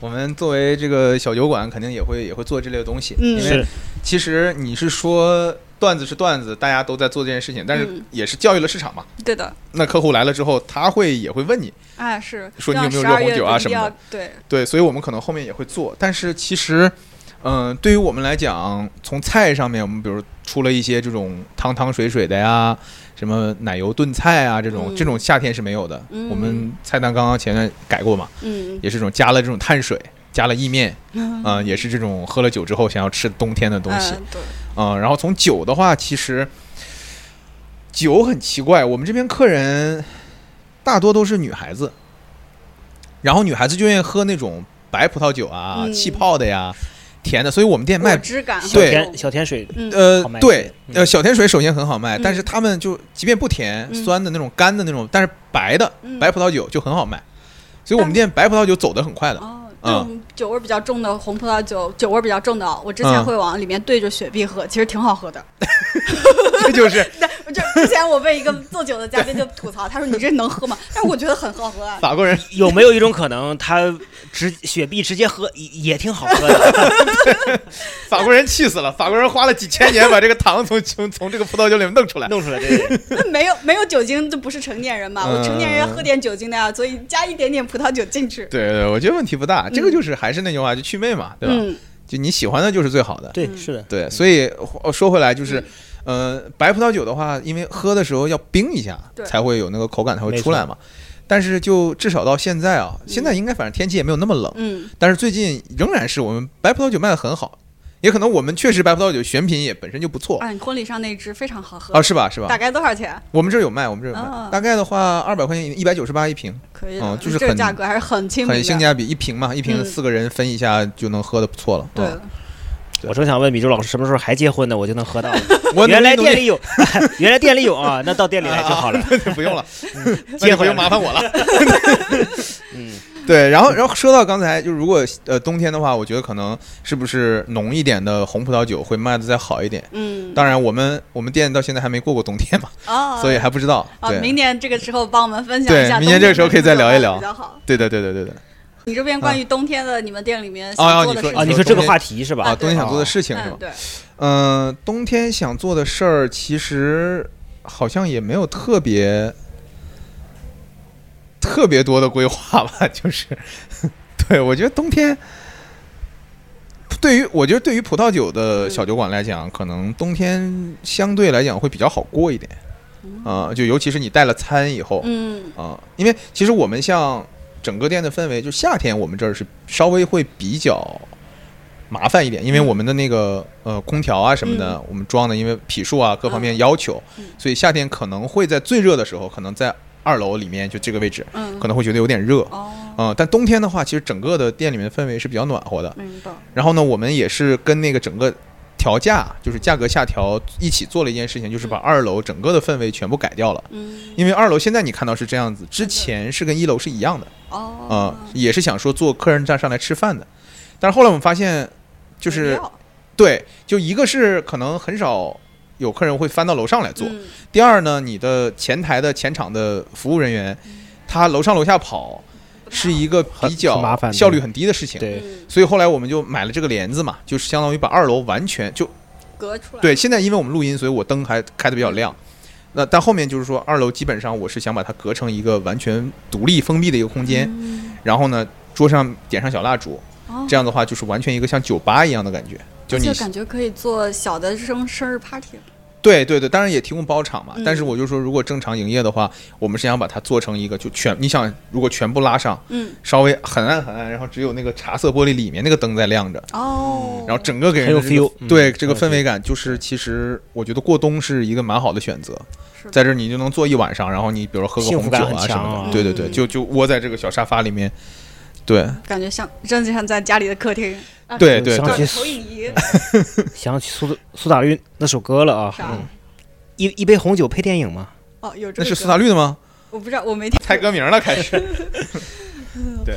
[SPEAKER 5] 我们作为这个小酒馆，肯定也会也会做这类的东西。
[SPEAKER 1] 嗯
[SPEAKER 5] 因为
[SPEAKER 4] 是
[SPEAKER 5] 其实你是说段子是段子，大家都在做这件事情，但是
[SPEAKER 1] 嗯
[SPEAKER 5] 也是教育了市场嘛。
[SPEAKER 1] 对的，
[SPEAKER 5] 那客户来了之后，他会也会问你，
[SPEAKER 1] 哎是。
[SPEAKER 5] 说你有没有
[SPEAKER 1] 让12
[SPEAKER 5] 热红酒啊
[SPEAKER 1] 月
[SPEAKER 5] 什
[SPEAKER 1] 一定
[SPEAKER 5] 么的
[SPEAKER 1] 要？对，
[SPEAKER 5] 对，所以我们可能后面也会做，但是其实，嗯、对于我们来讲，从菜上面，我们比如出了一些这种汤汤水水的呀，什么奶油炖菜啊，这种、
[SPEAKER 1] 嗯
[SPEAKER 5] 这种夏天是没有的。
[SPEAKER 1] 嗯
[SPEAKER 5] 我们菜单刚刚前段改过嘛，
[SPEAKER 1] 嗯，
[SPEAKER 5] 也是这种加了这种碳水，加了意面，嗯、也是这种喝了酒之后想要吃冬天的东西，
[SPEAKER 1] 嗯、对，
[SPEAKER 5] 嗯、然后从酒的话，其实酒很奇怪，我们这边客人大多都是女孩子，然后女孩子就愿意喝那种白葡萄酒啊、
[SPEAKER 1] 嗯
[SPEAKER 5] 气泡的呀、甜的，所以我们店哎卖
[SPEAKER 1] 果汁感很
[SPEAKER 4] 小
[SPEAKER 5] 对
[SPEAKER 4] 甜
[SPEAKER 1] 重
[SPEAKER 4] 小甜水
[SPEAKER 1] 嗯
[SPEAKER 5] 呃
[SPEAKER 4] 好卖，
[SPEAKER 5] 对，
[SPEAKER 4] 嗯
[SPEAKER 5] 呃，小甜水首先很好卖，
[SPEAKER 1] 嗯
[SPEAKER 5] 但是他们就即便不甜，
[SPEAKER 1] 嗯
[SPEAKER 5] 酸的那种、干的那种，但是白的、
[SPEAKER 1] 嗯
[SPEAKER 5] 白葡萄酒就很好卖，所以我们店白葡萄酒走得很快的。
[SPEAKER 1] 哦，这种酒味儿比较重的红葡萄酒，酒味儿比较重的哦，我之前
[SPEAKER 5] 嗯
[SPEAKER 1] 会往里面兑着雪碧喝，其实挺好喝的。
[SPEAKER 5] 这 就是
[SPEAKER 1] 对，我就之前我被一个做酒的嘉宾就吐槽，他说你这能喝吗？但是我觉得很好喝啊。
[SPEAKER 5] 法国人，
[SPEAKER 4] 有没有一种可能，他直雪碧直接喝也也挺好喝的？
[SPEAKER 5] 法国人气死了，法国人花了几千年把这个糖从从从这个葡萄酒里面弄出来。
[SPEAKER 4] 弄出来这个
[SPEAKER 1] 那没有没有酒精，这不是成年人嘛？我成年人要
[SPEAKER 5] 嗯
[SPEAKER 1] 喝点酒精的呀，所以加一点点葡萄酒进去。
[SPEAKER 5] 对对，我觉得问题不大，这个就是还是那句话，就祛魅嘛，对吧？
[SPEAKER 1] 嗯，
[SPEAKER 5] 就你喜欢的就是最好的。
[SPEAKER 4] 对，是的，
[SPEAKER 5] 对，所以呃说回来就是，呃，白葡萄酒的话，因为喝的时候要冰一下，
[SPEAKER 1] 对
[SPEAKER 5] 才会有那个口感才会
[SPEAKER 4] 没
[SPEAKER 5] 出来
[SPEAKER 4] 错
[SPEAKER 5] 嘛。但是就至少到现在啊，现在应该反正天气也没有那么冷，
[SPEAKER 1] 嗯，
[SPEAKER 5] 但是最近仍然是我们白葡萄酒卖的很好，也可能我们确实白葡萄酒选品也本身就不错
[SPEAKER 1] 啊，你婚礼上那支非常好喝
[SPEAKER 5] 啊，，是吧？是
[SPEAKER 1] 大
[SPEAKER 5] 吧？
[SPEAKER 1] 概多少钱？
[SPEAKER 5] 我们这儿有卖，我们这儿有卖
[SPEAKER 1] 哦，
[SPEAKER 5] 大概的话二百块钱一百九十八一瓶。
[SPEAKER 1] 可以的
[SPEAKER 5] 哦，就是
[SPEAKER 1] 这个
[SPEAKER 5] 很
[SPEAKER 1] 价格还是很亲民
[SPEAKER 5] 很性
[SPEAKER 1] 的。
[SPEAKER 5] 价比，一瓶嘛，一瓶
[SPEAKER 1] 嗯
[SPEAKER 5] 四个人分一下就能喝的不错了。
[SPEAKER 1] 对
[SPEAKER 5] 嗯，
[SPEAKER 4] 我正想问米周老师什么时候还结婚呢，我就能喝到了。
[SPEAKER 5] 我
[SPEAKER 4] 原来
[SPEAKER 5] 努力
[SPEAKER 4] 店里有， 原来店里有啊，那到店里来就好了。嗯
[SPEAKER 5] 努力 不用了，
[SPEAKER 4] 结
[SPEAKER 5] 结
[SPEAKER 4] 婚
[SPEAKER 5] 婚又麻烦我了。
[SPEAKER 4] 嗯，
[SPEAKER 5] 对，然后然后说到刚才，就如果呃冬天的话，我觉得可能是不是浓一点的红葡萄酒会卖的再好一点。
[SPEAKER 1] 嗯，
[SPEAKER 5] 当然，我们我们店到现在还没过过冬天嘛，
[SPEAKER 1] 哦，
[SPEAKER 5] 所以还不知道。
[SPEAKER 1] 啊，
[SPEAKER 5] 对，
[SPEAKER 1] 明年这个时候帮我们分享
[SPEAKER 5] 对
[SPEAKER 1] 一下。
[SPEAKER 5] 明年这个时候可以再聊一聊
[SPEAKER 1] 比较好。
[SPEAKER 5] 对的，对的，对的。
[SPEAKER 1] 你这边关于冬天的你们店里面
[SPEAKER 5] 哦哦
[SPEAKER 1] 想做
[SPEAKER 5] 你
[SPEAKER 1] 的
[SPEAKER 5] 说
[SPEAKER 1] 事
[SPEAKER 4] 啊，
[SPEAKER 1] 情
[SPEAKER 4] 你说这个话题是
[SPEAKER 5] 啊，
[SPEAKER 4] 吧？
[SPEAKER 1] 啊
[SPEAKER 5] 冬天想做的事情是
[SPEAKER 1] 嗯，
[SPEAKER 5] 吧？
[SPEAKER 1] 对，
[SPEAKER 5] 嗯、冬天想做的事儿，其实好像也没有特别特别多的规划吧， 就是，对我觉得冬天，对于我觉得对于葡萄酒的小酒馆来讲，可能冬天相对来讲会比较好过一点，啊、就尤其是你带了餐以后，啊、
[SPEAKER 1] 嗯
[SPEAKER 5] 因为其实我们像整个店的氛围，就夏天我们这儿是稍微会比较麻烦一点，因为我们的那个呃空调啊什么的，我们装的因为匹数啊各方面要求，所以夏天可能会在最热的时候，可能在二楼里面就这个位置，
[SPEAKER 1] 嗯
[SPEAKER 5] 可能会觉得有点热。
[SPEAKER 1] 哦，
[SPEAKER 5] 嗯，但冬天的话，其实整个的店里面氛围是比较暖和的。
[SPEAKER 1] 明白。
[SPEAKER 5] 然后呢，我们也是跟那个整个调价，就是价格下调一起做了一件事情，就是把二楼整个的氛围全部改掉了。
[SPEAKER 1] 嗯，
[SPEAKER 5] 因为二楼现在你看到是这样子，之前是跟一楼是一样的，
[SPEAKER 1] 哦
[SPEAKER 5] 呃，，也是想说做客人站上来吃饭的，但是后来我们发现，就
[SPEAKER 1] 没必
[SPEAKER 5] 是
[SPEAKER 1] 要
[SPEAKER 5] 对，就一个是可能很少有客人会翻到楼上来坐，
[SPEAKER 1] 嗯
[SPEAKER 5] 第二呢，你的前台的前场的服务人员，
[SPEAKER 1] 嗯
[SPEAKER 5] 他楼上楼下跑
[SPEAKER 1] 不太
[SPEAKER 5] 是一个比
[SPEAKER 4] 很麻
[SPEAKER 5] 较
[SPEAKER 4] 烦的
[SPEAKER 5] 效率很低的事情。
[SPEAKER 4] 对
[SPEAKER 1] 嗯
[SPEAKER 5] 所以后来我们就买了这个帘子嘛，就是相当于把二楼完全就
[SPEAKER 1] 隔出来。
[SPEAKER 5] 对。现在因为我们录音，所以我灯还开的比较亮。那但后面就是说，二楼基本上我是想把它隔成一个完全独立封闭的一个空间，
[SPEAKER 1] 嗯，
[SPEAKER 5] 然后呢，桌上点上小蜡烛，
[SPEAKER 1] 哦
[SPEAKER 5] 这样的话就是完全一个像酒吧一样的感觉，就你
[SPEAKER 1] 就感觉可以做小的生生日 party 了。
[SPEAKER 5] 对对对，当然也提供包场嘛。
[SPEAKER 1] 嗯
[SPEAKER 5] 但是我就说，如果正常营业的话，我们是想把它做成一个就全，你想如果全部拉上，
[SPEAKER 1] 嗯，
[SPEAKER 5] 稍微很暗很暗，然后只有那个茶色玻璃里面那个灯在亮着，
[SPEAKER 1] 哦，
[SPEAKER 5] 嗯然后整个给人
[SPEAKER 4] 很有
[SPEAKER 5] 的这个
[SPEAKER 4] feel，
[SPEAKER 5] 对
[SPEAKER 4] 嗯
[SPEAKER 5] 这个
[SPEAKER 4] 很有
[SPEAKER 5] 氛围感，就是其实我觉得过冬是一个蛮好的选择
[SPEAKER 1] 是，
[SPEAKER 5] 在这儿你就能坐一晚上，然后你比如说喝个
[SPEAKER 4] 幸
[SPEAKER 5] 红
[SPEAKER 4] 福
[SPEAKER 5] 酒
[SPEAKER 4] 感
[SPEAKER 5] 啊
[SPEAKER 4] 很
[SPEAKER 5] 什
[SPEAKER 4] 强
[SPEAKER 5] 么
[SPEAKER 4] 啊
[SPEAKER 5] 的，对对对，就就窝在这个小沙发里面，对
[SPEAKER 1] 感觉像真的像在家里的客厅，啊
[SPEAKER 5] 对对
[SPEAKER 4] 想
[SPEAKER 5] 对，
[SPEAKER 4] 起
[SPEAKER 1] 转投影仪
[SPEAKER 4] 想起苏苏打绿那首歌了啊，
[SPEAKER 1] 啥
[SPEAKER 4] 嗯一一杯红酒配电影嘛，
[SPEAKER 1] 哦，有这个
[SPEAKER 5] 那是
[SPEAKER 1] 歌
[SPEAKER 5] 苏打绿 的吗？
[SPEAKER 1] 我不知道，我没听
[SPEAKER 5] 猜歌名了，开始。
[SPEAKER 1] 嗯
[SPEAKER 5] 对，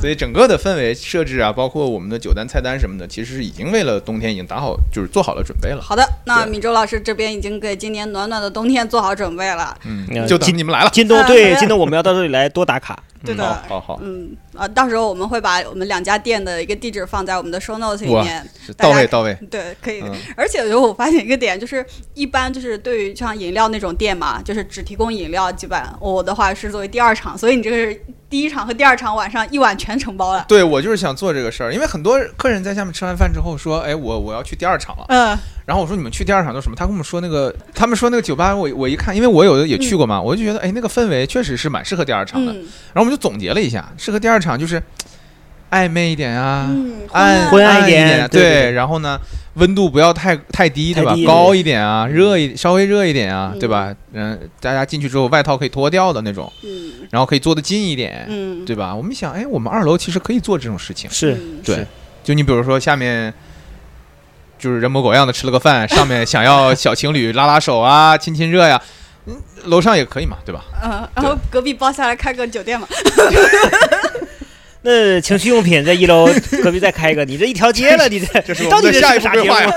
[SPEAKER 5] 所以整个的氛围设置啊，包括我们的酒单菜单什么的，其实已经为了冬天已经打好，就是做好了准备了。
[SPEAKER 1] 好的，那
[SPEAKER 5] 对
[SPEAKER 1] 米周老师这边已经给今年暖暖的冬天做好准备了。
[SPEAKER 4] 嗯
[SPEAKER 5] 嗯，就等你们来了。
[SPEAKER 4] 京东
[SPEAKER 1] 啊
[SPEAKER 4] 对
[SPEAKER 1] 对
[SPEAKER 4] 京东，我们要到这里来多打卡。
[SPEAKER 1] 对的，
[SPEAKER 5] 好好好，
[SPEAKER 1] 嗯啊，到时候我们会把我们两家店的一个地址放在我们的 show notes 里
[SPEAKER 5] 哇
[SPEAKER 1] 面。
[SPEAKER 5] 是
[SPEAKER 1] 大
[SPEAKER 5] 到
[SPEAKER 1] 家
[SPEAKER 5] 位到位。
[SPEAKER 1] 对，可以。
[SPEAKER 5] 嗯
[SPEAKER 1] 而且我觉得我发现一个点，就是一般就是对于像饮料那种店嘛，就是只提供饮料基本。我的话是作为第二场，所以你这个是第一场和第二场晚上一晚全承包了。
[SPEAKER 5] 对，我就是想做这个事儿，因为很多客人在下面吃完饭之后说：“哎，我我要去第二场了。
[SPEAKER 1] 嗯，”
[SPEAKER 5] 然后我说：“你们去第二场都什么？”他跟我们说那个，他们说那个酒吧，我我一看，因为我有的也去过嘛，我就觉得哎，那个氛围确实是蛮适合第二场的。
[SPEAKER 1] 嗯
[SPEAKER 5] 然后我们就总结了一下，适合第二场就是暧昧一点啊，
[SPEAKER 1] 嗯，
[SPEAKER 5] 暗
[SPEAKER 4] 昏暗
[SPEAKER 5] 一
[SPEAKER 4] 一
[SPEAKER 5] 对
[SPEAKER 4] 点对对对
[SPEAKER 5] 然后呢，温度不要太太低，对吧
[SPEAKER 4] 太低？嗯
[SPEAKER 5] 高一点啊，热一稍微热一点啊，
[SPEAKER 1] 嗯
[SPEAKER 5] 对吧？嗯，大家进去之后外套可以脱掉的那种，
[SPEAKER 1] 嗯
[SPEAKER 5] 然后可以坐得近一点，
[SPEAKER 1] 嗯，
[SPEAKER 5] 对吧？我们想，哎，我们二楼其实可以做这种事情，
[SPEAKER 4] 是，
[SPEAKER 1] 嗯
[SPEAKER 5] 对
[SPEAKER 4] 是，
[SPEAKER 5] 就你比如说下面。就是人模狗样的吃了个饭，上 面想要小情侣拉拉手啊、亲亲热呀、嗯，楼上也可以嘛，对吧？
[SPEAKER 1] 嗯，然后隔壁包下来开个酒店嘛，
[SPEAKER 4] 那情趣用品在一 楼隔壁再开一个，你这一条街了，你这
[SPEAKER 5] 这是
[SPEAKER 4] 你
[SPEAKER 5] 我
[SPEAKER 4] 哎到
[SPEAKER 5] 们的
[SPEAKER 4] 底这
[SPEAKER 5] 下一步
[SPEAKER 4] 是啥
[SPEAKER 5] 规
[SPEAKER 4] 节
[SPEAKER 5] 划呀
[SPEAKER 4] 目？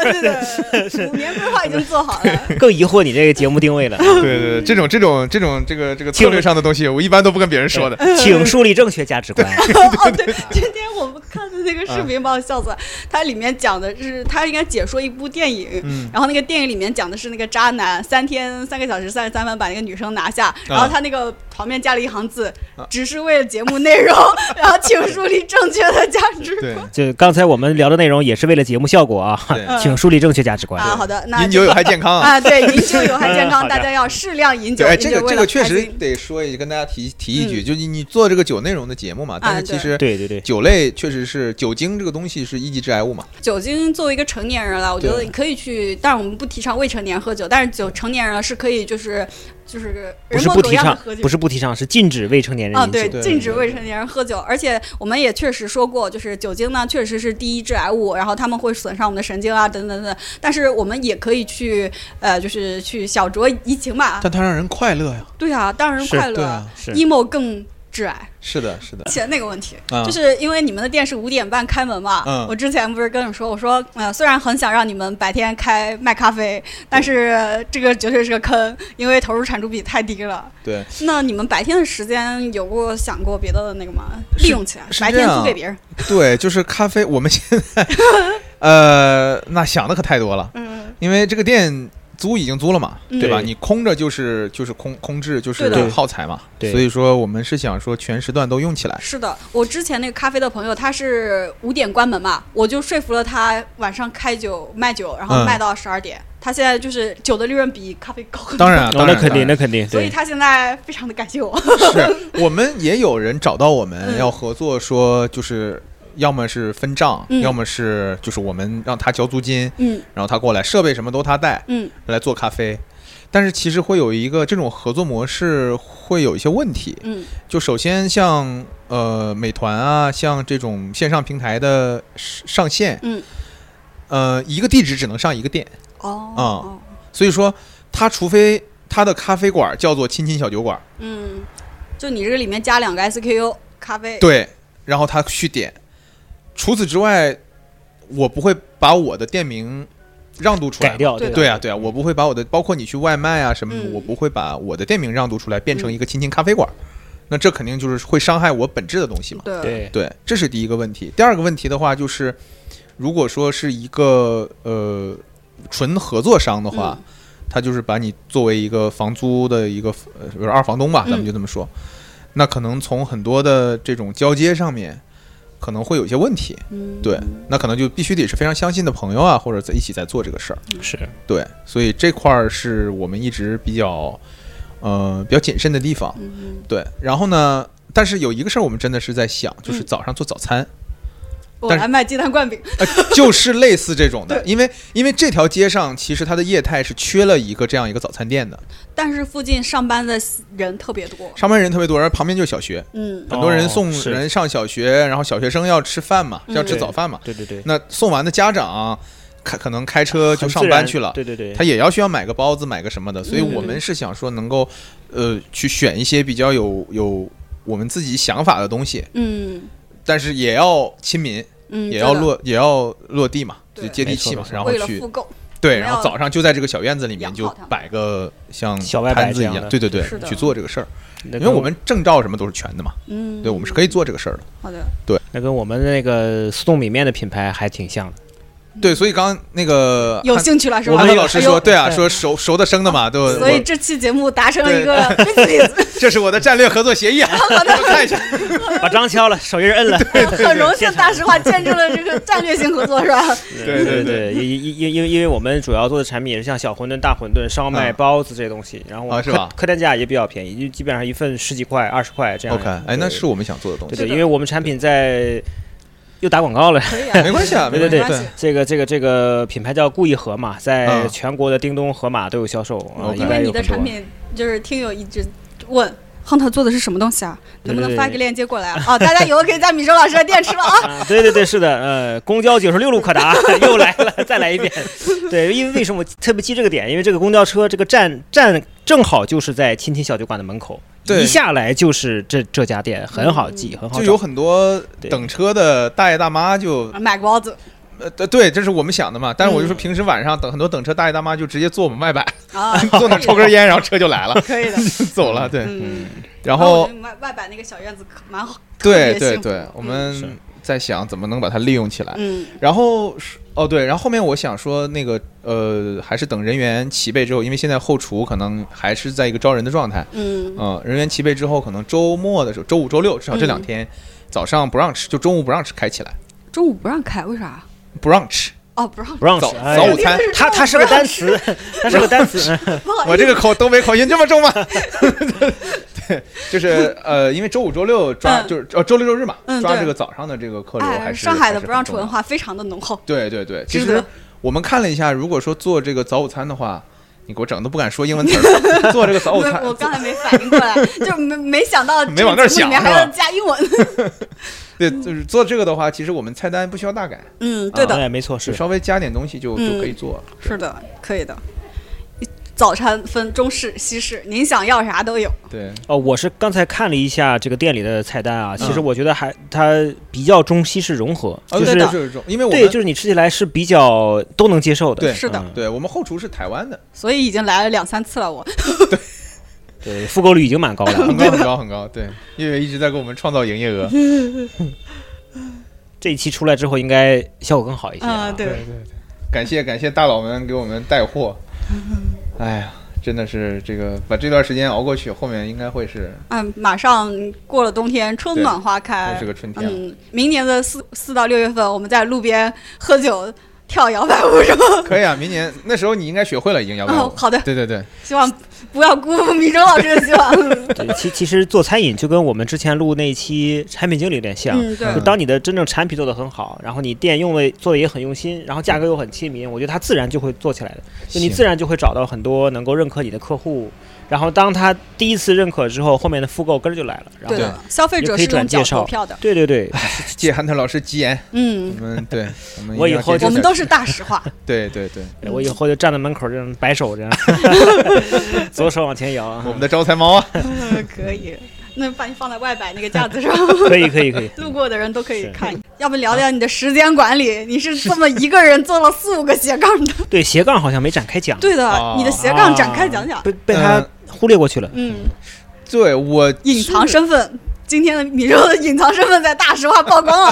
[SPEAKER 1] 对对， 五年规划已经做好了。
[SPEAKER 4] 更疑惑你这个节目定 位了，
[SPEAKER 5] 对对对，这种这种这种这个这个策略上的东西，我一般都不跟别人说的。
[SPEAKER 4] 请树立正确价 值 观。
[SPEAKER 1] 哦，对，今天我们看的那个视频把我笑死
[SPEAKER 5] 啊
[SPEAKER 1] 了。它里面讲的是，它应该解说一部电影，
[SPEAKER 5] 嗯
[SPEAKER 1] 然后那个电影里面讲的是那个渣男三天三个小时三十三分把那个女生拿下，
[SPEAKER 5] 啊
[SPEAKER 1] 然后他那个旁边加了一行字，只是为了节目内 容，然后请树立正确的价值
[SPEAKER 5] 对
[SPEAKER 1] 观。
[SPEAKER 4] 就刚才我们聊的内容也是为了节目效果啊，
[SPEAKER 5] 对，
[SPEAKER 1] 嗯
[SPEAKER 4] 请树立正确价值观。
[SPEAKER 1] 啊，好的，那
[SPEAKER 5] 饮酒有害健康啊！
[SPEAKER 1] 啊，对，饮酒有害健
[SPEAKER 4] 好
[SPEAKER 1] 康，
[SPEAKER 4] 的
[SPEAKER 1] 大家要适量饮酒。
[SPEAKER 5] 对，哎
[SPEAKER 1] 饮
[SPEAKER 5] 这
[SPEAKER 1] 酒
[SPEAKER 5] 个
[SPEAKER 1] 为
[SPEAKER 5] 这
[SPEAKER 1] 了
[SPEAKER 5] 个确
[SPEAKER 1] 开
[SPEAKER 5] 实
[SPEAKER 1] 心嗯
[SPEAKER 5] 得说一，跟大家提提一句，就你你做这个酒内容的节目嘛，但是其
[SPEAKER 1] 啊对
[SPEAKER 5] 实
[SPEAKER 4] 对对对，
[SPEAKER 5] 酒类确实是酒精这个东西是一级
[SPEAKER 1] 啊
[SPEAKER 5] 致癌物嘛，
[SPEAKER 1] 酒精作为一个成年人来，我觉得
[SPEAKER 5] 对
[SPEAKER 1] 你可以去，但是我们不提倡未成年人喝酒，但是酒成年人了是可以就是就是
[SPEAKER 4] 不
[SPEAKER 1] 人
[SPEAKER 4] 是
[SPEAKER 1] 模
[SPEAKER 4] 不
[SPEAKER 1] 狗
[SPEAKER 4] 提
[SPEAKER 1] 样的
[SPEAKER 4] 倡
[SPEAKER 1] 喝，酒
[SPEAKER 4] 不。是不提倡，是禁止未成年人
[SPEAKER 1] 啊，
[SPEAKER 4] 饮酒。
[SPEAKER 1] 对，
[SPEAKER 5] 哦对
[SPEAKER 1] 禁止未成年人喝酒，而且我们也确实说过，就是酒精呢，确实是第一致癌物，然后他们会损伤我们的神经啊，等等等等。但是我们也可以去，呃，就是去小酌怡情吧。
[SPEAKER 5] 但它让人快乐呀，
[SPEAKER 1] 对啊，当然
[SPEAKER 4] 是
[SPEAKER 1] 快乐
[SPEAKER 5] 对啊
[SPEAKER 1] 啊，
[SPEAKER 4] 是
[SPEAKER 1] emo 更致 癌。
[SPEAKER 5] 是的，是的，
[SPEAKER 1] 且那个问题，
[SPEAKER 5] 啊
[SPEAKER 1] 就是因为你们的店是五点半开门嘛，
[SPEAKER 5] 嗯
[SPEAKER 1] 我之前不是跟你说，我说，呃，虽然很想让你们白天开卖咖啡，但是这个绝对是个坑，因为投入产出比太低了。
[SPEAKER 5] 对，
[SPEAKER 1] 那你们白天的时间有过想过别的那个吗？
[SPEAKER 5] 是
[SPEAKER 1] 利用起来，
[SPEAKER 5] 是
[SPEAKER 1] 白
[SPEAKER 5] 这
[SPEAKER 1] 天
[SPEAKER 5] 样
[SPEAKER 1] 租给别人。
[SPEAKER 5] 对，就是咖啡，我们现 在呃，那想的可太多了，
[SPEAKER 1] 嗯，
[SPEAKER 5] 因为这个店。租已经租了嘛，
[SPEAKER 1] 嗯
[SPEAKER 5] 对吧？
[SPEAKER 4] 对
[SPEAKER 5] 你空着就是就是空空置，就
[SPEAKER 1] 对
[SPEAKER 5] 是
[SPEAKER 1] 的
[SPEAKER 5] 耗材嘛。
[SPEAKER 4] 对
[SPEAKER 5] 所以说我们是想说全时段都用起来。
[SPEAKER 1] 是的，我之前那个咖啡的朋友，他是五点关门嘛，我就说服了他晚上开酒卖酒，然后
[SPEAKER 5] 嗯
[SPEAKER 1] 卖到十二点。他现在就是酒的利润比咖啡高很多，
[SPEAKER 5] 当然啊，
[SPEAKER 4] 哦
[SPEAKER 5] 当然
[SPEAKER 4] 那肯定，
[SPEAKER 5] 当然
[SPEAKER 4] 那肯定，
[SPEAKER 1] 所以
[SPEAKER 4] 对，
[SPEAKER 1] 他现在非常的感谢我。
[SPEAKER 5] 是我们也有人找到我们
[SPEAKER 1] 嗯
[SPEAKER 5] 要合作，说就是要么是分账，
[SPEAKER 1] 嗯
[SPEAKER 5] 要么是就是我们让他交租金，
[SPEAKER 1] 嗯
[SPEAKER 5] 然后他过来，设备什么都他带
[SPEAKER 1] 嗯，
[SPEAKER 5] 来做咖啡。但是其实会有一个这种合作模式会有一些问题，
[SPEAKER 1] 嗯，
[SPEAKER 5] 就首先像呃美团啊，像这种线上平台的上线，
[SPEAKER 1] 嗯，
[SPEAKER 5] 呃一个地址只能上一个店，
[SPEAKER 1] 哦，
[SPEAKER 5] 啊
[SPEAKER 1] 哦
[SPEAKER 5] 所以说他除非他的咖啡馆叫做亲亲小酒馆，
[SPEAKER 1] 嗯，就你这个里面加两个 SKU 咖啡，
[SPEAKER 5] 对，然后他去点。除此之外，我不会把我的店名让渡出来
[SPEAKER 4] 改
[SPEAKER 5] 嘛。
[SPEAKER 4] 掉
[SPEAKER 1] 对
[SPEAKER 4] 吧
[SPEAKER 5] 对啊，对啊，我不会把我的，包括你去外卖啊什么的，
[SPEAKER 1] 嗯
[SPEAKER 5] 我不会把我的店名让渡出来，变成一个亲亲咖啡馆儿。那这肯定就是会伤害我本质的东西嘛。
[SPEAKER 1] 对
[SPEAKER 4] 对
[SPEAKER 5] 对，这是第一个问题。第二个问题的话，就是如果说是一个呃纯合作商的话，他就是把你作为一个房租的一个呃比如二房东吧，咱们就这么说，那可能从很多的这种交接上面，可能会有一些问题。
[SPEAKER 1] 嗯
[SPEAKER 5] 对，那可能就必须得是非常相信的朋友啊，或者在一起在做这个事儿。
[SPEAKER 4] 是
[SPEAKER 5] 对，所以这块儿是我们一直比较，呃，比较谨慎的地方。
[SPEAKER 1] 嗯
[SPEAKER 5] 对，然后呢，但是有一个事儿我们真的是在想，就是
[SPEAKER 1] 嗯
[SPEAKER 5] 早上做早餐，
[SPEAKER 1] 我
[SPEAKER 5] 但是
[SPEAKER 1] 来卖鸡蛋灌饼，
[SPEAKER 5] 呃，就是类似这种的，因为因为这条街上其实它的业态是缺了一个这样一个早餐店的，
[SPEAKER 1] 但是附近上班的人特别多，
[SPEAKER 5] 上班人特别多，然后旁边就是小学，
[SPEAKER 1] 嗯，
[SPEAKER 5] 很多人
[SPEAKER 4] 哦
[SPEAKER 5] 送
[SPEAKER 4] 是
[SPEAKER 5] 人上小学，然后小学生要吃饭嘛，
[SPEAKER 1] 嗯
[SPEAKER 5] 要吃
[SPEAKER 4] 对
[SPEAKER 5] 早饭嘛，
[SPEAKER 4] 对对对，
[SPEAKER 5] 那送完的家长开可能开车就
[SPEAKER 4] 很自
[SPEAKER 5] 上班
[SPEAKER 4] 然
[SPEAKER 5] 去了，
[SPEAKER 4] 对对对，
[SPEAKER 5] 他也要需要买个包子，买个什么的，所以
[SPEAKER 1] 嗯
[SPEAKER 5] 我们是想说能够，呃，去选一些比较有有我们自己想法的东西，
[SPEAKER 1] 嗯
[SPEAKER 5] 但是也要亲民，
[SPEAKER 1] 嗯，
[SPEAKER 5] 也要
[SPEAKER 1] 对的
[SPEAKER 5] 落也要落地嘛，
[SPEAKER 1] 对
[SPEAKER 5] 就接地气
[SPEAKER 4] 没错
[SPEAKER 5] 嘛
[SPEAKER 4] 没，错
[SPEAKER 5] 然后
[SPEAKER 1] 为了
[SPEAKER 5] 去
[SPEAKER 1] 复购，
[SPEAKER 5] 对，
[SPEAKER 1] 我们
[SPEAKER 5] 然后
[SPEAKER 1] 要
[SPEAKER 5] 早上就在这个小院子里面
[SPEAKER 1] 养
[SPEAKER 5] 就
[SPEAKER 1] 好它
[SPEAKER 5] 摆个像
[SPEAKER 4] 小外摆
[SPEAKER 5] 摊子一
[SPEAKER 4] 这样
[SPEAKER 5] 样，
[SPEAKER 4] 的
[SPEAKER 5] 对对对
[SPEAKER 1] 是，的
[SPEAKER 5] 去做这个事儿，
[SPEAKER 4] 那
[SPEAKER 5] 因为
[SPEAKER 4] 跟
[SPEAKER 5] 我们证照什么都是全的嘛，
[SPEAKER 1] 嗯，
[SPEAKER 5] 对我们是可以做这个事儿的。
[SPEAKER 1] 好的，
[SPEAKER 4] 那跟我们那个速冻米面的品牌还挺像 的，
[SPEAKER 5] 对，所以刚刚那个
[SPEAKER 1] 有
[SPEAKER 5] 汉
[SPEAKER 1] 兴趣了是吧？
[SPEAKER 5] 安德老师
[SPEAKER 1] 哎
[SPEAKER 5] 说，
[SPEAKER 1] 呦
[SPEAKER 5] 对啊，
[SPEAKER 4] 对
[SPEAKER 5] 说熟熟的生的嘛，对吧，
[SPEAKER 1] 所以
[SPEAKER 5] 我
[SPEAKER 1] 这期节目达成了
[SPEAKER 5] 对
[SPEAKER 1] 一个 business，
[SPEAKER 5] 这是我的战略合作协议啊， 你们看一下。
[SPEAKER 4] 把章敲了，手印摁 了，
[SPEAKER 1] 很荣幸大实话见证了这个战略性合作是吧？
[SPEAKER 5] 对对
[SPEAKER 4] 对对，因因因因为因为我们主要做的产品也是像小馄饨、大馄饨、烧麦、
[SPEAKER 5] 嗯
[SPEAKER 4] 包子这些东西，然后我
[SPEAKER 5] 啊
[SPEAKER 4] 们
[SPEAKER 5] 是
[SPEAKER 4] 客
[SPEAKER 5] 吧
[SPEAKER 4] 客单价也比较便宜，就基本上一份十几块、二十块这样。
[SPEAKER 5] OK，哎，那
[SPEAKER 4] 对
[SPEAKER 5] 是我们想做的东
[SPEAKER 4] 对
[SPEAKER 5] 西，
[SPEAKER 4] 对，
[SPEAKER 1] 是的
[SPEAKER 4] 因为我们产品在又打广告了。
[SPEAKER 1] 可以啊，
[SPEAKER 5] 没关系啊，没
[SPEAKER 4] 对
[SPEAKER 5] 关
[SPEAKER 4] 对
[SPEAKER 5] 系
[SPEAKER 4] 对
[SPEAKER 1] 没关系
[SPEAKER 5] 对，
[SPEAKER 4] 这个这个这个品牌叫故意盒嘛，在
[SPEAKER 5] 嗯
[SPEAKER 4] 全国的叮咚、盒马都有销售啊，
[SPEAKER 5] OK
[SPEAKER 4] 应
[SPEAKER 1] 因
[SPEAKER 4] 该
[SPEAKER 1] 为
[SPEAKER 4] 有
[SPEAKER 1] 你的
[SPEAKER 4] 很多
[SPEAKER 1] 产。品就是听友一直问。亨特做的是什么东西啊？能不能发一个链接过来啊？啊，大家以后可以在米粥老师的店吃了啊！
[SPEAKER 4] 啊，对对对，是的，呃，公交九十六路可达 又来了，再来一遍。对，因为为什么我特别记这个点？因为这个公交车这个站站正好就是在亲亲小酒馆的门口，
[SPEAKER 5] 对
[SPEAKER 4] 一下来就是这这家店，很好记，很好
[SPEAKER 5] 就
[SPEAKER 4] 找。
[SPEAKER 5] 有很多
[SPEAKER 4] 对
[SPEAKER 5] 等车的大爷大妈就
[SPEAKER 1] 买个包子
[SPEAKER 5] 呃对，这是我们想的嘛，但是我就说
[SPEAKER 4] 嗯
[SPEAKER 5] 平时晚上等很多等车大爷大妈就直接坐我们 外摆，
[SPEAKER 1] 啊，
[SPEAKER 5] 坐那儿抽根烟，然后车就来了，
[SPEAKER 1] 可以的，
[SPEAKER 5] 走了，对，
[SPEAKER 1] 嗯。
[SPEAKER 5] 然
[SPEAKER 1] 我
[SPEAKER 5] 后
[SPEAKER 1] 觉得外外摆那个小院子可蛮好，
[SPEAKER 5] 对
[SPEAKER 1] 特别
[SPEAKER 5] 对
[SPEAKER 1] 幸福
[SPEAKER 5] 对，我
[SPEAKER 4] 是
[SPEAKER 5] 们在想怎么能把它利用起来，
[SPEAKER 1] 嗯
[SPEAKER 5] 然后是哦对，然后后面我想说那个呃，还是等人员齐备之后，因为现在后厨可能还是在一个招人的状态，
[SPEAKER 1] 嗯
[SPEAKER 5] 嗯，人员齐备之后，可能周末的时候，周五、周六至少这两天、早上不让吃，就中午不让吃，开起来
[SPEAKER 1] 中午不让开，为啥？
[SPEAKER 5] 不让吃。
[SPEAKER 1] 哦，不让，
[SPEAKER 4] brunch，
[SPEAKER 5] 早
[SPEAKER 4] 哎
[SPEAKER 5] 早
[SPEAKER 4] 呀
[SPEAKER 5] 午餐
[SPEAKER 1] 因为
[SPEAKER 4] 它它是个单 词，它是个单词。
[SPEAKER 1] 不好意思
[SPEAKER 5] 我这个口东北口音这 么重吗？对，就是呃，因为周五、周六抓、
[SPEAKER 1] 嗯
[SPEAKER 5] 就是呃周六、周日嘛，
[SPEAKER 1] 嗯
[SPEAKER 5] 抓
[SPEAKER 1] 对
[SPEAKER 5] 这个早上的这个客流还
[SPEAKER 1] 哎，
[SPEAKER 5] 是
[SPEAKER 1] 上海的
[SPEAKER 5] 还是很
[SPEAKER 1] brunch
[SPEAKER 5] 重要
[SPEAKER 1] 文化非常的浓厚，
[SPEAKER 5] 对对对，其
[SPEAKER 1] 是的
[SPEAKER 5] 实我们看了一下，如果说做这个早午餐的话，你给我整的不敢说英文词儿 了，做这个早午餐
[SPEAKER 1] 我我刚才没反应过来， 就没没想到
[SPEAKER 5] 哦没往那儿
[SPEAKER 1] 这个节目里
[SPEAKER 5] 想
[SPEAKER 1] 面还
[SPEAKER 5] 是吧
[SPEAKER 1] 要加英文。
[SPEAKER 5] 对，就是做这个的话，其实我们菜单不需要大改，
[SPEAKER 1] 嗯，对的，
[SPEAKER 4] 哎，没错，
[SPEAKER 5] 就是稍微加点东西就、
[SPEAKER 1] 嗯
[SPEAKER 5] 就可以做了。
[SPEAKER 1] 是的，可以的。早餐分中式、西式，您想要啥都有。
[SPEAKER 5] 对，
[SPEAKER 4] 哦，我是刚才看了一下这个店里的菜单啊，其实
[SPEAKER 5] 嗯
[SPEAKER 4] 我觉得还它比较中西式融合，
[SPEAKER 5] 啊
[SPEAKER 1] 哦
[SPEAKER 4] 就
[SPEAKER 5] 对
[SPEAKER 4] 是
[SPEAKER 5] 就是这种，因为我们
[SPEAKER 4] 对，就是你吃起来是比较都能接受的。
[SPEAKER 5] 对
[SPEAKER 1] 是的
[SPEAKER 4] 嗯
[SPEAKER 5] 对我们后厨是台 湾的，
[SPEAKER 1] 所以已经来了两三次了，我
[SPEAKER 4] 对，复购率已经蛮高 了。
[SPEAKER 5] 很高很高很高。对，月月一直在给我们创造营 业额。
[SPEAKER 4] 这一期出来之后，应该效果更好一些
[SPEAKER 1] 啊，
[SPEAKER 5] 对
[SPEAKER 1] 对，
[SPEAKER 5] 对对，感谢感谢大佬们给我们带 货。哎呀，真的是这个把这段时间熬过去，后面应该会是
[SPEAKER 1] 嗯，马上过了冬天，春暖花
[SPEAKER 5] 会
[SPEAKER 1] 开
[SPEAKER 5] 是。个春天了。
[SPEAKER 1] 嗯，明年的四四到六月份，我们在路边喝酒跳摇摆舞，是吧？
[SPEAKER 5] 可以啊，明年那时候你应该学会了已经摇摆舞
[SPEAKER 1] 哦。好的
[SPEAKER 5] 对对对，
[SPEAKER 1] 希望不要辜负米粥老师的希 望。
[SPEAKER 4] 对，其其实做餐饮就跟我们之前录那一期产品经理有点像，
[SPEAKER 1] 嗯，对
[SPEAKER 4] 就，当你的真正产品做得很好，然后你店用的做的也很用心，然后价格又很亲民，我觉得它自然就会做起来的。就你
[SPEAKER 5] 行
[SPEAKER 4] 自然就会找到很多能够认可你的客户，然后当他第一次认可之后，后面的复购跟着就来了。然
[SPEAKER 1] 对
[SPEAKER 4] 后
[SPEAKER 1] 的，消费者是用脚投票的。
[SPEAKER 4] 对对对，
[SPEAKER 5] 借韩特老师吉 言，我
[SPEAKER 1] 嗯，
[SPEAKER 5] 们对，我们
[SPEAKER 4] 我
[SPEAKER 5] 一定
[SPEAKER 4] 以
[SPEAKER 5] 要
[SPEAKER 4] 后
[SPEAKER 5] 借
[SPEAKER 4] 就
[SPEAKER 1] 我
[SPEAKER 5] 鉴
[SPEAKER 1] 们
[SPEAKER 5] 一
[SPEAKER 1] 都
[SPEAKER 5] 下
[SPEAKER 1] 是大实 话。
[SPEAKER 5] 对对对，
[SPEAKER 4] 哎我以后就站在门口这样摆手这样，左手往前摇啊
[SPEAKER 5] 我。们的招财猫 啊，
[SPEAKER 1] 嗯，可以。那把你放在外摆那个架子上，
[SPEAKER 4] 可以可以可以，
[SPEAKER 1] 路过的人都可以
[SPEAKER 4] 是
[SPEAKER 1] 看。 要不聊聊你的时间管理？你是这么一个人做了四五个斜杠的？
[SPEAKER 4] 对斜杠好像没展开讲，
[SPEAKER 1] 对的
[SPEAKER 5] 哦，
[SPEAKER 1] 你的斜杠展开讲讲。
[SPEAKER 4] 啊被被
[SPEAKER 5] 嗯
[SPEAKER 4] 他忽略过去了。
[SPEAKER 1] 嗯，
[SPEAKER 5] 对我
[SPEAKER 1] 隐藏
[SPEAKER 5] 是
[SPEAKER 1] 身份，今天的米粥的隐藏身份在大实话曝光了。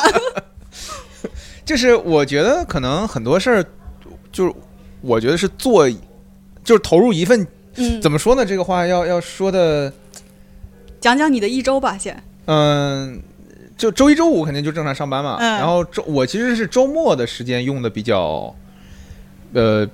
[SPEAKER 5] 就是我觉得可能很多事儿，就是我觉得是做，就是投入一份，
[SPEAKER 1] 嗯，
[SPEAKER 5] 怎么说呢？这个话要要说的，
[SPEAKER 1] 讲讲你的一周吧，先。
[SPEAKER 5] 嗯、就周一周五肯定就正常上班嘛，
[SPEAKER 7] 嗯
[SPEAKER 5] 然后周我其实是周末的时间用的比较，呃，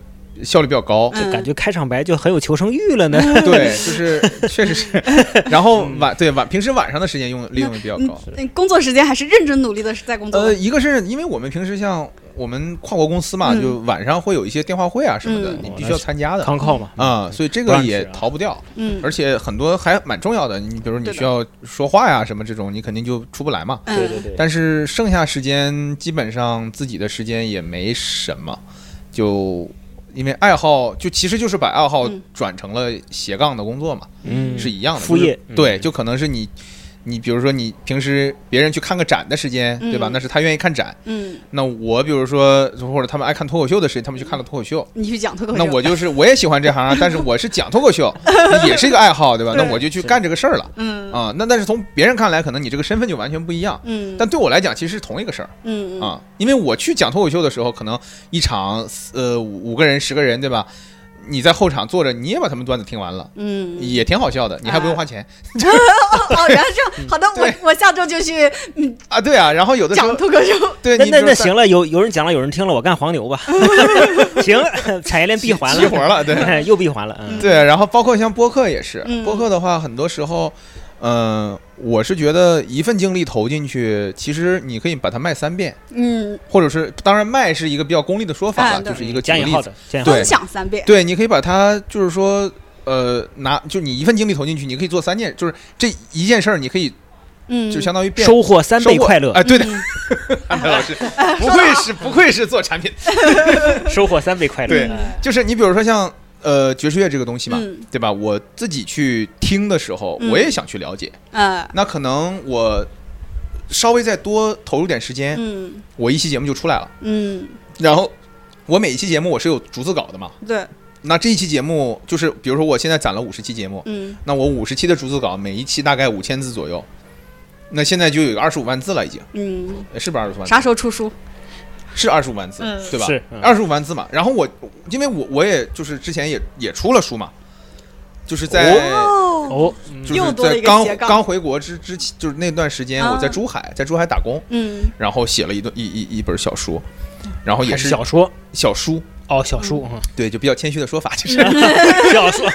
[SPEAKER 5] 效率比较高，
[SPEAKER 1] 嗯
[SPEAKER 4] 感觉开场白就很有求生欲了呢。
[SPEAKER 5] 对，就是确 实是，然后
[SPEAKER 4] 嗯
[SPEAKER 5] 晚对晚平时晚上的时间用利用的比较高。
[SPEAKER 1] 你工作时间还是认真努力的在
[SPEAKER 4] 嗯
[SPEAKER 1] 工作。
[SPEAKER 5] 呃，一个是因为我们平时像我们跨国公司嘛，
[SPEAKER 1] 嗯
[SPEAKER 5] 就晚上会有一些电话会啊什么的，
[SPEAKER 1] 嗯
[SPEAKER 5] 你必须要参加的
[SPEAKER 4] 康靠嘛，
[SPEAKER 5] 啊、所以这
[SPEAKER 4] 不
[SPEAKER 5] 个
[SPEAKER 4] 让
[SPEAKER 5] 也
[SPEAKER 4] 吃啊
[SPEAKER 5] 逃不掉。
[SPEAKER 1] 嗯
[SPEAKER 5] 而且很多还蛮重要的，你比如你
[SPEAKER 1] 对的
[SPEAKER 5] 需要说话呀什么这种，你肯定就出不来嘛。
[SPEAKER 1] 嗯，
[SPEAKER 4] 对
[SPEAKER 5] 但是剩下时间基本上自己的时间也没什么，就因为爱好，就其实就是把爱好
[SPEAKER 1] 嗯
[SPEAKER 5] 转成了斜杠的工作嘛，
[SPEAKER 4] 嗯
[SPEAKER 5] 是一样的
[SPEAKER 4] 副
[SPEAKER 5] 就是
[SPEAKER 4] 业
[SPEAKER 5] 对，
[SPEAKER 4] 嗯
[SPEAKER 5] 就可能是你，你比如说你平时别人去看个展的时间，对吧？
[SPEAKER 1] 嗯
[SPEAKER 5] 那是他愿意看展，
[SPEAKER 1] 嗯，
[SPEAKER 5] 那我比如说或者他们爱看脱口秀的时间，他们去看了脱口秀，
[SPEAKER 1] 你去 讲脱口秀。
[SPEAKER 5] 那我就是我也喜欢这行啊，但是我是讲脱 口秀，也是一个爱好，对吧？那我就去干这个事儿了
[SPEAKER 1] 嗯
[SPEAKER 5] 啊、那但是从别人看来，可能你这个身份就完全不一样。
[SPEAKER 1] 嗯，
[SPEAKER 5] 但对我来讲，其实是同一个事儿
[SPEAKER 1] 嗯嗯
[SPEAKER 5] 啊、因为我去讲脱口秀的时候，可能一场呃五五个人、十个人，对吧？你在后场坐着，你也把他们段子听完了，
[SPEAKER 1] 嗯，
[SPEAKER 5] 也挺好笑的，你还不用花钱
[SPEAKER 1] 哦，然后就好的，
[SPEAKER 5] 对
[SPEAKER 1] 我我下周就去
[SPEAKER 5] 啊。对啊，然后有的时
[SPEAKER 1] 讲
[SPEAKER 5] 候
[SPEAKER 1] 脱口秀。
[SPEAKER 5] 对
[SPEAKER 4] 那
[SPEAKER 5] 你
[SPEAKER 4] 那
[SPEAKER 5] 比如
[SPEAKER 4] 那
[SPEAKER 5] 在
[SPEAKER 4] 行了，有有人讲了，有人听了，我干黄牛 吧，行， 产业链闭 环
[SPEAKER 5] 齐活了，
[SPEAKER 4] 了，
[SPEAKER 5] 对。
[SPEAKER 4] 又闭环了，嗯，
[SPEAKER 5] 对，然后包括像播客也是，
[SPEAKER 1] 嗯
[SPEAKER 5] 播客的话，很多时候，嗯、我是觉得一份精力投进去，其实你可以把它卖三遍，
[SPEAKER 1] 嗯，
[SPEAKER 5] 或者是当然卖是一个比较功利的说法
[SPEAKER 1] 哎
[SPEAKER 5] 了，
[SPEAKER 1] 对
[SPEAKER 5] 就是一个举
[SPEAKER 4] 啊嗯加引
[SPEAKER 5] 例
[SPEAKER 4] 号
[SPEAKER 5] 子
[SPEAKER 4] 的，加引号
[SPEAKER 5] 对
[SPEAKER 1] 分享三遍。
[SPEAKER 5] 对，你可以把它就是说，呃，拿就你一份精力投进去，你可以做三件，就是这一件事儿，你可以
[SPEAKER 1] 嗯，
[SPEAKER 5] 就相当于变。
[SPEAKER 4] 收获三
[SPEAKER 5] 收
[SPEAKER 4] 倍
[SPEAKER 5] 获
[SPEAKER 4] 快乐
[SPEAKER 5] 哎，，对的， 安排 老师，不愧是不愧是做产品，
[SPEAKER 4] 收获三倍快乐，
[SPEAKER 5] 对
[SPEAKER 4] 嗯
[SPEAKER 5] 就是你比如说像呃爵士乐这个东西嘛，
[SPEAKER 1] 嗯
[SPEAKER 5] 对吧？我自己去听的时候，
[SPEAKER 1] 嗯
[SPEAKER 5] 我也想去了解，
[SPEAKER 1] 呃
[SPEAKER 5] 那可能我稍微再多投入点时间，
[SPEAKER 1] 嗯
[SPEAKER 5] 我一期节目就出来了。
[SPEAKER 1] 嗯，
[SPEAKER 5] 然后我每一期节目我是有逐字稿的嘛，
[SPEAKER 1] 对，
[SPEAKER 5] 那这一期节目就是，比如说我现在攒了五十期节目，
[SPEAKER 1] 嗯
[SPEAKER 5] 那我五十期的逐字稿，每一期大概五千字左右。那现在就有个二十五万字了，已经
[SPEAKER 1] 嗯，
[SPEAKER 5] 呃是不是二十五万字？
[SPEAKER 1] 啥时候出书？
[SPEAKER 5] 是二十五万字，
[SPEAKER 7] 嗯
[SPEAKER 5] 对吧？
[SPEAKER 4] 是嗯
[SPEAKER 5] 二十五万字嘛。然后我，因为我我也就是之前也也出了书嘛，就是在、
[SPEAKER 1] 哦，
[SPEAKER 4] 哦，
[SPEAKER 5] 就是
[SPEAKER 1] 又多了
[SPEAKER 5] 在
[SPEAKER 1] 一个
[SPEAKER 5] 刚
[SPEAKER 1] 斜杠
[SPEAKER 5] 刚回国之之前，就是那段时间我在
[SPEAKER 1] 啊
[SPEAKER 5] 珠海，在珠海打工，
[SPEAKER 1] 嗯
[SPEAKER 5] 然后写了一段一一一本小书，然后也
[SPEAKER 4] 哦还
[SPEAKER 5] 是
[SPEAKER 4] 小说
[SPEAKER 5] 小书，
[SPEAKER 4] 哦，小书，嗯
[SPEAKER 5] 对，就比较谦虚的说法就是，
[SPEAKER 4] 小说，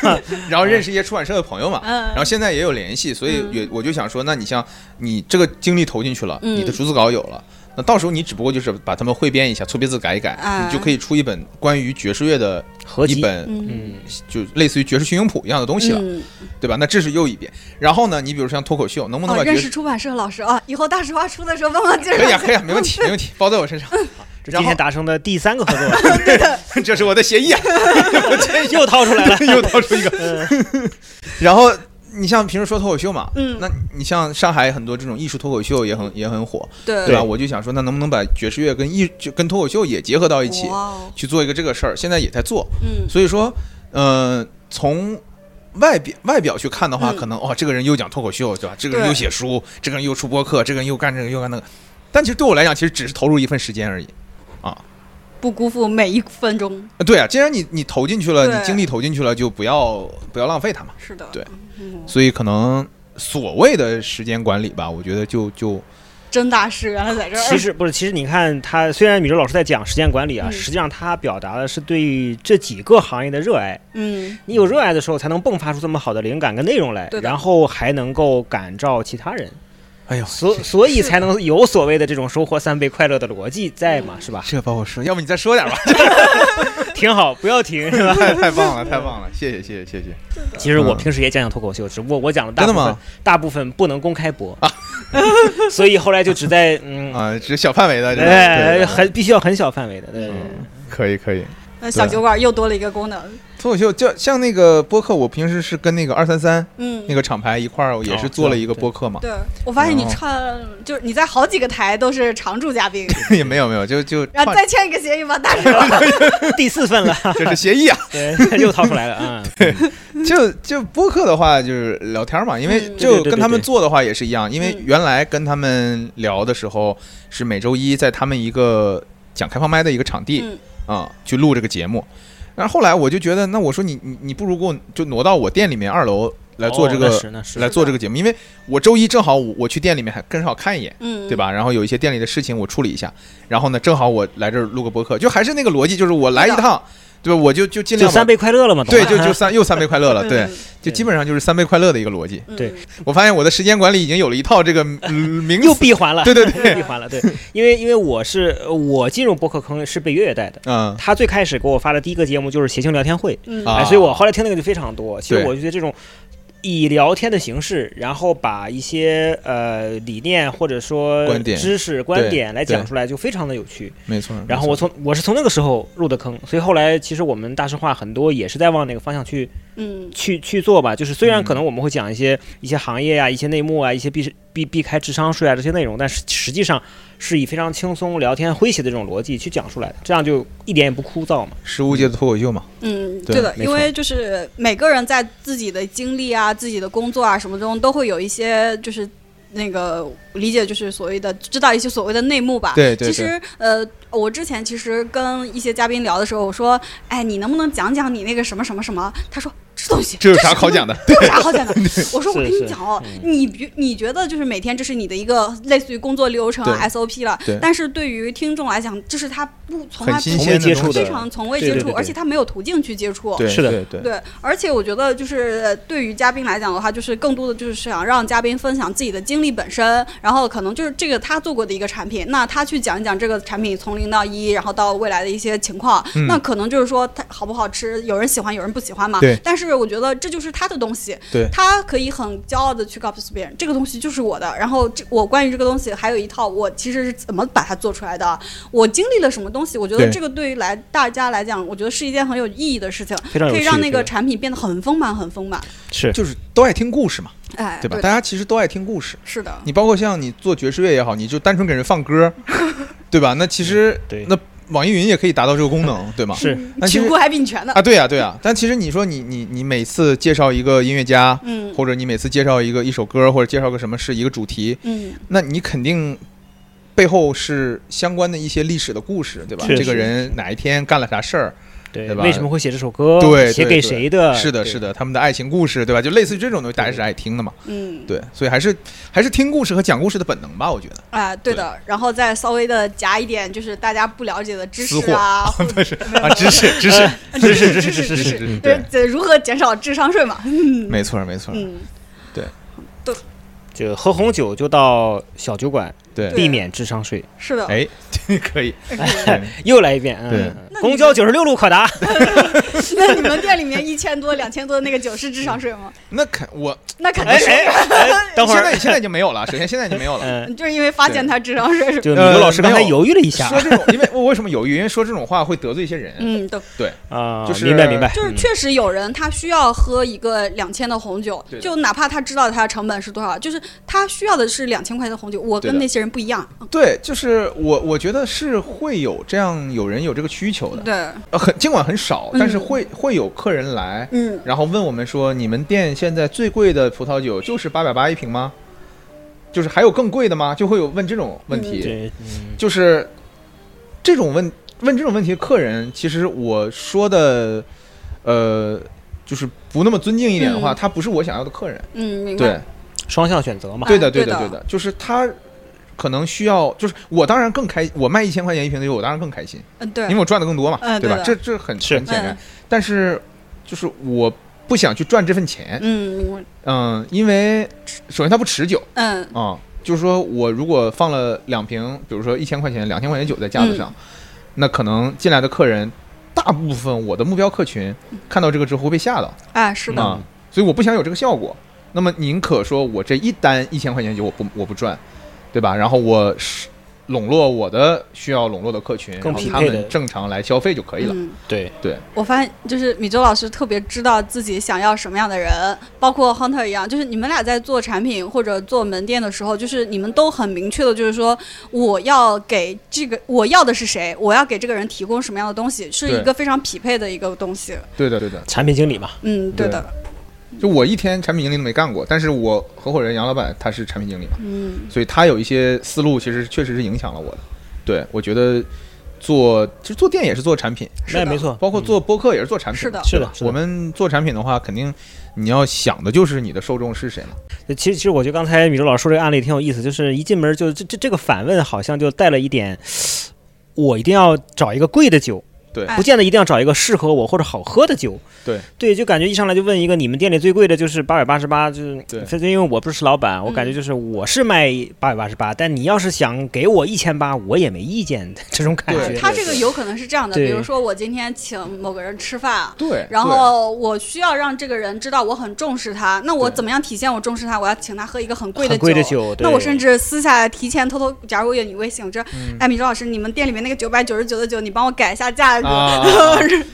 [SPEAKER 5] 然后认识一些出版社的朋友嘛，
[SPEAKER 1] 嗯
[SPEAKER 5] 然后现在也有联系，所以也我就想说，那你像你这个精力投进去了，
[SPEAKER 1] 嗯
[SPEAKER 5] 你的逐字稿有了。那到时候你只不过就是把它们汇编一下，错别字改一改，
[SPEAKER 1] 啊
[SPEAKER 5] 你就可以出一本关于爵士乐的
[SPEAKER 4] 合
[SPEAKER 5] 一
[SPEAKER 4] 集，
[SPEAKER 5] 本，
[SPEAKER 1] 嗯，
[SPEAKER 4] 嗯，
[SPEAKER 5] 就类似于爵士群英谱一样的东西了，
[SPEAKER 1] 嗯
[SPEAKER 5] 对啊吧？那这是又一遍。然后呢，你比如像脱口秀，能不能
[SPEAKER 1] 哦，
[SPEAKER 5] 把
[SPEAKER 1] 认
[SPEAKER 5] 爵
[SPEAKER 1] 识
[SPEAKER 5] 士？
[SPEAKER 1] 出版社老师啊，以后大实话出的时候帮忙介绍。
[SPEAKER 5] 可以啊，可以啊，没问
[SPEAKER 1] 嗯
[SPEAKER 5] 题，没问题，包在我身上，
[SPEAKER 4] 这
[SPEAKER 5] 然
[SPEAKER 4] 今
[SPEAKER 5] 后
[SPEAKER 4] 天达成的第三个合作，
[SPEAKER 5] 这是我的协议啊。
[SPEAKER 4] 又掏出来了， 嗯
[SPEAKER 5] 又 掏出一个。然后你像平时说脱口秀嘛，
[SPEAKER 1] 嗯
[SPEAKER 5] 那你像上海很多这种艺术脱口秀也很也很火，
[SPEAKER 1] 对
[SPEAKER 5] 对吧？我就想说，那能不能把爵士乐跟艺就跟脱口秀也结合到一起，
[SPEAKER 1] 哇哦，
[SPEAKER 5] 去做一个这个事儿？现在也在做，
[SPEAKER 1] 嗯
[SPEAKER 5] 所以说，呃，从。外表外表去看的话，
[SPEAKER 1] 嗯
[SPEAKER 5] 可能哦，这个人又讲脱口秀，对吧？这个人
[SPEAKER 1] 对
[SPEAKER 5] 又写书，这个人又出播客，这个人又干这个又干那个。但其实对我来讲，其实只是投入一份时间而已。
[SPEAKER 1] 不辜负每一分钟。
[SPEAKER 5] 呃对啊，既然你你投进去了，
[SPEAKER 1] 对
[SPEAKER 5] 你精力投进去了，就不要不要浪费它嘛。
[SPEAKER 1] 是的，
[SPEAKER 5] 对
[SPEAKER 1] 嗯，
[SPEAKER 5] 所以可能所谓的时间管理吧，我觉得就就
[SPEAKER 1] 真大师原来在这儿。
[SPEAKER 4] 其实不是，其实你看他，虽然米周老师在讲时间管理啊，
[SPEAKER 1] 嗯
[SPEAKER 4] 实际上他表达的是对这几个行业的热爱。
[SPEAKER 1] 嗯
[SPEAKER 4] 你有热爱的时候，才能迸发出这么好的灵感跟内容来
[SPEAKER 1] 对，的
[SPEAKER 4] 然后还能够感召其他人，
[SPEAKER 5] 哎呦，
[SPEAKER 4] 所所以才能有所谓的这种收获三倍快乐的逻辑在嘛，是吧？
[SPEAKER 5] 这把我说，要不你再 说点吧，
[SPEAKER 4] 挺好，不要停，是吧？
[SPEAKER 5] 太太棒了，太棒了，谢谢谢谢谢谢。
[SPEAKER 4] 其实我
[SPEAKER 5] 嗯
[SPEAKER 4] 平时也讲讲脱口秀，只不过我讲的大部
[SPEAKER 5] 真的
[SPEAKER 4] 分
[SPEAKER 5] 吗
[SPEAKER 4] 大部分不能公开播， 所以后来就只在嗯，
[SPEAKER 5] 啊，只是小范围的，这个对
[SPEAKER 4] 哎，
[SPEAKER 5] 对
[SPEAKER 4] 很必须要很小范围的，对，
[SPEAKER 5] 嗯可以可以。
[SPEAKER 1] 呃，小酒馆又多了一个功能。
[SPEAKER 5] 脱口秀就像那个播客，我平时是跟那个二三三
[SPEAKER 1] 嗯，
[SPEAKER 5] 那个哦厂牌一块儿，我也是
[SPEAKER 4] 哦
[SPEAKER 5] 做了
[SPEAKER 4] 对
[SPEAKER 5] 一个播客嘛，
[SPEAKER 1] 对，我发现你
[SPEAKER 5] 然后
[SPEAKER 1] 串就是你在好几个台都是常驻嘉宾，
[SPEAKER 5] 也没有没有，就就
[SPEAKER 1] 然后再签一个协议吧，大师吧。
[SPEAKER 5] 嗯
[SPEAKER 4] 第四份 了，
[SPEAKER 5] 这是协议啊，
[SPEAKER 4] 对，又掏出来了啊，嗯
[SPEAKER 5] 就就播客的话就是聊天嘛，因为
[SPEAKER 1] 嗯
[SPEAKER 5] 就
[SPEAKER 4] 对对对
[SPEAKER 5] 跟他们
[SPEAKER 4] 对
[SPEAKER 5] 做的话也是一样，因为
[SPEAKER 1] 嗯
[SPEAKER 5] 原来跟他们聊的时候是每周一在他们一个讲开放麦的一个场地
[SPEAKER 1] 嗯
[SPEAKER 5] 啊、去录这个节目，然后后来我就觉得，那我说你你你不如给我就挪到我店里面二楼来做这
[SPEAKER 4] 哦
[SPEAKER 5] 个、
[SPEAKER 4] 那是那是
[SPEAKER 5] 来做这个节目，因为我周一正好我我去店里面还跟上好看一眼，
[SPEAKER 1] 嗯，
[SPEAKER 5] 对？吧？然后有一些店里的事情我处理一下，然后呢，正好我来这儿录个播客，就还是那个逻辑，就是我来一趟，对吧？我就就尽
[SPEAKER 4] 就
[SPEAKER 5] 量把
[SPEAKER 4] 三倍快乐了嘛，
[SPEAKER 5] 对，
[SPEAKER 4] 懂
[SPEAKER 5] 就
[SPEAKER 4] 吗
[SPEAKER 5] 就三又三倍快乐了， 对，就
[SPEAKER 4] 对
[SPEAKER 5] 基本上就是三倍快乐的一个逻辑。
[SPEAKER 1] 嗯
[SPEAKER 4] 对，
[SPEAKER 5] 我发现我的时间管理已经有了一套这个嗯名
[SPEAKER 4] 又
[SPEAKER 5] 词，
[SPEAKER 4] 闭环了，
[SPEAKER 5] 对对
[SPEAKER 4] 对，闭环了，对，因为因为我是我进入播客坑是被月月带的，
[SPEAKER 5] 嗯
[SPEAKER 4] 他最开始给我发的第一个节目就是谐星聊天会，
[SPEAKER 1] 嗯
[SPEAKER 5] 啊
[SPEAKER 4] 哎，所以我后来听那个就非常多。其实
[SPEAKER 5] 对
[SPEAKER 4] 我就觉得这种以聊天的形式，然后把一些呃理念或者说
[SPEAKER 5] 观点
[SPEAKER 4] 知识、观点来
[SPEAKER 5] 对
[SPEAKER 4] 讲出来，就非常的有趣。
[SPEAKER 5] 没错。
[SPEAKER 4] 然后
[SPEAKER 5] 没
[SPEAKER 4] 我
[SPEAKER 5] 错
[SPEAKER 4] 从我是从那个时候入的坑，所以后来其实我们大实话很多也是在往那个方向去
[SPEAKER 1] 嗯
[SPEAKER 4] 去去做吧。就是虽然
[SPEAKER 5] 嗯
[SPEAKER 4] 可能我们会讲一些、一些行业啊、一些内幕啊、一些避避避开智商税啊这些内容，但是实际上是以非常轻松、聊天、诙谐的这种逻辑去讲出来的，这样就一点也不枯燥嘛。
[SPEAKER 5] 十五届的脱口秀嘛，
[SPEAKER 1] 嗯，
[SPEAKER 5] 对
[SPEAKER 1] 对的，
[SPEAKER 4] 没
[SPEAKER 1] 因为就是每个人在自己的经历啊、自己的工作啊什么中，都会有一些就是那个理解，就是所谓的知道一些所谓的内幕吧。
[SPEAKER 5] 对对
[SPEAKER 1] 其实呃，我之前其实跟一些嘉宾聊的时候，我说，哎，你能不能讲讲你那个什么什么什么？他说这东 西
[SPEAKER 5] 这有
[SPEAKER 1] 什
[SPEAKER 5] 啥
[SPEAKER 1] 么
[SPEAKER 5] 好讲的？
[SPEAKER 1] 这有啥好讲 的？我说我
[SPEAKER 4] 是
[SPEAKER 1] 跟你
[SPEAKER 4] 是
[SPEAKER 1] 讲哦，
[SPEAKER 5] 嗯
[SPEAKER 1] 你比你觉得就是每天这是你的一个类似于工作流程啊
[SPEAKER 5] 对
[SPEAKER 1] SOP 了
[SPEAKER 5] 对，
[SPEAKER 1] 但是对于听众来讲，这是他不从
[SPEAKER 5] 很
[SPEAKER 1] 来
[SPEAKER 5] 新
[SPEAKER 1] 不
[SPEAKER 4] 从
[SPEAKER 5] 鲜
[SPEAKER 4] 未
[SPEAKER 5] 的
[SPEAKER 4] 接
[SPEAKER 5] 东
[SPEAKER 4] 触
[SPEAKER 5] 西
[SPEAKER 4] 的
[SPEAKER 1] 非常从未
[SPEAKER 4] 对
[SPEAKER 1] 接
[SPEAKER 4] 对
[SPEAKER 1] 触，
[SPEAKER 4] 对对
[SPEAKER 1] 而且他没有途径去接触。
[SPEAKER 5] 对，
[SPEAKER 4] 是的
[SPEAKER 5] 对对
[SPEAKER 1] 对，而且我觉得就是呃对于嘉宾来讲的话，就是更多的就是想让嘉宾分享自己的经历本身，然后可能就是这个他做过的一个产品，那他去讲一讲这个产品从零到一，然后到未来的一些情况，
[SPEAKER 5] 嗯
[SPEAKER 1] 那可能就是说它好不好吃，有人喜欢，有人不喜欢嘛。
[SPEAKER 5] 对
[SPEAKER 1] 但是我觉得这就是他的东西，
[SPEAKER 5] 对
[SPEAKER 1] 他可以很骄傲的去告诉别人，这个东西就是我的。然后这我关于这个东西还有一套，我其实是怎么把它做出来的，我经历了什么东西。我觉得
[SPEAKER 5] 对
[SPEAKER 1] 这个对于来大家来讲，我觉得是一件很有意义的事情。
[SPEAKER 4] 非常有
[SPEAKER 1] 可
[SPEAKER 4] 趣
[SPEAKER 1] 以让那
[SPEAKER 4] 这
[SPEAKER 1] 个
[SPEAKER 4] 个
[SPEAKER 1] 产品变得很丰满，很丰满。
[SPEAKER 4] 是
[SPEAKER 5] 就是都爱听故事嘛，
[SPEAKER 1] 哎，
[SPEAKER 5] 对吧？大
[SPEAKER 1] 的
[SPEAKER 5] 家其实都爱听故事，
[SPEAKER 1] 是的，
[SPEAKER 5] 你包括像你做爵士乐也好，你就单纯给人放歌， 对吧？那其实
[SPEAKER 4] 嗯对
[SPEAKER 5] 那网易云也可以达到这个功能，对吗？
[SPEAKER 4] 是
[SPEAKER 5] 那其
[SPEAKER 1] 曲
[SPEAKER 5] 实
[SPEAKER 1] 库还比你全呢。
[SPEAKER 5] 啊，对呀、对呀、但其实你说你你你每次介绍一个音乐家，
[SPEAKER 1] 嗯
[SPEAKER 5] 或者你每次介绍一个一首歌，或者介绍个什么是一个主题，
[SPEAKER 1] 嗯，
[SPEAKER 5] 那你肯定背后是相关的一些历史的故事，对吧？
[SPEAKER 4] 是
[SPEAKER 5] 这个
[SPEAKER 4] 是
[SPEAKER 5] 人哪一天干了啥事儿？
[SPEAKER 4] 对
[SPEAKER 5] 对吧
[SPEAKER 4] 为什么会写这首歌？
[SPEAKER 5] 对
[SPEAKER 4] 写
[SPEAKER 5] 对
[SPEAKER 4] 给
[SPEAKER 5] 对
[SPEAKER 4] 谁的？
[SPEAKER 5] 是的，
[SPEAKER 4] 对
[SPEAKER 5] 是。的，他们的爱情故事，对吧？就类似于这种东西，大家是爱听的嘛。
[SPEAKER 1] 嗯，
[SPEAKER 5] 对，所以还是还是听故事和讲故事的本能吧，我觉得。
[SPEAKER 1] 哎，对的，然后再稍微的夹一点，就是大家不了解的知识啊，或者
[SPEAKER 5] 啊，知识，知识，
[SPEAKER 1] 知识，知识，知
[SPEAKER 5] 知
[SPEAKER 1] 识，
[SPEAKER 5] 识，
[SPEAKER 1] 就
[SPEAKER 5] 对
[SPEAKER 1] 是，怎如何减少智商税嘛。
[SPEAKER 5] 没错，没错，
[SPEAKER 1] 嗯，
[SPEAKER 4] 就喝红酒就到小酒馆，
[SPEAKER 5] 对。
[SPEAKER 4] 避免智商税。
[SPEAKER 1] 是的。
[SPEAKER 5] 哎， 这个可以，
[SPEAKER 4] 又来一遍，嗯
[SPEAKER 5] 对
[SPEAKER 4] 嗯
[SPEAKER 1] 那你
[SPEAKER 4] 公交九十六路可达。
[SPEAKER 1] 那你们店里面一千多、两千多的那个酒是智商税吗？
[SPEAKER 5] 那肯我
[SPEAKER 1] 那肯定
[SPEAKER 4] 哎
[SPEAKER 1] 是，
[SPEAKER 4] 哎 哎，等会
[SPEAKER 5] 现
[SPEAKER 4] 儿
[SPEAKER 5] 在，现在已经没有了，首先现在已经没有了。
[SPEAKER 4] 嗯，
[SPEAKER 1] 就是因为发现他智商税是吧？
[SPEAKER 4] 就米刘老师
[SPEAKER 5] 呃
[SPEAKER 4] 刚才
[SPEAKER 5] 没有
[SPEAKER 4] 犹豫了一下
[SPEAKER 5] 说这种，因为我为什么犹豫？因为说这种话会得罪一些人。
[SPEAKER 1] 嗯，对，
[SPEAKER 4] 啊，
[SPEAKER 5] 就是
[SPEAKER 4] 明白明白，
[SPEAKER 1] 就是
[SPEAKER 4] 嗯
[SPEAKER 1] 确实有人他需要喝一个两千的红酒
[SPEAKER 5] 对，的
[SPEAKER 1] 就哪怕他知道它的成本是多少，就是他需要的是两千块钱的红酒。我
[SPEAKER 5] 对
[SPEAKER 1] 跟
[SPEAKER 5] 的
[SPEAKER 1] 那些人不一样，
[SPEAKER 5] 对，就是我，我觉得是会有这样有人有这个需求的，
[SPEAKER 1] 对，
[SPEAKER 5] 呃，很尽管很少，
[SPEAKER 1] 嗯
[SPEAKER 5] 但是会会有客人来，
[SPEAKER 1] 嗯，
[SPEAKER 5] 然后问我们说，你们店现在最贵的葡萄酒就是八百八一瓶吗？就是还有更贵的吗？就会有问这种问题，
[SPEAKER 4] 对，嗯
[SPEAKER 5] 就是这种问问这种问题，客人其实我说的，呃，就是不那么尊敬一点的话，
[SPEAKER 1] 嗯
[SPEAKER 5] 他不是我想要的客人，
[SPEAKER 1] 嗯，明白。
[SPEAKER 5] 对。
[SPEAKER 4] 双向选择嘛。
[SPEAKER 5] 对的，
[SPEAKER 1] 对
[SPEAKER 5] 的，
[SPEAKER 1] 的
[SPEAKER 5] 对的，就是他可能需要，就是我当然更开，我卖一千块钱一瓶的酒，我当然更开心，
[SPEAKER 1] 嗯，对
[SPEAKER 5] 因为，我赚的更多嘛，
[SPEAKER 1] 嗯
[SPEAKER 5] 对吧？
[SPEAKER 1] 对
[SPEAKER 5] 这
[SPEAKER 1] 的
[SPEAKER 5] 这很很
[SPEAKER 4] 是
[SPEAKER 5] 显然
[SPEAKER 1] 嗯，
[SPEAKER 5] 但是就是我不想去赚这份钱，
[SPEAKER 1] 嗯，明白，
[SPEAKER 5] 嗯，因为首先它不持久
[SPEAKER 1] 嗯
[SPEAKER 5] 啊、就是说我如果放了两瓶，比如说一千块钱、两千块钱酒在架子
[SPEAKER 1] 嗯
[SPEAKER 5] 上，那可能进来的客人大部分我的目标客群
[SPEAKER 1] 嗯
[SPEAKER 5] 看到这个之后会被吓到。
[SPEAKER 1] 哎，是的，
[SPEAKER 5] 啊，所以我不想有这个效果。那么宁可说我这一单一千块钱酒我不我不赚，对吧？然后我是笼络我的需要笼络的客群，
[SPEAKER 4] 更
[SPEAKER 5] 然后
[SPEAKER 4] 匹
[SPEAKER 5] 他
[SPEAKER 4] 配的
[SPEAKER 5] 们正常来消费就可以了。
[SPEAKER 1] 嗯，
[SPEAKER 4] 对，
[SPEAKER 1] 我发现就是米周老师特别知道自己想要什么样的人，包括 Hunter 一样，就是你们俩在做产品或者做门店的时候，就是你们都很明确的，就是说我要给这个我要的是谁，我要给这个人提供什么样的东西，是
[SPEAKER 5] 对
[SPEAKER 1] 一个非常匹配的一个东西。
[SPEAKER 5] 对的，对的。
[SPEAKER 4] 产品经理嘛，
[SPEAKER 1] 嗯，对的，
[SPEAKER 5] 就我一天产品经理都没干过，但是我合伙人杨老板他是产品经理嘛，
[SPEAKER 1] 嗯
[SPEAKER 5] 所以他有一些思路，其实确实是影响了我的。对，我觉得做其实做店也是做产品，
[SPEAKER 1] 是
[SPEAKER 4] 那也
[SPEAKER 1] 的
[SPEAKER 4] 没错，
[SPEAKER 5] 包括做播客也是做产品。
[SPEAKER 1] 是的，
[SPEAKER 4] 嗯是的，是的
[SPEAKER 5] 我们做产品的话，肯定你要想的就是你的受众是谁嘛。
[SPEAKER 4] 其实，其实我觉得刚才米周老师说这个案例挺有意思，就是一进门就这这这个反问，好像就带了一点，呃我一定要找一个贵的酒，
[SPEAKER 5] 对
[SPEAKER 1] 哎
[SPEAKER 4] 不见得一定要找一个适合我或者好喝的酒，
[SPEAKER 5] 对
[SPEAKER 4] 对，就感觉一上来就问一个你们店里最贵的就是八百八十八，就是
[SPEAKER 5] 对
[SPEAKER 4] 这因为我不是老板，我感觉
[SPEAKER 1] 嗯
[SPEAKER 4] 就是我是卖八百八十八，但你要是想给我一千八，我也没意见， 这种感
[SPEAKER 5] 对
[SPEAKER 4] 觉。
[SPEAKER 1] 他这个有可能是这样的，
[SPEAKER 4] 对
[SPEAKER 1] 比如说我今天请某个人吃饭，
[SPEAKER 5] 对
[SPEAKER 1] 然后我需要让这个人知道我很重视他，那我
[SPEAKER 5] 对
[SPEAKER 1] 怎么样体现我重视他？我要请他喝一个很贵的
[SPEAKER 4] 很
[SPEAKER 1] 酒，
[SPEAKER 4] 贵的酒，
[SPEAKER 1] 那我
[SPEAKER 4] 对
[SPEAKER 1] 甚至私下提前偷偷，假如我有你微信，我这，
[SPEAKER 5] 嗯
[SPEAKER 1] 哎，米周老师，你们店里面那个九百九十九的酒，你帮我改一下价 格。
[SPEAKER 5] 啊，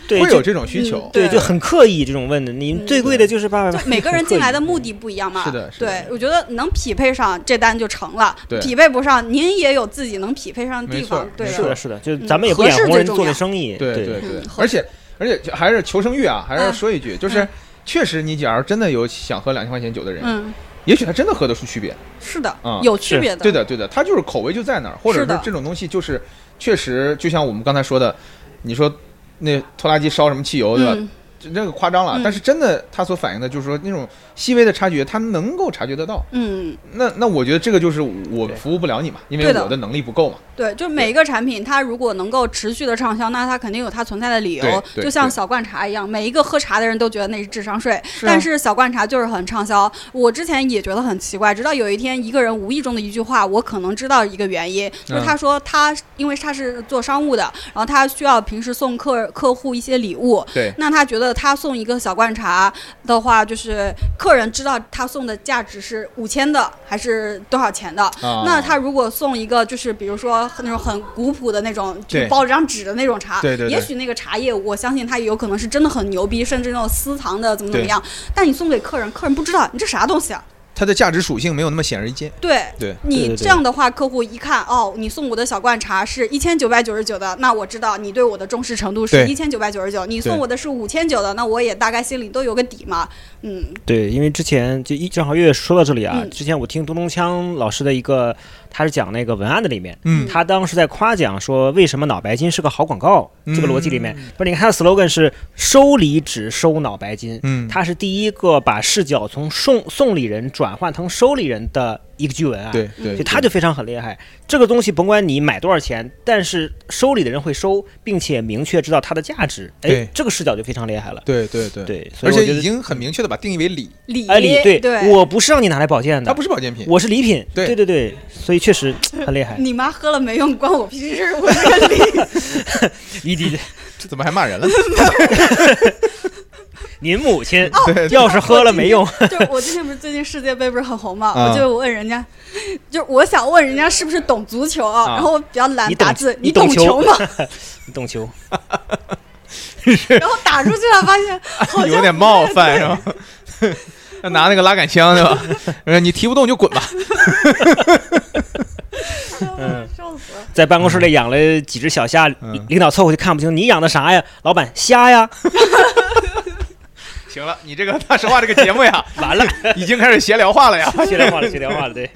[SPEAKER 4] 对
[SPEAKER 5] 会
[SPEAKER 4] 就
[SPEAKER 5] 有这种需求
[SPEAKER 1] 嗯。对嗯
[SPEAKER 4] 对，就很刻意这种问的。你们最贵的就是八百
[SPEAKER 1] 就
[SPEAKER 4] 八，
[SPEAKER 1] 每个人进来的目的不一样嘛，
[SPEAKER 5] 是的是的
[SPEAKER 1] 对，我觉得能匹配上这单就成了，
[SPEAKER 5] 对
[SPEAKER 1] 匹配不上，您也有自己能匹配上的地
[SPEAKER 5] 没错
[SPEAKER 1] 方，对
[SPEAKER 4] 是
[SPEAKER 1] 的
[SPEAKER 4] 的，，是的，就
[SPEAKER 1] 嗯
[SPEAKER 4] 咱们也不
[SPEAKER 1] 合
[SPEAKER 4] 眼
[SPEAKER 1] 适
[SPEAKER 4] 红
[SPEAKER 1] 最
[SPEAKER 4] 人
[SPEAKER 1] 重
[SPEAKER 4] 做的
[SPEAKER 1] 要
[SPEAKER 4] 生意，
[SPEAKER 5] 对
[SPEAKER 4] 对
[SPEAKER 5] 对对
[SPEAKER 1] 嗯，
[SPEAKER 5] 而且而且就还是求生欲啊，还是要
[SPEAKER 1] 嗯
[SPEAKER 5] 说一句，就是
[SPEAKER 1] 嗯
[SPEAKER 5] 确实你假如真的有想喝两千块钱酒的人，
[SPEAKER 1] 嗯，
[SPEAKER 5] 也许他真的喝得出区别。
[SPEAKER 1] 是的，
[SPEAKER 5] 嗯
[SPEAKER 1] 有区别的，
[SPEAKER 5] 对的，对的，它就是口味就在那儿，或者
[SPEAKER 1] 是的
[SPEAKER 5] 说这种东西就是确实，就像我们刚才说的，你说那拖拉机烧什么汽油，对吧？
[SPEAKER 1] 嗯，
[SPEAKER 5] 这这个夸张了，
[SPEAKER 1] 嗯
[SPEAKER 5] 但是真的，它所反映的就是说那种细微的察觉，它能够察觉得到。
[SPEAKER 1] 嗯，
[SPEAKER 5] 那那我觉得这个就是我
[SPEAKER 4] 对
[SPEAKER 5] 服务不了你嘛，因为
[SPEAKER 1] 对的
[SPEAKER 5] 我的能力不够嘛。
[SPEAKER 1] 对，就每一个产品，它如果能够持续的畅销，那它肯定有它存在的理由。
[SPEAKER 5] 对对
[SPEAKER 1] 就像
[SPEAKER 5] 对
[SPEAKER 1] 小罐茶一样，每一个喝茶的人都觉得那是智商税，
[SPEAKER 5] 啊
[SPEAKER 1] 但是小罐茶就是很畅销。我之前也觉得很奇怪，直到有一天一个人无意中的一句话，我可能知道一个原因，就是
[SPEAKER 5] 嗯
[SPEAKER 1] 他说他因为他是做商务的，然后他需要平时送客客户一些礼物。
[SPEAKER 5] 对
[SPEAKER 1] 那他觉得他送一个小罐茶的话，就是客人知道他送的价值是五千的还是多少钱的，
[SPEAKER 5] 啊，
[SPEAKER 1] 那他如果送一个，就是比如说那种很古朴的那种，就
[SPEAKER 5] 对
[SPEAKER 1] 包着张纸的那种茶，
[SPEAKER 5] 对对对
[SPEAKER 1] 也许那个茶叶，我相信它有可能是真的很牛逼，甚至那种私藏的怎么怎么样。但你送给客人，客人不知道你这啥东西啊。
[SPEAKER 5] 它的价值属性没有那么显而易见。
[SPEAKER 1] 对，
[SPEAKER 5] 对
[SPEAKER 4] 对
[SPEAKER 1] 你
[SPEAKER 4] 对对
[SPEAKER 1] 这样的话，客户一看，哦，你送我的小罐茶是一千九百九十九的，那我知道你对我的重视程度是
[SPEAKER 5] 对
[SPEAKER 1] 一千九百九十九。你送
[SPEAKER 5] 对
[SPEAKER 1] 我的是五千九的，那我也大概心里都有个底嘛。嗯，
[SPEAKER 4] 对，因为之前就一正好月月说到这里啊，
[SPEAKER 1] 嗯
[SPEAKER 4] 之前我听东东锵老师的一个，他是讲那个文案的里面，
[SPEAKER 5] 嗯
[SPEAKER 4] 他当时在夸奖说为什么脑白金是个好广告，
[SPEAKER 5] 嗯
[SPEAKER 4] 这个逻辑里面，不是你看他的 slogan 是收礼只收脑白金，
[SPEAKER 5] 嗯
[SPEAKER 4] 他是第一个把视角从送送礼人转换成收礼人的一个句文案，
[SPEAKER 5] 对
[SPEAKER 1] 嗯
[SPEAKER 5] 对，
[SPEAKER 4] 就他就非常很厉害。这个东西甭管你买多少钱，但是收礼的人会收，并且明确知道它的价值，哎
[SPEAKER 5] 对，
[SPEAKER 4] 这个视角就非常厉害了。
[SPEAKER 5] 对对对，
[SPEAKER 4] 对，所
[SPEAKER 5] 而
[SPEAKER 4] 以我
[SPEAKER 5] 且
[SPEAKER 4] 觉
[SPEAKER 5] 已
[SPEAKER 4] 得。嗯
[SPEAKER 5] 经很明确的把定义为礼，
[SPEAKER 1] 礼
[SPEAKER 4] 哎，礼
[SPEAKER 1] 对，
[SPEAKER 4] 我不是让你拿来保健的，
[SPEAKER 5] 它不是保健品。
[SPEAKER 4] 嗯我是礼品，
[SPEAKER 5] 对
[SPEAKER 4] 对对所以确 实很厉害。
[SPEAKER 1] 你妈喝了没用，关我屁事，我这个礼。
[SPEAKER 4] 你你
[SPEAKER 5] 这怎么还骂 人了？
[SPEAKER 4] 您母亲要是喝了没用，嗯
[SPEAKER 1] 就是哦我之前不是最近世界杯不是很红嘛，
[SPEAKER 5] 啊
[SPEAKER 1] 我就问人家，就是我想问人家是不是懂足球啊？
[SPEAKER 5] 啊
[SPEAKER 1] 然后我比较懒
[SPEAKER 4] 你懂
[SPEAKER 1] 打字，
[SPEAKER 4] 你
[SPEAKER 1] 懂
[SPEAKER 4] 懂球
[SPEAKER 1] 吗？
[SPEAKER 4] 你懂球。
[SPEAKER 1] 然后打出去了，发 现好
[SPEAKER 5] 有
[SPEAKER 1] 像
[SPEAKER 5] 点冒犯是吧？ 要拿那个拉杆箱是吧？ 呃你提不动就滚 吧。
[SPEAKER 1] 哎呦
[SPEAKER 4] 嗯
[SPEAKER 1] 笑死了。
[SPEAKER 4] 在办公室里养了几只小虾，
[SPEAKER 5] 嗯
[SPEAKER 4] 领导凑过去看不清，你养的啥呀？老板虾呀，
[SPEAKER 5] 行了，你这个大实话这个节目呀，
[SPEAKER 4] 完 了，
[SPEAKER 5] 已经开始闲聊话了呀，
[SPEAKER 4] 接电话了，接电话了，对，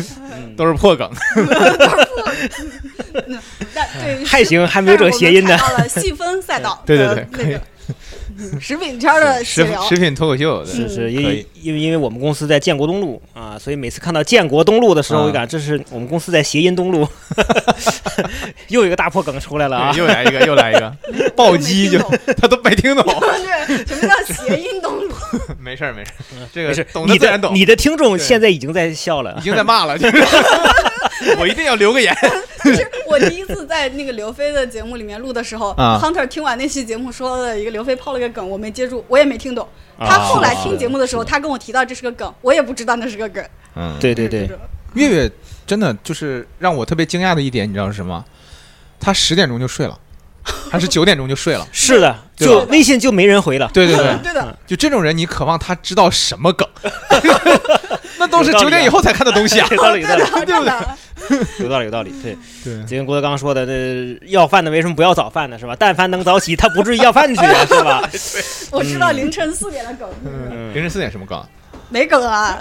[SPEAKER 5] 都是破梗。
[SPEAKER 4] 嗯
[SPEAKER 1] 但对，
[SPEAKER 4] 还行，还没有这个谐音呢
[SPEAKER 1] 但。是我们看到了细分赛道
[SPEAKER 5] 对对对
[SPEAKER 1] 的那个嗯食品圈的
[SPEAKER 5] 食
[SPEAKER 1] 闲聊。
[SPEAKER 5] 食品脱口秀，对
[SPEAKER 4] 是是，因
[SPEAKER 5] 嗯可
[SPEAKER 4] 为
[SPEAKER 5] 以
[SPEAKER 4] 因为因为我们公司在建国东路啊，所以每次看到建国东路的时候，
[SPEAKER 5] 啊
[SPEAKER 4] 我就感觉这是我们公司在谐音东路， 又一个大破梗出来了啊！
[SPEAKER 5] 又来一个，又来一 个，暴击就
[SPEAKER 1] 我没
[SPEAKER 5] 他都没听懂。
[SPEAKER 1] 对，什么叫谐音懂路？
[SPEAKER 5] 没事儿没事儿，这
[SPEAKER 4] 嗯没
[SPEAKER 5] 个
[SPEAKER 4] 事，
[SPEAKER 5] 懂
[SPEAKER 4] 你
[SPEAKER 5] 自然
[SPEAKER 4] 的
[SPEAKER 5] 懂，
[SPEAKER 4] 你的听众
[SPEAKER 5] 对
[SPEAKER 4] 现在已经在笑了
[SPEAKER 5] 已，经在骂了， 就是我一定要留个言。
[SPEAKER 1] 就是我第一次在那个刘飞的节目里面录的时候、
[SPEAKER 5] 啊
[SPEAKER 1] h u n t e r 听完那期节目说了一个刘飞抛了个梗，我没接住，我也没听懂。
[SPEAKER 5] 啊
[SPEAKER 1] 他后来听节目的时候，他跟我提到这是个梗，我也不知道那是个梗。
[SPEAKER 5] 嗯，
[SPEAKER 4] 对对
[SPEAKER 1] 就
[SPEAKER 4] 对
[SPEAKER 1] 是这，种，
[SPEAKER 5] 月月真的就是让我特别惊讶的一点，你知道是什么？他十点钟就睡了，还是九点钟就睡了？
[SPEAKER 4] 是的，
[SPEAKER 5] 对
[SPEAKER 4] 就
[SPEAKER 5] 吧
[SPEAKER 4] 微信就没人回了。
[SPEAKER 5] 对对对
[SPEAKER 1] 对，的，
[SPEAKER 5] 就这种人，你渴望他知道什么梗？那都是
[SPEAKER 4] 有道理啊
[SPEAKER 5] 九点以后才看的东 西啊！
[SPEAKER 4] 有道理，有道理，
[SPEAKER 1] 对的，
[SPEAKER 4] 有道理，有道理。对，
[SPEAKER 5] 对
[SPEAKER 4] 就跟郭德纲说的，那要饭的为什么不要早饭呢？是吧？但凡能早起，他不至于要饭去，啊是吧？
[SPEAKER 1] 我知道凌晨四点的梗，
[SPEAKER 5] 凌晨四点什么梗啊？
[SPEAKER 1] 没梗啊，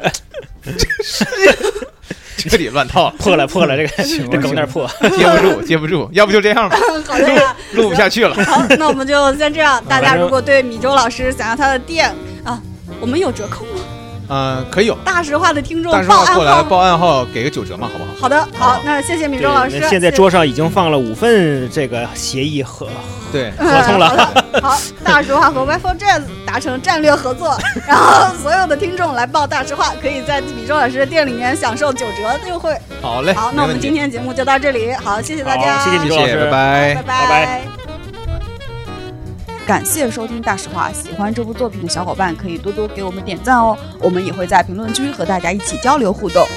[SPEAKER 5] 这里乱套了，
[SPEAKER 4] 哦破了破了，这个
[SPEAKER 6] 行
[SPEAKER 4] 这梗有点破。
[SPEAKER 5] 接不住，接不住，要不就这样吧，
[SPEAKER 1] 好的呀。
[SPEAKER 5] 录不下去了。
[SPEAKER 1] 好，那我们就先这
[SPEAKER 5] 嗯
[SPEAKER 1] 样。大家
[SPEAKER 4] 反正
[SPEAKER 1] 如果对米粥老师想要他的店啊，我们有折扣吗？
[SPEAKER 5] 嗯，可以有，
[SPEAKER 1] 大实话的听众
[SPEAKER 5] 大实
[SPEAKER 1] 报
[SPEAKER 5] 话
[SPEAKER 1] 暗
[SPEAKER 5] 过来
[SPEAKER 1] 号。
[SPEAKER 5] 报暗号，给个九折嘛，好不好？
[SPEAKER 1] 好的，好
[SPEAKER 5] 好，
[SPEAKER 1] 那谢谢米
[SPEAKER 4] 对
[SPEAKER 1] 粥老师。
[SPEAKER 4] 现在
[SPEAKER 1] 谢
[SPEAKER 4] 桌上已经放了五份这个协议和
[SPEAKER 5] 对，
[SPEAKER 4] 合同了。
[SPEAKER 1] 好，大实话和 w i f i Jazz 达成战略合 作，然后所有的听众来报大实话，可以在米粥老师的店里面享受九折优惠。
[SPEAKER 5] 好
[SPEAKER 4] 哎
[SPEAKER 5] 嘞，
[SPEAKER 1] 好，
[SPEAKER 5] 没
[SPEAKER 1] 那我
[SPEAKER 5] 问
[SPEAKER 1] 们
[SPEAKER 5] 题
[SPEAKER 1] 今天节目就到这里，好，谢谢大家，
[SPEAKER 4] 好谢谢
[SPEAKER 5] 谢
[SPEAKER 4] 米粥老
[SPEAKER 5] 谢，
[SPEAKER 4] 师
[SPEAKER 5] 拜拜
[SPEAKER 1] 拜。
[SPEAKER 4] 拜拜
[SPEAKER 1] 感谢收听《大实话》，喜欢这部作品的小伙伴可以多多给我们点赞哦，我们也会在评论区和大家一起交流互动。